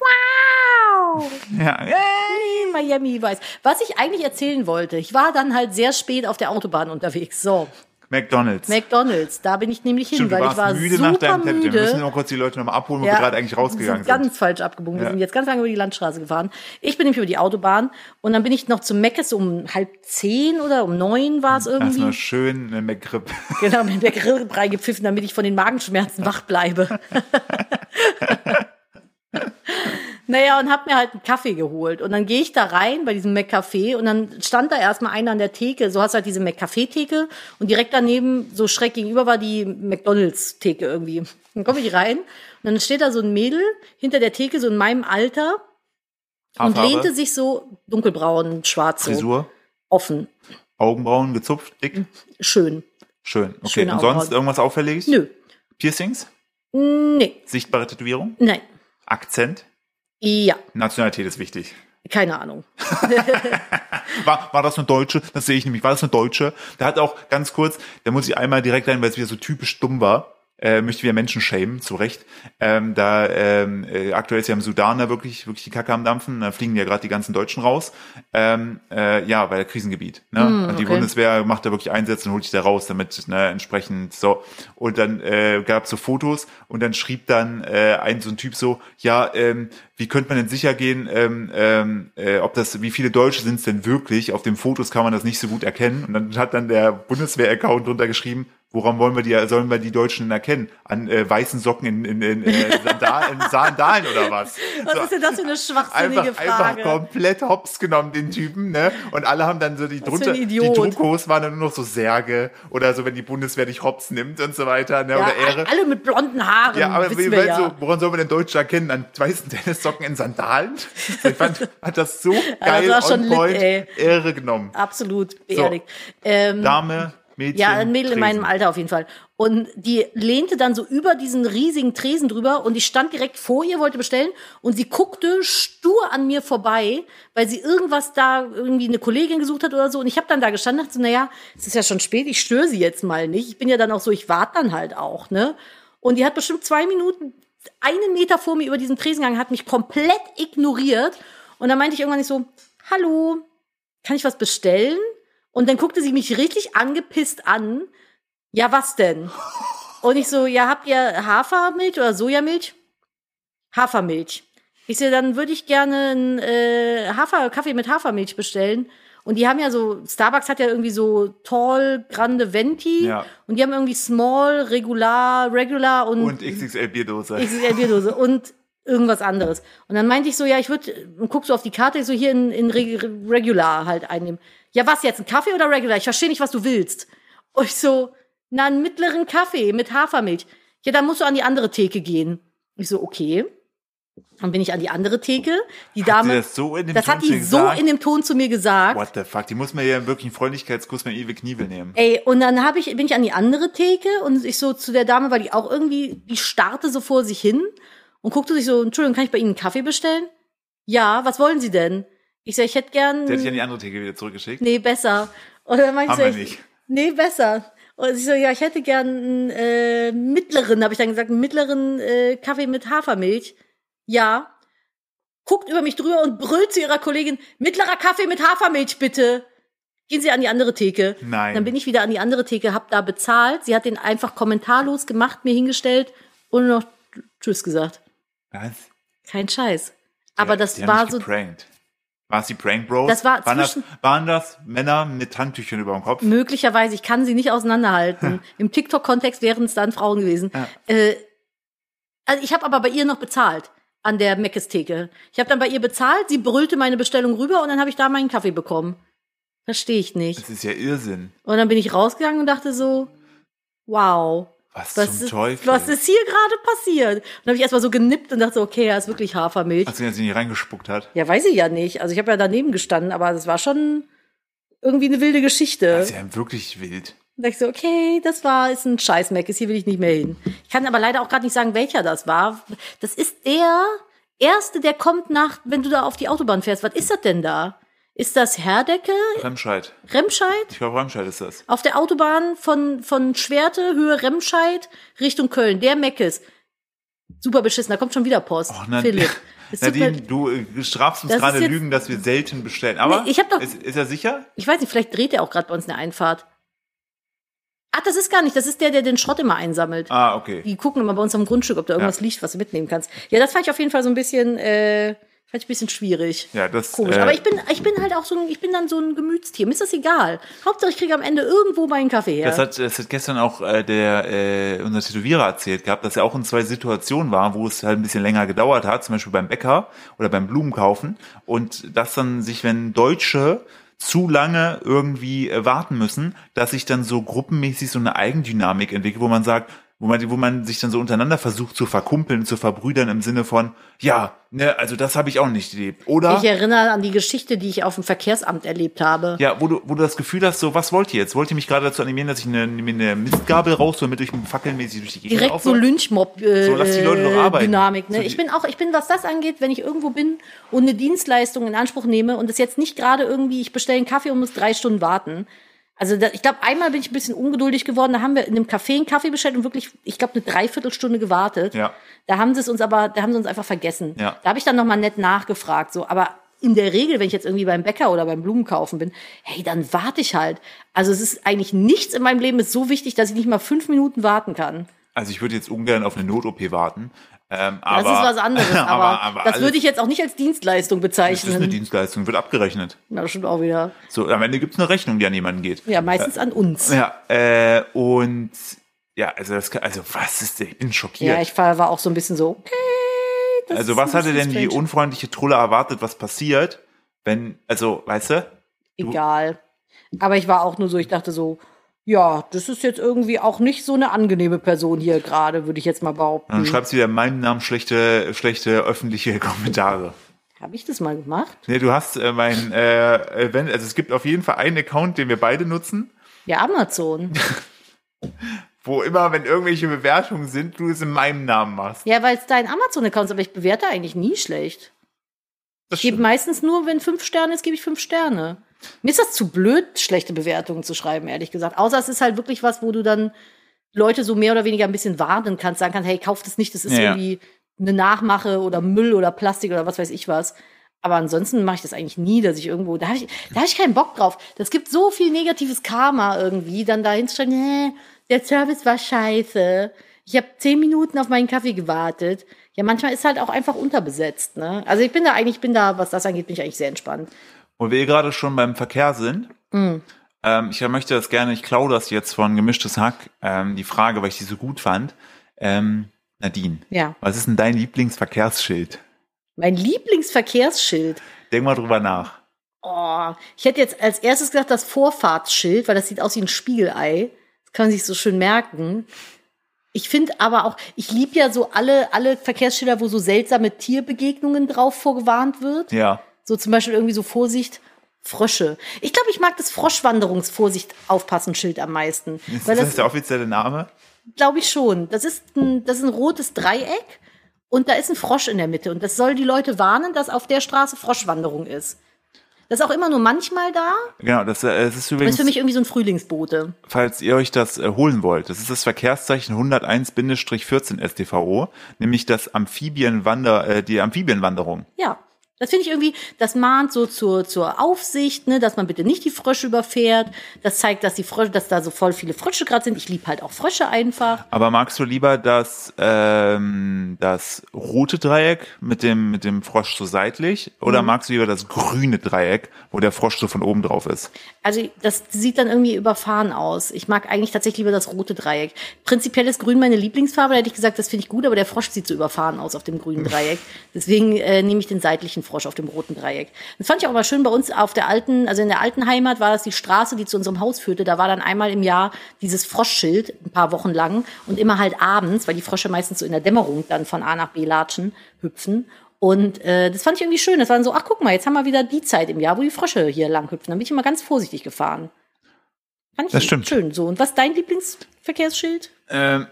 [SPEAKER 2] wow,
[SPEAKER 1] Ja, ja.
[SPEAKER 2] Miami weiß. Was ich eigentlich erzählen wollte, ich war dann halt sehr spät auf der Autobahn unterwegs. So,
[SPEAKER 1] McDonalds.
[SPEAKER 2] McDonalds, da bin ich nämlich hin,
[SPEAKER 1] Stimmt, du
[SPEAKER 2] weil
[SPEAKER 1] warst
[SPEAKER 2] ich war
[SPEAKER 1] müde nach
[SPEAKER 2] super
[SPEAKER 1] deinem Tempo. Wir müssen
[SPEAKER 2] müde.
[SPEAKER 1] nur kurz die Leute nochmal abholen, wo wir gerade eigentlich rausgegangen
[SPEAKER 2] wir sind.
[SPEAKER 1] sind.
[SPEAKER 2] Ganz falsch abgebogen. Wir
[SPEAKER 1] Ja.
[SPEAKER 2] sind jetzt ganz lange über die Landstraße gefahren. Ich bin nämlich über die Autobahn und dann bin ich noch zum Meckes um halb zehn oder um neun war es irgendwie.
[SPEAKER 1] Erstmal schön eine McGrip.
[SPEAKER 2] Genau, mit der Grillbrei gepfiffen, damit ich von den Magenschmerzen wach bleibe. naja, und hab mir halt einen Kaffee geholt. Und dann gehe ich da rein bei diesem McCafé und dann stand da erstmal einer an der Theke. So hast du halt diese McCafé-Theke und direkt daneben, so schräg gegenüber, war die McDonalds-Theke irgendwie. Dann komme ich rein und dann steht da so ein Mädel hinter der Theke, so in meinem Alter, und
[SPEAKER 1] Haarfarbe,
[SPEAKER 2] lehnte sich so dunkelbraun, schwarz, so
[SPEAKER 1] Frisur,
[SPEAKER 2] offen,
[SPEAKER 1] Augenbrauen gezupft, dick.
[SPEAKER 2] schön.
[SPEAKER 1] Schön. Okay.
[SPEAKER 2] Schöne
[SPEAKER 1] Und sonst
[SPEAKER 2] Augenbrauen.
[SPEAKER 1] irgendwas auffälliges?
[SPEAKER 2] Nö,
[SPEAKER 1] Piercings?
[SPEAKER 2] nee,
[SPEAKER 1] Sichtbare Tätowierung?
[SPEAKER 2] nein,
[SPEAKER 1] Akzent?
[SPEAKER 2] ja.
[SPEAKER 1] Nationalität ist wichtig.
[SPEAKER 2] Keine Ahnung.
[SPEAKER 1] War, war das eine Deutsche? Das sehe ich nämlich. War das eine Deutsche? Da hat auch ganz kurz, da muss ich einmal direkt rein, weil es wieder so typisch dumm war. Äh, möchte wieder Menschen schämen, zu Recht. Ähm, da ähm, äh, aktuell ist ja im Sudan da wirklich, wirklich die Kacke am Dampfen. Da fliegen ja gerade die ganzen Deutschen raus. Ähm, äh, ja, weil Krisengebiet. Ne? Und die
[SPEAKER 2] okay.
[SPEAKER 1] Bundeswehr macht da wirklich Einsätze und holt dich da raus, damit ne, entsprechend so. Und dann äh, gab so Fotos und dann schrieb dann äh, ein so ein Typ so, ja, ähm, wie könnte man denn sicher gehen, ähm, ähm, äh, ob das, wie viele Deutsche sind es denn wirklich? Auf den Fotos kann man das nicht so gut erkennen. Und dann hat dann der Bundeswehr-Account drunter geschrieben, woran wollen wir die, sollen wir die Deutschen denn erkennen? An äh, weißen Socken in, in, in, äh, Sandalen, in Sandalen oder was?
[SPEAKER 2] Was
[SPEAKER 1] So,
[SPEAKER 2] ist denn das für eine schwachsinnige
[SPEAKER 1] Einfach, einfach
[SPEAKER 2] Frage?
[SPEAKER 1] komplett hops genommen, den Typen, ne? Und alle haben dann so die
[SPEAKER 2] für ein
[SPEAKER 1] drunter, die
[SPEAKER 2] Idiot.
[SPEAKER 1] Trikots waren dann nur noch so Särge oder so, wenn die Bundeswehr dich hops nimmt und so weiter, ne?
[SPEAKER 2] ja,
[SPEAKER 1] oder Ehre.
[SPEAKER 2] Alle mit blonden Haaren,
[SPEAKER 1] Ja, aber
[SPEAKER 2] wissen
[SPEAKER 1] wie,
[SPEAKER 2] wir
[SPEAKER 1] weil
[SPEAKER 2] ja.
[SPEAKER 1] so, woran soll man denn Deutsche erkennen? An weißen Tennissocken in Sandalen? Ich fand, hat das so geil
[SPEAKER 2] war schon
[SPEAKER 1] on
[SPEAKER 2] lit,
[SPEAKER 1] point
[SPEAKER 2] ey.
[SPEAKER 1] Ehre genommen.
[SPEAKER 2] Absolut beerdigt. Ähm,
[SPEAKER 1] Dame, Mädchen,
[SPEAKER 2] ja, ein Mädel
[SPEAKER 1] Tresen.
[SPEAKER 2] in meinem Alter auf jeden Fall. Und die lehnte dann so über diesen riesigen Tresen drüber und ich stand direkt vor ihr, wollte bestellen und sie guckte stur an mir vorbei, weil sie irgendwas da, irgendwie eine Kollegin gesucht hat oder so. Und ich habe dann da gestanden und dachte so, naja, es ist ja schon spät, ich störe sie jetzt mal nicht. Ich bin ja dann auch so, ich warte dann halt auch, ne? Und die hat bestimmt zwei Minuten, einen Meter vor mir über diesen Tresen gegangen, hat mich komplett ignoriert. Und dann meinte ich irgendwann nicht so, hallo, kann ich was bestellen? Und dann guckte sie mich richtig angepisst an. Ja, was denn? Und ich so, ja, habt ihr Hafermilch oder Sojamilch? Hafermilch. Ich so, dann würde ich gerne einen äh, Hafer, Kaffee mit Hafermilch bestellen. Und die haben ja so, Starbucks hat ja irgendwie so Tall, Grande, Venti.
[SPEAKER 1] Ja.
[SPEAKER 2] Und die haben irgendwie Small, Regular, Regular und,
[SPEAKER 1] Und XXL-Bierdose.
[SPEAKER 2] XXL-Bierdose und irgendwas anderes. Und dann meinte ich so, ja, ich würde, und guck so auf die Karte, ich so hier in, in Reg- Regular halt einnehmen. Ja, was jetzt, ein Kaffee oder Regular? Ich verstehe nicht, was du willst. Und ich so, na, einen mittleren Kaffee mit Hafermilch. Ja, dann musst du an die andere Theke gehen. Ich so, okay. Dann bin ich an die andere Theke. Die
[SPEAKER 1] Hat sie
[SPEAKER 2] Dame,
[SPEAKER 1] das so in dem
[SPEAKER 2] das hat
[SPEAKER 1] Ton
[SPEAKER 2] die so
[SPEAKER 1] gesagt?
[SPEAKER 2] in dem Ton zu mir gesagt.
[SPEAKER 1] What the fuck? Die muss mir ja wirklich einen Freundlichkeitskuss mit Ewe Knievel nehmen.
[SPEAKER 2] Ey, und dann hab ich, bin ich an die andere Theke und ich so zu der Dame, weil die auch irgendwie, die starrte so vor sich hin und guckte sich so, Entschuldigung, kann ich bei Ihnen einen Kaffee bestellen? Ja, was wollen Sie denn? Ich sag, ich hätte gern,
[SPEAKER 1] Der hat dich an die andere Theke wieder zurückgeschickt.
[SPEAKER 2] nee, besser. Und dann meinte ich,
[SPEAKER 1] Haben
[SPEAKER 2] so,
[SPEAKER 1] wir
[SPEAKER 2] ich
[SPEAKER 1] nicht.
[SPEAKER 2] nee, besser. Und ich so, ja, ich hätte gern einen äh, mittleren, habe ich dann gesagt, einen mittleren äh, Kaffee mit Hafermilch. Ja. Guckt über mich drüber und brüllt zu ihrer Kollegin, mittlerer Kaffee mit Hafermilch, bitte. Gehen Sie an die andere Theke.
[SPEAKER 1] Nein.
[SPEAKER 2] Dann bin ich wieder an die andere Theke, hab da bezahlt. Sie hat den einfach kommentarlos gemacht, mir hingestellt und nur noch Tschüss gesagt.
[SPEAKER 1] Was?
[SPEAKER 2] Kein Scheiß. Aber
[SPEAKER 1] Ja,
[SPEAKER 2] das
[SPEAKER 1] die haben
[SPEAKER 2] war
[SPEAKER 1] dich
[SPEAKER 2] so.
[SPEAKER 1] Geprankt. War es die Prank Bros?
[SPEAKER 2] Das war
[SPEAKER 1] waren, das,
[SPEAKER 2] zwischen-
[SPEAKER 1] waren das Männer mit Handtüchern über dem Kopf?
[SPEAKER 2] Möglicherweise, ich kann sie nicht auseinanderhalten. Im TikTok-Kontext wären es dann Frauen gewesen. Äh, also ich habe aber bei ihr noch bezahlt an der Meckes-Theke. Ich habe dann bei ihr bezahlt, sie brüllte meine Bestellung rüber und dann habe ich da meinen Kaffee bekommen. Verstehe ich nicht.
[SPEAKER 1] Das ist ja Irrsinn.
[SPEAKER 2] Und dann bin ich rausgegangen und dachte so, wow.
[SPEAKER 1] Was,
[SPEAKER 2] Was
[SPEAKER 1] zum
[SPEAKER 2] ist,
[SPEAKER 1] Teufel?
[SPEAKER 2] was ist hier gerade passiert? Und dann habe ich erstmal so genippt und dachte, so, okay, ja, ist wirklich Hafermilch.
[SPEAKER 1] Als er sie nicht reingespuckt hat.
[SPEAKER 2] Ja, weiß ich ja nicht. Also ich habe ja daneben gestanden, aber das war schon irgendwie eine wilde Geschichte.
[SPEAKER 1] Das ist ja Also wirklich wild.
[SPEAKER 2] Und dachte ich so, okay, das war, ist ein scheiß Mac, ist hier will ich nicht mehr hin. Ich kann aber leider auch gerade nicht sagen, welcher das war. Das ist der erste, der kommt nach, wenn du da auf die Autobahn fährst. Was ist das denn da? Ist das Herdecke,
[SPEAKER 1] Remscheid.
[SPEAKER 2] Remscheid?
[SPEAKER 1] Ich glaube, Remscheid ist das.
[SPEAKER 2] Auf der Autobahn von, von Schwerte, Höhe Remscheid, Richtung Köln. Der Meckes. Super beschissen, da kommt schon wieder Post.
[SPEAKER 1] Och, Nad-
[SPEAKER 2] Philipp. Es tut mir-
[SPEAKER 1] Nadine, du äh, strafst uns
[SPEAKER 2] Das ist
[SPEAKER 1] gerade
[SPEAKER 2] jetzt-
[SPEAKER 1] Lügen, dass wir selten bestellen. Aber
[SPEAKER 2] Nee, ich hab doch-
[SPEAKER 1] ist, ist er sicher?
[SPEAKER 2] Ich weiß nicht, vielleicht dreht er auch gerade bei uns eine Einfahrt. Ach, das ist gar nicht. Das ist der, der den Schrott immer einsammelt.
[SPEAKER 1] Ah, okay.
[SPEAKER 2] Die gucken immer bei uns am Grundstück, ob da irgendwas liegt, was du mitnehmen kannst. Ja, das fand ich auf jeden Fall so ein bisschen, äh, fand ich ein bisschen schwierig.
[SPEAKER 1] Ja, das,
[SPEAKER 2] Komisch.
[SPEAKER 1] äh,
[SPEAKER 2] Aber ich bin, ich bin halt auch so ein, ich bin dann so ein Gemütstier. Mir ist das egal. Hauptsache, ich kriege am Ende irgendwo meinen Kaffee her.
[SPEAKER 1] Das hat, das hat gestern auch äh, der äh, unser Tätowierer erzählt gehabt, dass er auch in zwei Situationen war, wo es halt ein bisschen länger gedauert hat, zum Beispiel beim Bäcker oder beim Blumenkaufen und dass dann sich, wenn Deutsche zu lange irgendwie äh, warten müssen, dass sich dann so gruppenmäßig so eine Eigendynamik entwickelt, wo man sagt, wo man, wo man sich dann so untereinander versucht zu verkumpeln, zu verbrüdern im Sinne von, ja, ne, also das habe ich auch nicht erlebt. Oder,
[SPEAKER 2] Ich erinnere an die Geschichte, die ich auf dem Verkehrsamt erlebt habe.
[SPEAKER 1] ja, wo du, wo du das Gefühl hast, so, was wollt ihr jetzt? Wollt ihr mich gerade dazu animieren, dass ich eine, mir eine Mistgabel raushole, mit durch fackelmäßig durch die Gegend
[SPEAKER 2] Direkt so
[SPEAKER 1] laufe?
[SPEAKER 2] Lynchmob äh,
[SPEAKER 1] So, lass die Leute doch
[SPEAKER 2] äh,
[SPEAKER 1] arbeiten.
[SPEAKER 2] Dynamik. Ne?
[SPEAKER 1] So die-
[SPEAKER 2] ich bin auch, ich bin, was das angeht, wenn ich irgendwo bin und eine Dienstleistung in Anspruch nehme und das jetzt nicht gerade irgendwie, ich bestelle einen Kaffee und muss drei Stunden warten. Also da, ich glaube, einmal bin ich ein bisschen ungeduldig geworden. Da haben wir in einem Café einen Kaffee bestellt und wirklich, ich glaube, eine Dreiviertelstunde gewartet.
[SPEAKER 1] Ja.
[SPEAKER 2] Da haben sie es uns aber, da haben sie uns einfach vergessen.
[SPEAKER 1] Ja.
[SPEAKER 2] Da habe ich dann nochmal nett nachgefragt. So, aber in der Regel, wenn ich jetzt irgendwie beim Bäcker oder beim Blumenkaufen bin, hey, dann warte ich halt. Also es ist eigentlich nichts in meinem Leben ist so wichtig, dass ich nicht mal fünf Minuten warten kann.
[SPEAKER 1] Also ich würde jetzt ungern auf eine Not-OP warten. Ähm,
[SPEAKER 2] Das
[SPEAKER 1] aber,
[SPEAKER 2] ist was anderes, aber, das würde ich jetzt auch nicht als Dienstleistung
[SPEAKER 1] Es ist eine
[SPEAKER 2] bezeichnen.
[SPEAKER 1] Dienstleistung, wird abgerechnet.
[SPEAKER 2] Na, das stimmt auch wieder.
[SPEAKER 1] So, am Ende gibt's eine Rechnung, die an jemanden geht.
[SPEAKER 2] Ja, meistens an uns.
[SPEAKER 1] Ja, äh, und ja, also das kann, also was ist denn? Ich bin schockiert.
[SPEAKER 2] Ja, ich war war auch so ein bisschen so, okay. das
[SPEAKER 1] also
[SPEAKER 2] ist
[SPEAKER 1] was
[SPEAKER 2] ein
[SPEAKER 1] hatte denn
[SPEAKER 2] bisschen
[SPEAKER 1] die
[SPEAKER 2] strange.
[SPEAKER 1] unfreundliche Trulle erwartet, was passiert, wenn, also, weißt du?
[SPEAKER 2] Egal. Aber ich war auch nur so, ich dachte so, ja, das ist jetzt irgendwie auch nicht so eine angenehme Person hier gerade, würde ich jetzt mal
[SPEAKER 1] Und dann
[SPEAKER 2] behaupten.
[SPEAKER 1] schreibst du wieder in meinem Namen schlechte, schlechte öffentliche Kommentare.
[SPEAKER 2] Habe ich das mal gemacht?
[SPEAKER 1] Nee, du hast äh, mein, äh, Event, also es gibt auf jeden Fall einen Account, den wir beide nutzen,
[SPEAKER 2] Ja, Amazon.
[SPEAKER 1] wo immer, wenn irgendwelche Bewertungen sind, du es in meinem Namen machst.
[SPEAKER 2] ja, weil es dein Amazon-Account ist, aber ich bewerte eigentlich nie schlecht.
[SPEAKER 1] Das
[SPEAKER 2] Ich gebe
[SPEAKER 1] stimmt.
[SPEAKER 2] meistens nur, wenn fünf Sterne ist, gebe ich fünf Sterne. Mir ist das zu blöd, schlechte Bewertungen zu schreiben, ehrlich gesagt. Außer es ist halt wirklich was, wo du dann Leute so mehr oder weniger ein bisschen warnen kannst, sagen kannst, hey, kauf das nicht, das ist
[SPEAKER 1] Ja, ja.
[SPEAKER 2] irgendwie eine Nachmache oder Müll oder Plastik oder was weiß ich was. Aber ansonsten mache ich das eigentlich nie, dass ich irgendwo, da habe ich, da hab ich keinen Bock drauf. Das gibt so viel negatives Karma irgendwie, dann dahin zu schreiben, hä, der Service war scheiße. Ich habe zehn Minuten auf meinen Kaffee gewartet. Ja, manchmal ist halt auch einfach unterbesetzt, ne? Also ich bin da eigentlich, ich bin da, was das angeht, bin ich eigentlich sehr entspannt.
[SPEAKER 1] Wo wir eh gerade schon beim Verkehr sind,
[SPEAKER 2] Mhm.
[SPEAKER 1] ähm, ich möchte das gerne, ich klaue das jetzt von Gemischtes Hack, ähm, die Frage, weil ich die so gut fand. Ähm, Nadine,
[SPEAKER 2] Ja.
[SPEAKER 1] was ist denn dein Lieblingsverkehrsschild?
[SPEAKER 2] Mein Lieblingsverkehrsschild.
[SPEAKER 1] Denk mal drüber nach.
[SPEAKER 2] Oh, ich hätte jetzt als erstes gesagt, das Vorfahrtsschild, weil das sieht aus wie ein Spiegelei. Das kann man sich so schön merken. Ich finde aber auch, ich liebe ja so alle, alle Verkehrsschilder, wo so seltsame Tierbegegnungen drauf vorgewarnt wird.
[SPEAKER 1] Ja.
[SPEAKER 2] So zum Beispiel irgendwie so Vorsicht, Frösche. Ich glaube, ich mag das Froschwanderungsvorsicht aufpassen Schild am meisten.
[SPEAKER 1] Ist halt
[SPEAKER 2] Weil
[SPEAKER 1] das,
[SPEAKER 2] das,
[SPEAKER 1] der offizielle Name?
[SPEAKER 2] glaube ich schon. Das ist, ein, das ist ein rotes Dreieck und da ist ein Frosch in der Mitte. Und das soll die Leute warnen, dass auf der Straße Froschwanderung ist. Das ist auch immer nur manchmal da.
[SPEAKER 1] Genau, das, äh, es ist
[SPEAKER 2] Das ist
[SPEAKER 1] übrigens,
[SPEAKER 2] für mich irgendwie so ein Frühlingsbote.
[SPEAKER 1] falls ihr euch das äh, holen wollt, das ist das Verkehrszeichen 101-14 StVO, nämlich das Amphibienwander, äh, die Amphibienwanderung.
[SPEAKER 2] Ja. Das finde ich irgendwie, das mahnt so zur, zur Aufsicht, ne, dass man bitte nicht die Frösche überfährt. Das zeigt, dass die Frösche, dass da so voll viele Frösche gerade sind. Ich liebe halt auch Frösche einfach.
[SPEAKER 1] Aber magst du lieber das, ähm, das rote Dreieck mit dem, mit dem Frosch so seitlich oder magst du lieber das grüne Dreieck, wo der Frosch so von oben drauf ist?
[SPEAKER 2] Also das sieht dann irgendwie überfahren aus. Ich mag eigentlich tatsächlich lieber das rote Dreieck. Prinzipiell ist Grün meine Lieblingsfarbe, da hätte ich gesagt, das finde ich gut, aber der Frosch sieht so überfahren aus auf dem grünen Dreieck. Deswegen äh, nehme ich den seitlichen Frosch auf dem roten Dreieck. Das fand ich auch mal schön bei uns auf der alten, also in der alten Heimat war das die Straße, die zu unserem Haus führte. Da war dann einmal im Jahr dieses Froschschild ein paar Wochen lang und immer halt abends, weil die Frösche meistens so in der Dämmerung dann von A nach B latschen, hüpfen. Und äh, das fand ich irgendwie schön. Das waren so, ach guck mal, jetzt haben wir wieder die Zeit im Jahr, wo die Frösche hier lang hüpfen. Dann bin ich immer ganz vorsichtig gefahren. Fand ich
[SPEAKER 1] Das stimmt.
[SPEAKER 2] schön so. Und was ist dein Lieblingsverkehrsschild?
[SPEAKER 1] Ähm,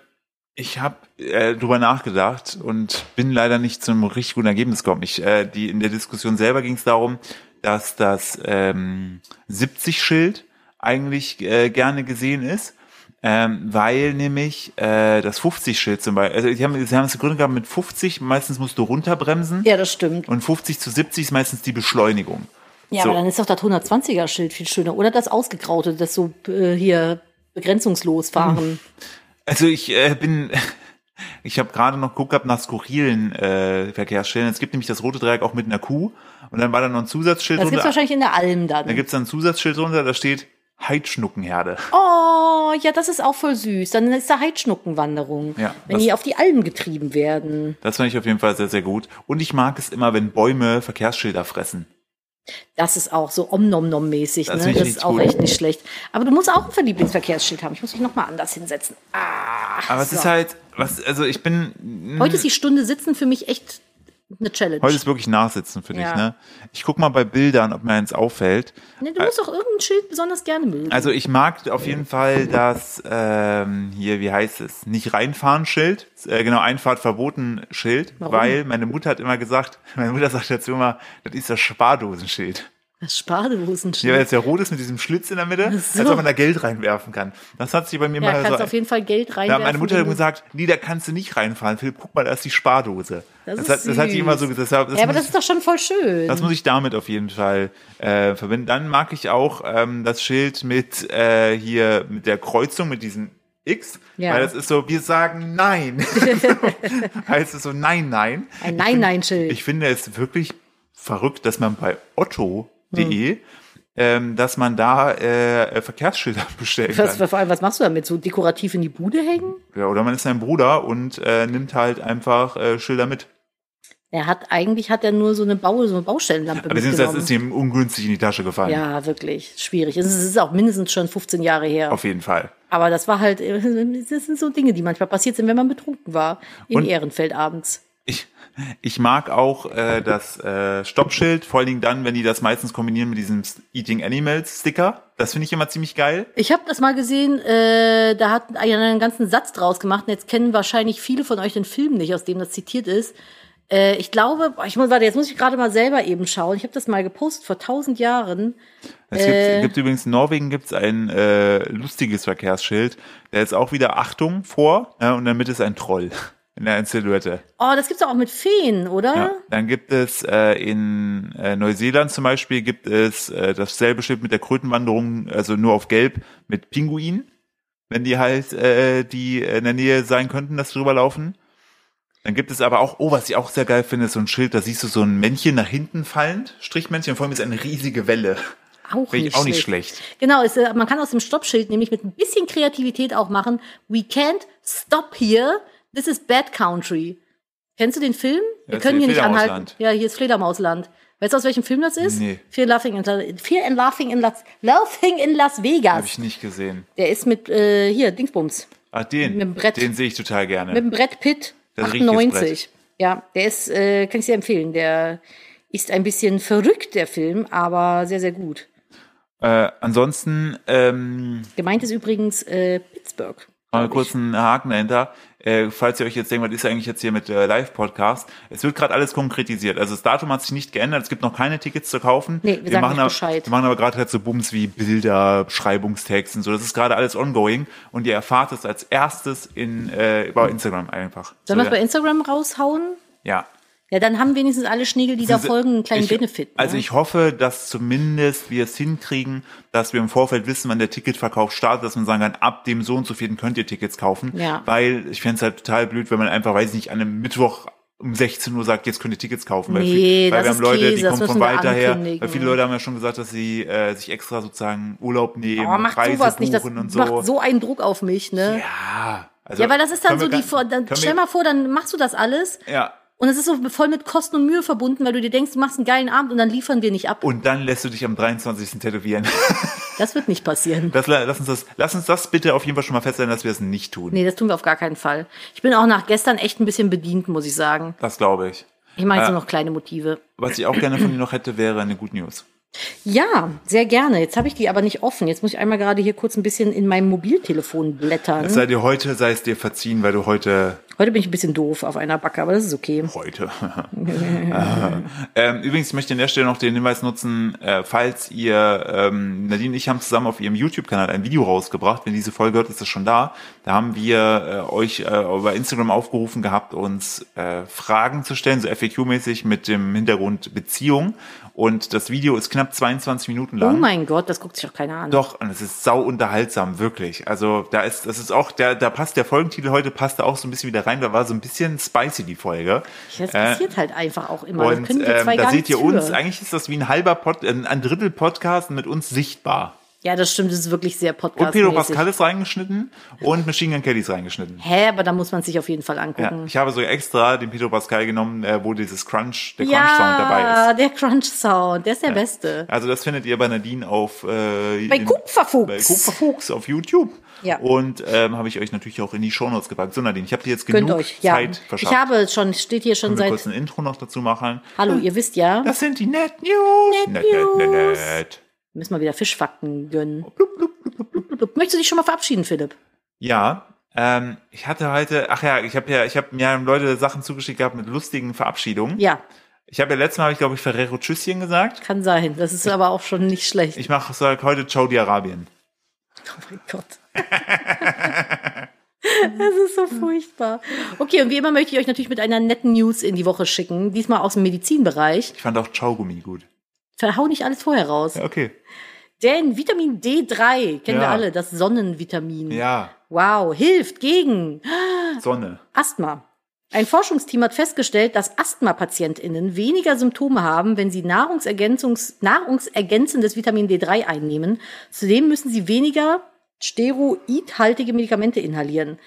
[SPEAKER 1] ich habe äh, drüber nachgedacht und bin leider nicht zu einem richtig guten Ergebnis gekommen. Ich, äh, die, in der Diskussion selber ging es darum, dass das ähm, 70-Schild eigentlich äh, gerne gesehen ist. Ähm, weil nämlich äh, das 50-Schild zum Beispiel, also sie haben, sie haben es gegründet gehabt mit 50, meistens musst du runterbremsen
[SPEAKER 2] Ja, das stimmt.
[SPEAKER 1] und 50 zu 70 ist meistens die Beschleunigung.
[SPEAKER 2] Ja,
[SPEAKER 1] So.
[SPEAKER 2] aber dann ist doch das 120er-Schild viel schöner. Oder das ausgegraute, das so äh, hier
[SPEAKER 1] Mhm.
[SPEAKER 2] begrenzungslos fahren.
[SPEAKER 1] Also ich äh, bin, ich habe gerade noch geguckt gehabt nach skurrilen äh, Verkehrsschildern. Es gibt nämlich das rote Dreieck auch mit einer Kuh und dann war da noch ein Zusatzschild
[SPEAKER 2] Das gibt's
[SPEAKER 1] drunter.
[SPEAKER 2] wahrscheinlich in der Alm
[SPEAKER 1] Da
[SPEAKER 2] dann.
[SPEAKER 1] gibt's dann ein Zusatzschild drunter, da steht Heidschnuckenherde.
[SPEAKER 2] Oh, ja, das ist auch voll süß. Dann ist da Heidschnuckenwanderung.
[SPEAKER 1] Ja,
[SPEAKER 2] wenn
[SPEAKER 1] das-
[SPEAKER 2] die auf die Alm getrieben werden.
[SPEAKER 1] Das fand ich auf jeden Fall sehr, sehr gut. Und ich mag es immer, wenn Bäume Verkehrsschilder fressen.
[SPEAKER 2] Das ist auch so omnomnom-mäßig.
[SPEAKER 1] Das
[SPEAKER 2] ne?
[SPEAKER 1] finde
[SPEAKER 2] das
[SPEAKER 1] ich
[SPEAKER 2] ist auch
[SPEAKER 1] gut.
[SPEAKER 2] echt nicht schlecht. Aber du musst auch ein Verlieblingsverkehrsschild haben. Ich muss mich nochmal anders hinsetzen. Ah,
[SPEAKER 1] Aber es
[SPEAKER 2] so.
[SPEAKER 1] ist halt, was, also ich bin.
[SPEAKER 2] Heute ist die Stunde Sitzen für mich echt eine Challenge.
[SPEAKER 1] Heute ist wirklich Nachsitzen für dich,
[SPEAKER 2] Ja.
[SPEAKER 1] ne? Ich guck mal bei Bildern, ob mir eins auffällt.
[SPEAKER 2] ne, du musst auch irgendein Schild besonders gerne mögen.
[SPEAKER 1] Also ich mag auf jeden Fall das ähm, hier, wie heißt es, nicht reinfahren Schild, äh, genau Einfahrt verboten Schild,
[SPEAKER 2] Warum?
[SPEAKER 1] weil meine Mutter hat immer gesagt, meine Mutter sagt dazu immer, das ist das Spardosenschild.
[SPEAKER 2] das Spardelhosenschild.
[SPEAKER 1] Ja, weil es ja rot ist mit diesem Schlitz in der Mitte,
[SPEAKER 2] so.
[SPEAKER 1] als ob man da Geld reinwerfen kann. Das hat sie bei mir
[SPEAKER 2] Ja,
[SPEAKER 1] mal
[SPEAKER 2] kannst
[SPEAKER 1] so.
[SPEAKER 2] auf jeden Fall Geld
[SPEAKER 1] da
[SPEAKER 2] reinwerfen.
[SPEAKER 1] hat meine Mutter
[SPEAKER 2] wenn
[SPEAKER 1] hat
[SPEAKER 2] du-
[SPEAKER 1] gesagt, nee, da kannst du nicht reinfahren, Philipp, guck mal, da ist die Spardose. Das,
[SPEAKER 2] Das ist
[SPEAKER 1] hat, das hat sie
[SPEAKER 2] süß.
[SPEAKER 1] immer so gesagt. Das
[SPEAKER 2] Ja, aber
[SPEAKER 1] muss
[SPEAKER 2] das ist doch schon voll schön.
[SPEAKER 1] Das muss ich damit auf jeden Fall äh, verbinden. Dann mag ich auch ähm, das Schild mit äh, hier mit der Kreuzung mit diesem X,
[SPEAKER 2] Ja.
[SPEAKER 1] weil das ist so, wir sagen nein. heißt es so nein, nein.
[SPEAKER 2] Ein Nein-Nein-Schild.
[SPEAKER 1] Ich finde es wirklich verrückt, dass man bei Otto.de
[SPEAKER 2] Mhm.
[SPEAKER 1] ähm, dass man da äh, Verkehrsschilder bestellen
[SPEAKER 2] Was,
[SPEAKER 1] kann.
[SPEAKER 2] vor allem, was machst du damit? So dekorativ in die Bude hängen?
[SPEAKER 1] Ja, oder man ist sein Bruder und äh, nimmt halt einfach äh, Schilder mit.
[SPEAKER 2] Er hat eigentlich hat er nur so eine, Bau, so eine Baustellenlampe
[SPEAKER 1] Beziehungsweise
[SPEAKER 2] mitgenommen.
[SPEAKER 1] ist ihm ungünstig in die Tasche gefallen.
[SPEAKER 2] ja, wirklich schwierig. Es ist, es ist auch mindestens schon 15 Jahre her.
[SPEAKER 1] Auf jeden Fall.
[SPEAKER 2] Aber das war halt, das sind so Dinge, die manchmal passiert sind, wenn man betrunken war. Im
[SPEAKER 1] Und-
[SPEAKER 2] Ehrenfeld abends.
[SPEAKER 1] Ich, ich mag auch äh, das äh, Stoppschild, vor allen Dingen dann, wenn die das meistens kombinieren mit diesem Eating Animals Sticker. Das finde ich immer ziemlich geil.
[SPEAKER 2] Ich habe das mal gesehen, äh, da hat einer einen ganzen Satz draus gemacht. Und jetzt kennen wahrscheinlich viele von euch den Film nicht, aus dem das zitiert ist. Äh, ich glaube, boah, ich muss, warte, jetzt muss ich gerade mal selber eben schauen. Ich habe das mal gepostet vor tausend Jahren.
[SPEAKER 1] Es gibt, gibt übrigens in Norwegen gibt's ein äh, lustiges Verkehrsschild. Da ist auch wieder Achtung vor äh, und in der Mitte ist ein Troll in der Silhouette.
[SPEAKER 2] Oh, das gibt's doch auch mit Feen, oder?
[SPEAKER 1] Ja. Dann gibt es äh, in äh, Neuseeland zum Beispiel gibt es äh, dasselbe Schild mit der Krötenwanderung, also nur auf Gelb mit Pinguinen, wenn die halt äh, die in der Nähe sein könnten, dass sie drüber laufen. Dann gibt es aber auch, oh, was ich auch sehr geil finde, ist so ein Schild, da siehst du so ein Männchen nach hinten fallend, Strichmännchen, und vor allem ist eine riesige Welle.
[SPEAKER 2] Auch
[SPEAKER 1] Finde
[SPEAKER 2] nicht,
[SPEAKER 1] ich auch nicht schlecht.
[SPEAKER 2] Genau, es, äh, man kann aus dem Stoppschild nämlich mit ein bisschen Kreativität auch machen. We can't stop here. This is bad country. Kennst du den Film? Wir
[SPEAKER 1] ist
[SPEAKER 2] können
[SPEAKER 1] hier
[SPEAKER 2] hier nicht anhalten.
[SPEAKER 1] Fledermausland.
[SPEAKER 2] Ja, hier ist Fledermausland. Weißt du, aus welchem Film das ist?
[SPEAKER 1] Nee.
[SPEAKER 2] Fear, Laughing in, La- Fear and Laughing in Las, Laughing in Las Vegas.
[SPEAKER 1] Habe ich nicht gesehen.
[SPEAKER 2] Der ist mit, äh, hier, Dingsbums.
[SPEAKER 1] Ah, den.
[SPEAKER 2] Mit dem Brett.
[SPEAKER 1] Den sehe ich total gerne.
[SPEAKER 2] Mit dem Brett Pitt,
[SPEAKER 1] Das ist ein richtiges
[SPEAKER 2] 98. Ja, der ist, äh, kann ich sehr empfehlen. Der ist ein bisschen verrückt, der Film, aber sehr, sehr gut.
[SPEAKER 1] äh, ansonsten, ähm,
[SPEAKER 2] Gemeint ist übrigens äh, Pittsburgh.
[SPEAKER 1] Mal
[SPEAKER 2] glaub ich.
[SPEAKER 1] kurz einen Haken dahinter. Äh, falls ihr euch jetzt denkt, was ist eigentlich jetzt hier mit äh, Live-Podcast? Es wird gerade alles konkretisiert. Also das Datum hat sich nicht geändert. Es gibt noch keine Tickets zu kaufen.
[SPEAKER 2] Nee, wir sagen
[SPEAKER 1] machen
[SPEAKER 2] nicht
[SPEAKER 1] aber,
[SPEAKER 2] Bescheid.
[SPEAKER 1] Wir machen aber gerade halt so Bums wie Bilder, Beschreibungstext und so. Das ist gerade alles ongoing. Und ihr erfahrt es als erstes in, äh, bei Instagram einfach.
[SPEAKER 2] Sollen wir
[SPEAKER 1] so,
[SPEAKER 2] es bei Instagram raushauen?
[SPEAKER 1] ja.
[SPEAKER 2] Ja, dann haben wenigstens alle Schnegel, die da
[SPEAKER 1] Diese-
[SPEAKER 2] folgen, einen kleinen
[SPEAKER 1] ich,
[SPEAKER 2] Benefit. Ne?
[SPEAKER 1] Also ich hoffe, dass zumindest wir es hinkriegen, dass wir im Vorfeld wissen, wann der Ticketverkauf startet, dass man sagen kann, ab dem so und so vierten könnt ihr Tickets kaufen.
[SPEAKER 2] Ja.
[SPEAKER 1] Weil ich fände es halt total blöd, wenn man einfach, weiß ich nicht, an einem Mittwoch um 16 Uhr sagt, jetzt könnt ihr Tickets kaufen. Weil,
[SPEAKER 2] Nee,
[SPEAKER 1] viel- weil
[SPEAKER 2] das
[SPEAKER 1] wir haben
[SPEAKER 2] ist
[SPEAKER 1] Leute, die
[SPEAKER 2] Käse, das
[SPEAKER 1] kommen von
[SPEAKER 2] müssen wir
[SPEAKER 1] weit daher.
[SPEAKER 2] ankündigen.
[SPEAKER 1] Weil viele Leute haben ja schon gesagt, dass sie äh, sich extra sozusagen Urlaub nehmen,
[SPEAKER 2] Aber macht
[SPEAKER 1] Reise
[SPEAKER 2] sowas
[SPEAKER 1] buchen
[SPEAKER 2] nicht, das
[SPEAKER 1] und so.
[SPEAKER 2] macht so einen Druck auf mich, ne?
[SPEAKER 1] ja, also
[SPEAKER 2] Ja, weil das ist dann so
[SPEAKER 1] können wir
[SPEAKER 2] die,
[SPEAKER 1] gar-
[SPEAKER 2] Vor- dann,
[SPEAKER 1] können
[SPEAKER 2] stell
[SPEAKER 1] wir-
[SPEAKER 2] mal vor, dann machst du das alles
[SPEAKER 1] Ja.
[SPEAKER 2] und es ist so voll mit Kosten und Mühe verbunden, weil du dir denkst, du machst einen geilen Abend und dann liefern wir nicht ab.
[SPEAKER 1] Und dann lässt du dich am 23. tätowieren.
[SPEAKER 2] Das wird nicht passieren.
[SPEAKER 1] Das, lass, uns das, lass uns das bitte auf jeden Fall schon mal feststellen, dass wir es nicht tun.
[SPEAKER 2] Nee, das tun wir auf gar keinen Fall. Ich bin auch nach gestern echt ein bisschen bedient, muss ich sagen.
[SPEAKER 1] Das glaube ich.
[SPEAKER 2] Ich meine, es
[SPEAKER 1] Äh,
[SPEAKER 2] sind noch kleine Motive.
[SPEAKER 1] Was ich auch gerne von dir noch hätte, wäre eine Good News.
[SPEAKER 2] Ja, sehr gerne. Jetzt habe ich die aber nicht offen. Jetzt muss ich einmal gerade hier kurz ein bisschen in meinem Mobiltelefon blättern.
[SPEAKER 1] Es sei dir heute, sei es dir verziehen, weil du heute,
[SPEAKER 2] Heute bin ich ein bisschen doof auf einer Backe, aber das ist okay.
[SPEAKER 1] heute. ähm, übrigens, ich möchte an der Stelle noch den Hinweis nutzen, äh, falls ihr, ähm, Nadine und ich haben zusammen auf ihrem YouTube-Kanal ein Video rausgebracht. Wenn diese Folge hört, ist es schon da. Da haben wir äh, euch äh, über Instagram aufgerufen gehabt, uns äh, Fragen zu stellen, so FAQ-mäßig mit dem Hintergrund Beziehung. Und das Video ist knapp 22 Minuten
[SPEAKER 2] Oh
[SPEAKER 1] lang.
[SPEAKER 2] mein Gott, das guckt sich doch keiner an.
[SPEAKER 1] Doch, und es ist sau unterhaltsam, wirklich. Also da ist, das ist auch, da, da passt der Folgentitel heute, passt da auch so ein bisschen wieder rein, da war so ein bisschen spicy die Folge.
[SPEAKER 2] Das
[SPEAKER 1] Äh,
[SPEAKER 2] passiert halt einfach auch immer. das
[SPEAKER 1] und
[SPEAKER 2] können wir
[SPEAKER 1] ähm,
[SPEAKER 2] zwei
[SPEAKER 1] da
[SPEAKER 2] gar
[SPEAKER 1] seht
[SPEAKER 2] nicht
[SPEAKER 1] ihr
[SPEAKER 2] für.
[SPEAKER 1] äh, uns, eigentlich ist das wie ein halber Pod, ein ein Drittel Podcast mit uns sichtbar.
[SPEAKER 2] Ja, das stimmt, das ist wirklich sehr podcast
[SPEAKER 1] Und Pedro Pascal ist reingeschnitten und Machine Gun Kelly ist reingeschnitten.
[SPEAKER 2] Hä, aber da muss man sich auf jeden Fall
[SPEAKER 1] Ja,
[SPEAKER 2] angucken.
[SPEAKER 1] ich habe so extra den Pedro Pascal genommen, äh, wo dieses Crunch, der Crunch-Sound dabei
[SPEAKER 2] Ja,
[SPEAKER 1] ist.
[SPEAKER 2] der Crunch-Sound, der ist der beste.
[SPEAKER 1] Also das findet ihr bei Nadine auf äh,
[SPEAKER 2] Bei
[SPEAKER 1] in-
[SPEAKER 2] Kupferfuchs.
[SPEAKER 1] Bei Kupferfuchs auf YouTube.
[SPEAKER 2] Ja.
[SPEAKER 1] Und ähm, habe ich euch natürlich auch in die Shownotes gepackt. So Nadine, ich habe dir jetzt
[SPEAKER 2] Gönnt
[SPEAKER 1] genug
[SPEAKER 2] euch. Ja,
[SPEAKER 1] Zeit verschafft.
[SPEAKER 2] ich habe schon, steht hier schon
[SPEAKER 1] Können wir
[SPEAKER 2] seit.
[SPEAKER 1] kurz ein Intro noch dazu machen.
[SPEAKER 2] Hallo, ihr wisst ja,
[SPEAKER 1] Das sind die Net News.
[SPEAKER 2] Net News. müssen wir wieder Fischfakten gönnen. Möchtest du dich schon mal verabschieden, Philipp?
[SPEAKER 1] Ja, ähm, ich hatte heute, ach ja, ich habe ja, ich habe mir haben Leute Sachen zugeschickt gehabt mit lustigen Verabschiedungen.
[SPEAKER 2] Ja,
[SPEAKER 1] Ich habe ja letztes Mal, hab ich glaube ich, Ferrero Tschüsschen gesagt.
[SPEAKER 2] kann sein. Das ist aber auch schon nicht schlecht.
[SPEAKER 1] Ich mache sag heute Saudi-Arabien.
[SPEAKER 2] Oh mein Gott. Das ist so furchtbar. Okay, und wie immer möchte ich euch natürlich mit einer netten News in die Woche schicken. Diesmal aus dem Medizinbereich.
[SPEAKER 1] Ich fand auch Chaugummi gut.
[SPEAKER 2] Verhau nicht alles vorher raus.
[SPEAKER 1] Ja, okay.
[SPEAKER 2] Denn Vitamin D3, kennen wir
[SPEAKER 1] Ja.
[SPEAKER 2] alle, das Sonnenvitamin.
[SPEAKER 1] Ja,
[SPEAKER 2] Wow, hilft gegen
[SPEAKER 1] Sonne.
[SPEAKER 2] Asthma. Ein Forschungsteam hat festgestellt, dass Asthma-PatientInnen weniger Symptome haben, wenn sie Nahrungsergänzungs nahrungsergänzendes Vitamin D3 einnehmen. Zudem müssen sie weniger steroidhaltige Medikamente inhalieren.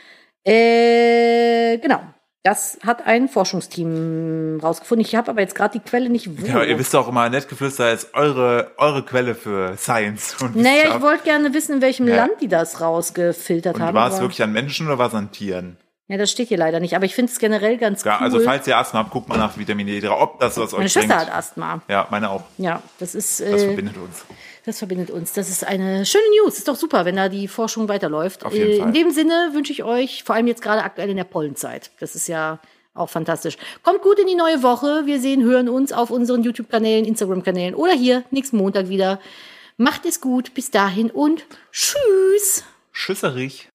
[SPEAKER 2] Äh, genau. Das hat ein Forschungsteam rausgefunden. Ich habe aber jetzt gerade die Quelle nicht wo.
[SPEAKER 1] Ja, ihr wisst auch immer, Nettgeflüster ist eure, eure Quelle für Science. Und
[SPEAKER 2] naja,
[SPEAKER 1] Wissenschaft.
[SPEAKER 2] ich wollte gerne wissen, in welchem
[SPEAKER 1] Ja.
[SPEAKER 2] Land die das rausgefiltert
[SPEAKER 1] Und
[SPEAKER 2] haben.
[SPEAKER 1] war es
[SPEAKER 2] aber-
[SPEAKER 1] wirklich an Menschen oder war es an Tieren?
[SPEAKER 2] Ja, das steht hier leider nicht. Aber ich finde es generell ganz
[SPEAKER 1] Ja,
[SPEAKER 2] cool.
[SPEAKER 1] also falls ihr Asthma habt, guckt mal nach Vitamin D3, ob das was
[SPEAKER 2] Meine
[SPEAKER 1] euch
[SPEAKER 2] Schwester
[SPEAKER 1] bringt.
[SPEAKER 2] hat Asthma.
[SPEAKER 1] Ja, meine auch.
[SPEAKER 2] Ja, das ist. Äh,
[SPEAKER 1] Das verbindet uns.
[SPEAKER 2] Das verbindet uns. Das ist eine schöne News. Ist doch super, wenn da die Forschung weiterläuft.
[SPEAKER 1] Auf jeden
[SPEAKER 2] Äh,
[SPEAKER 1] Fall.
[SPEAKER 2] In dem Sinne wünsche ich euch, vor allem jetzt gerade aktuell in der Pollenzeit. Das ist ja auch fantastisch. Kommt gut in die neue Woche. Wir sehen, hören uns auf unseren YouTube-Kanälen, Instagram-Kanälen oder hier nächsten Montag wieder. Macht es gut. Bis dahin und tschüss.
[SPEAKER 1] Schüsserich.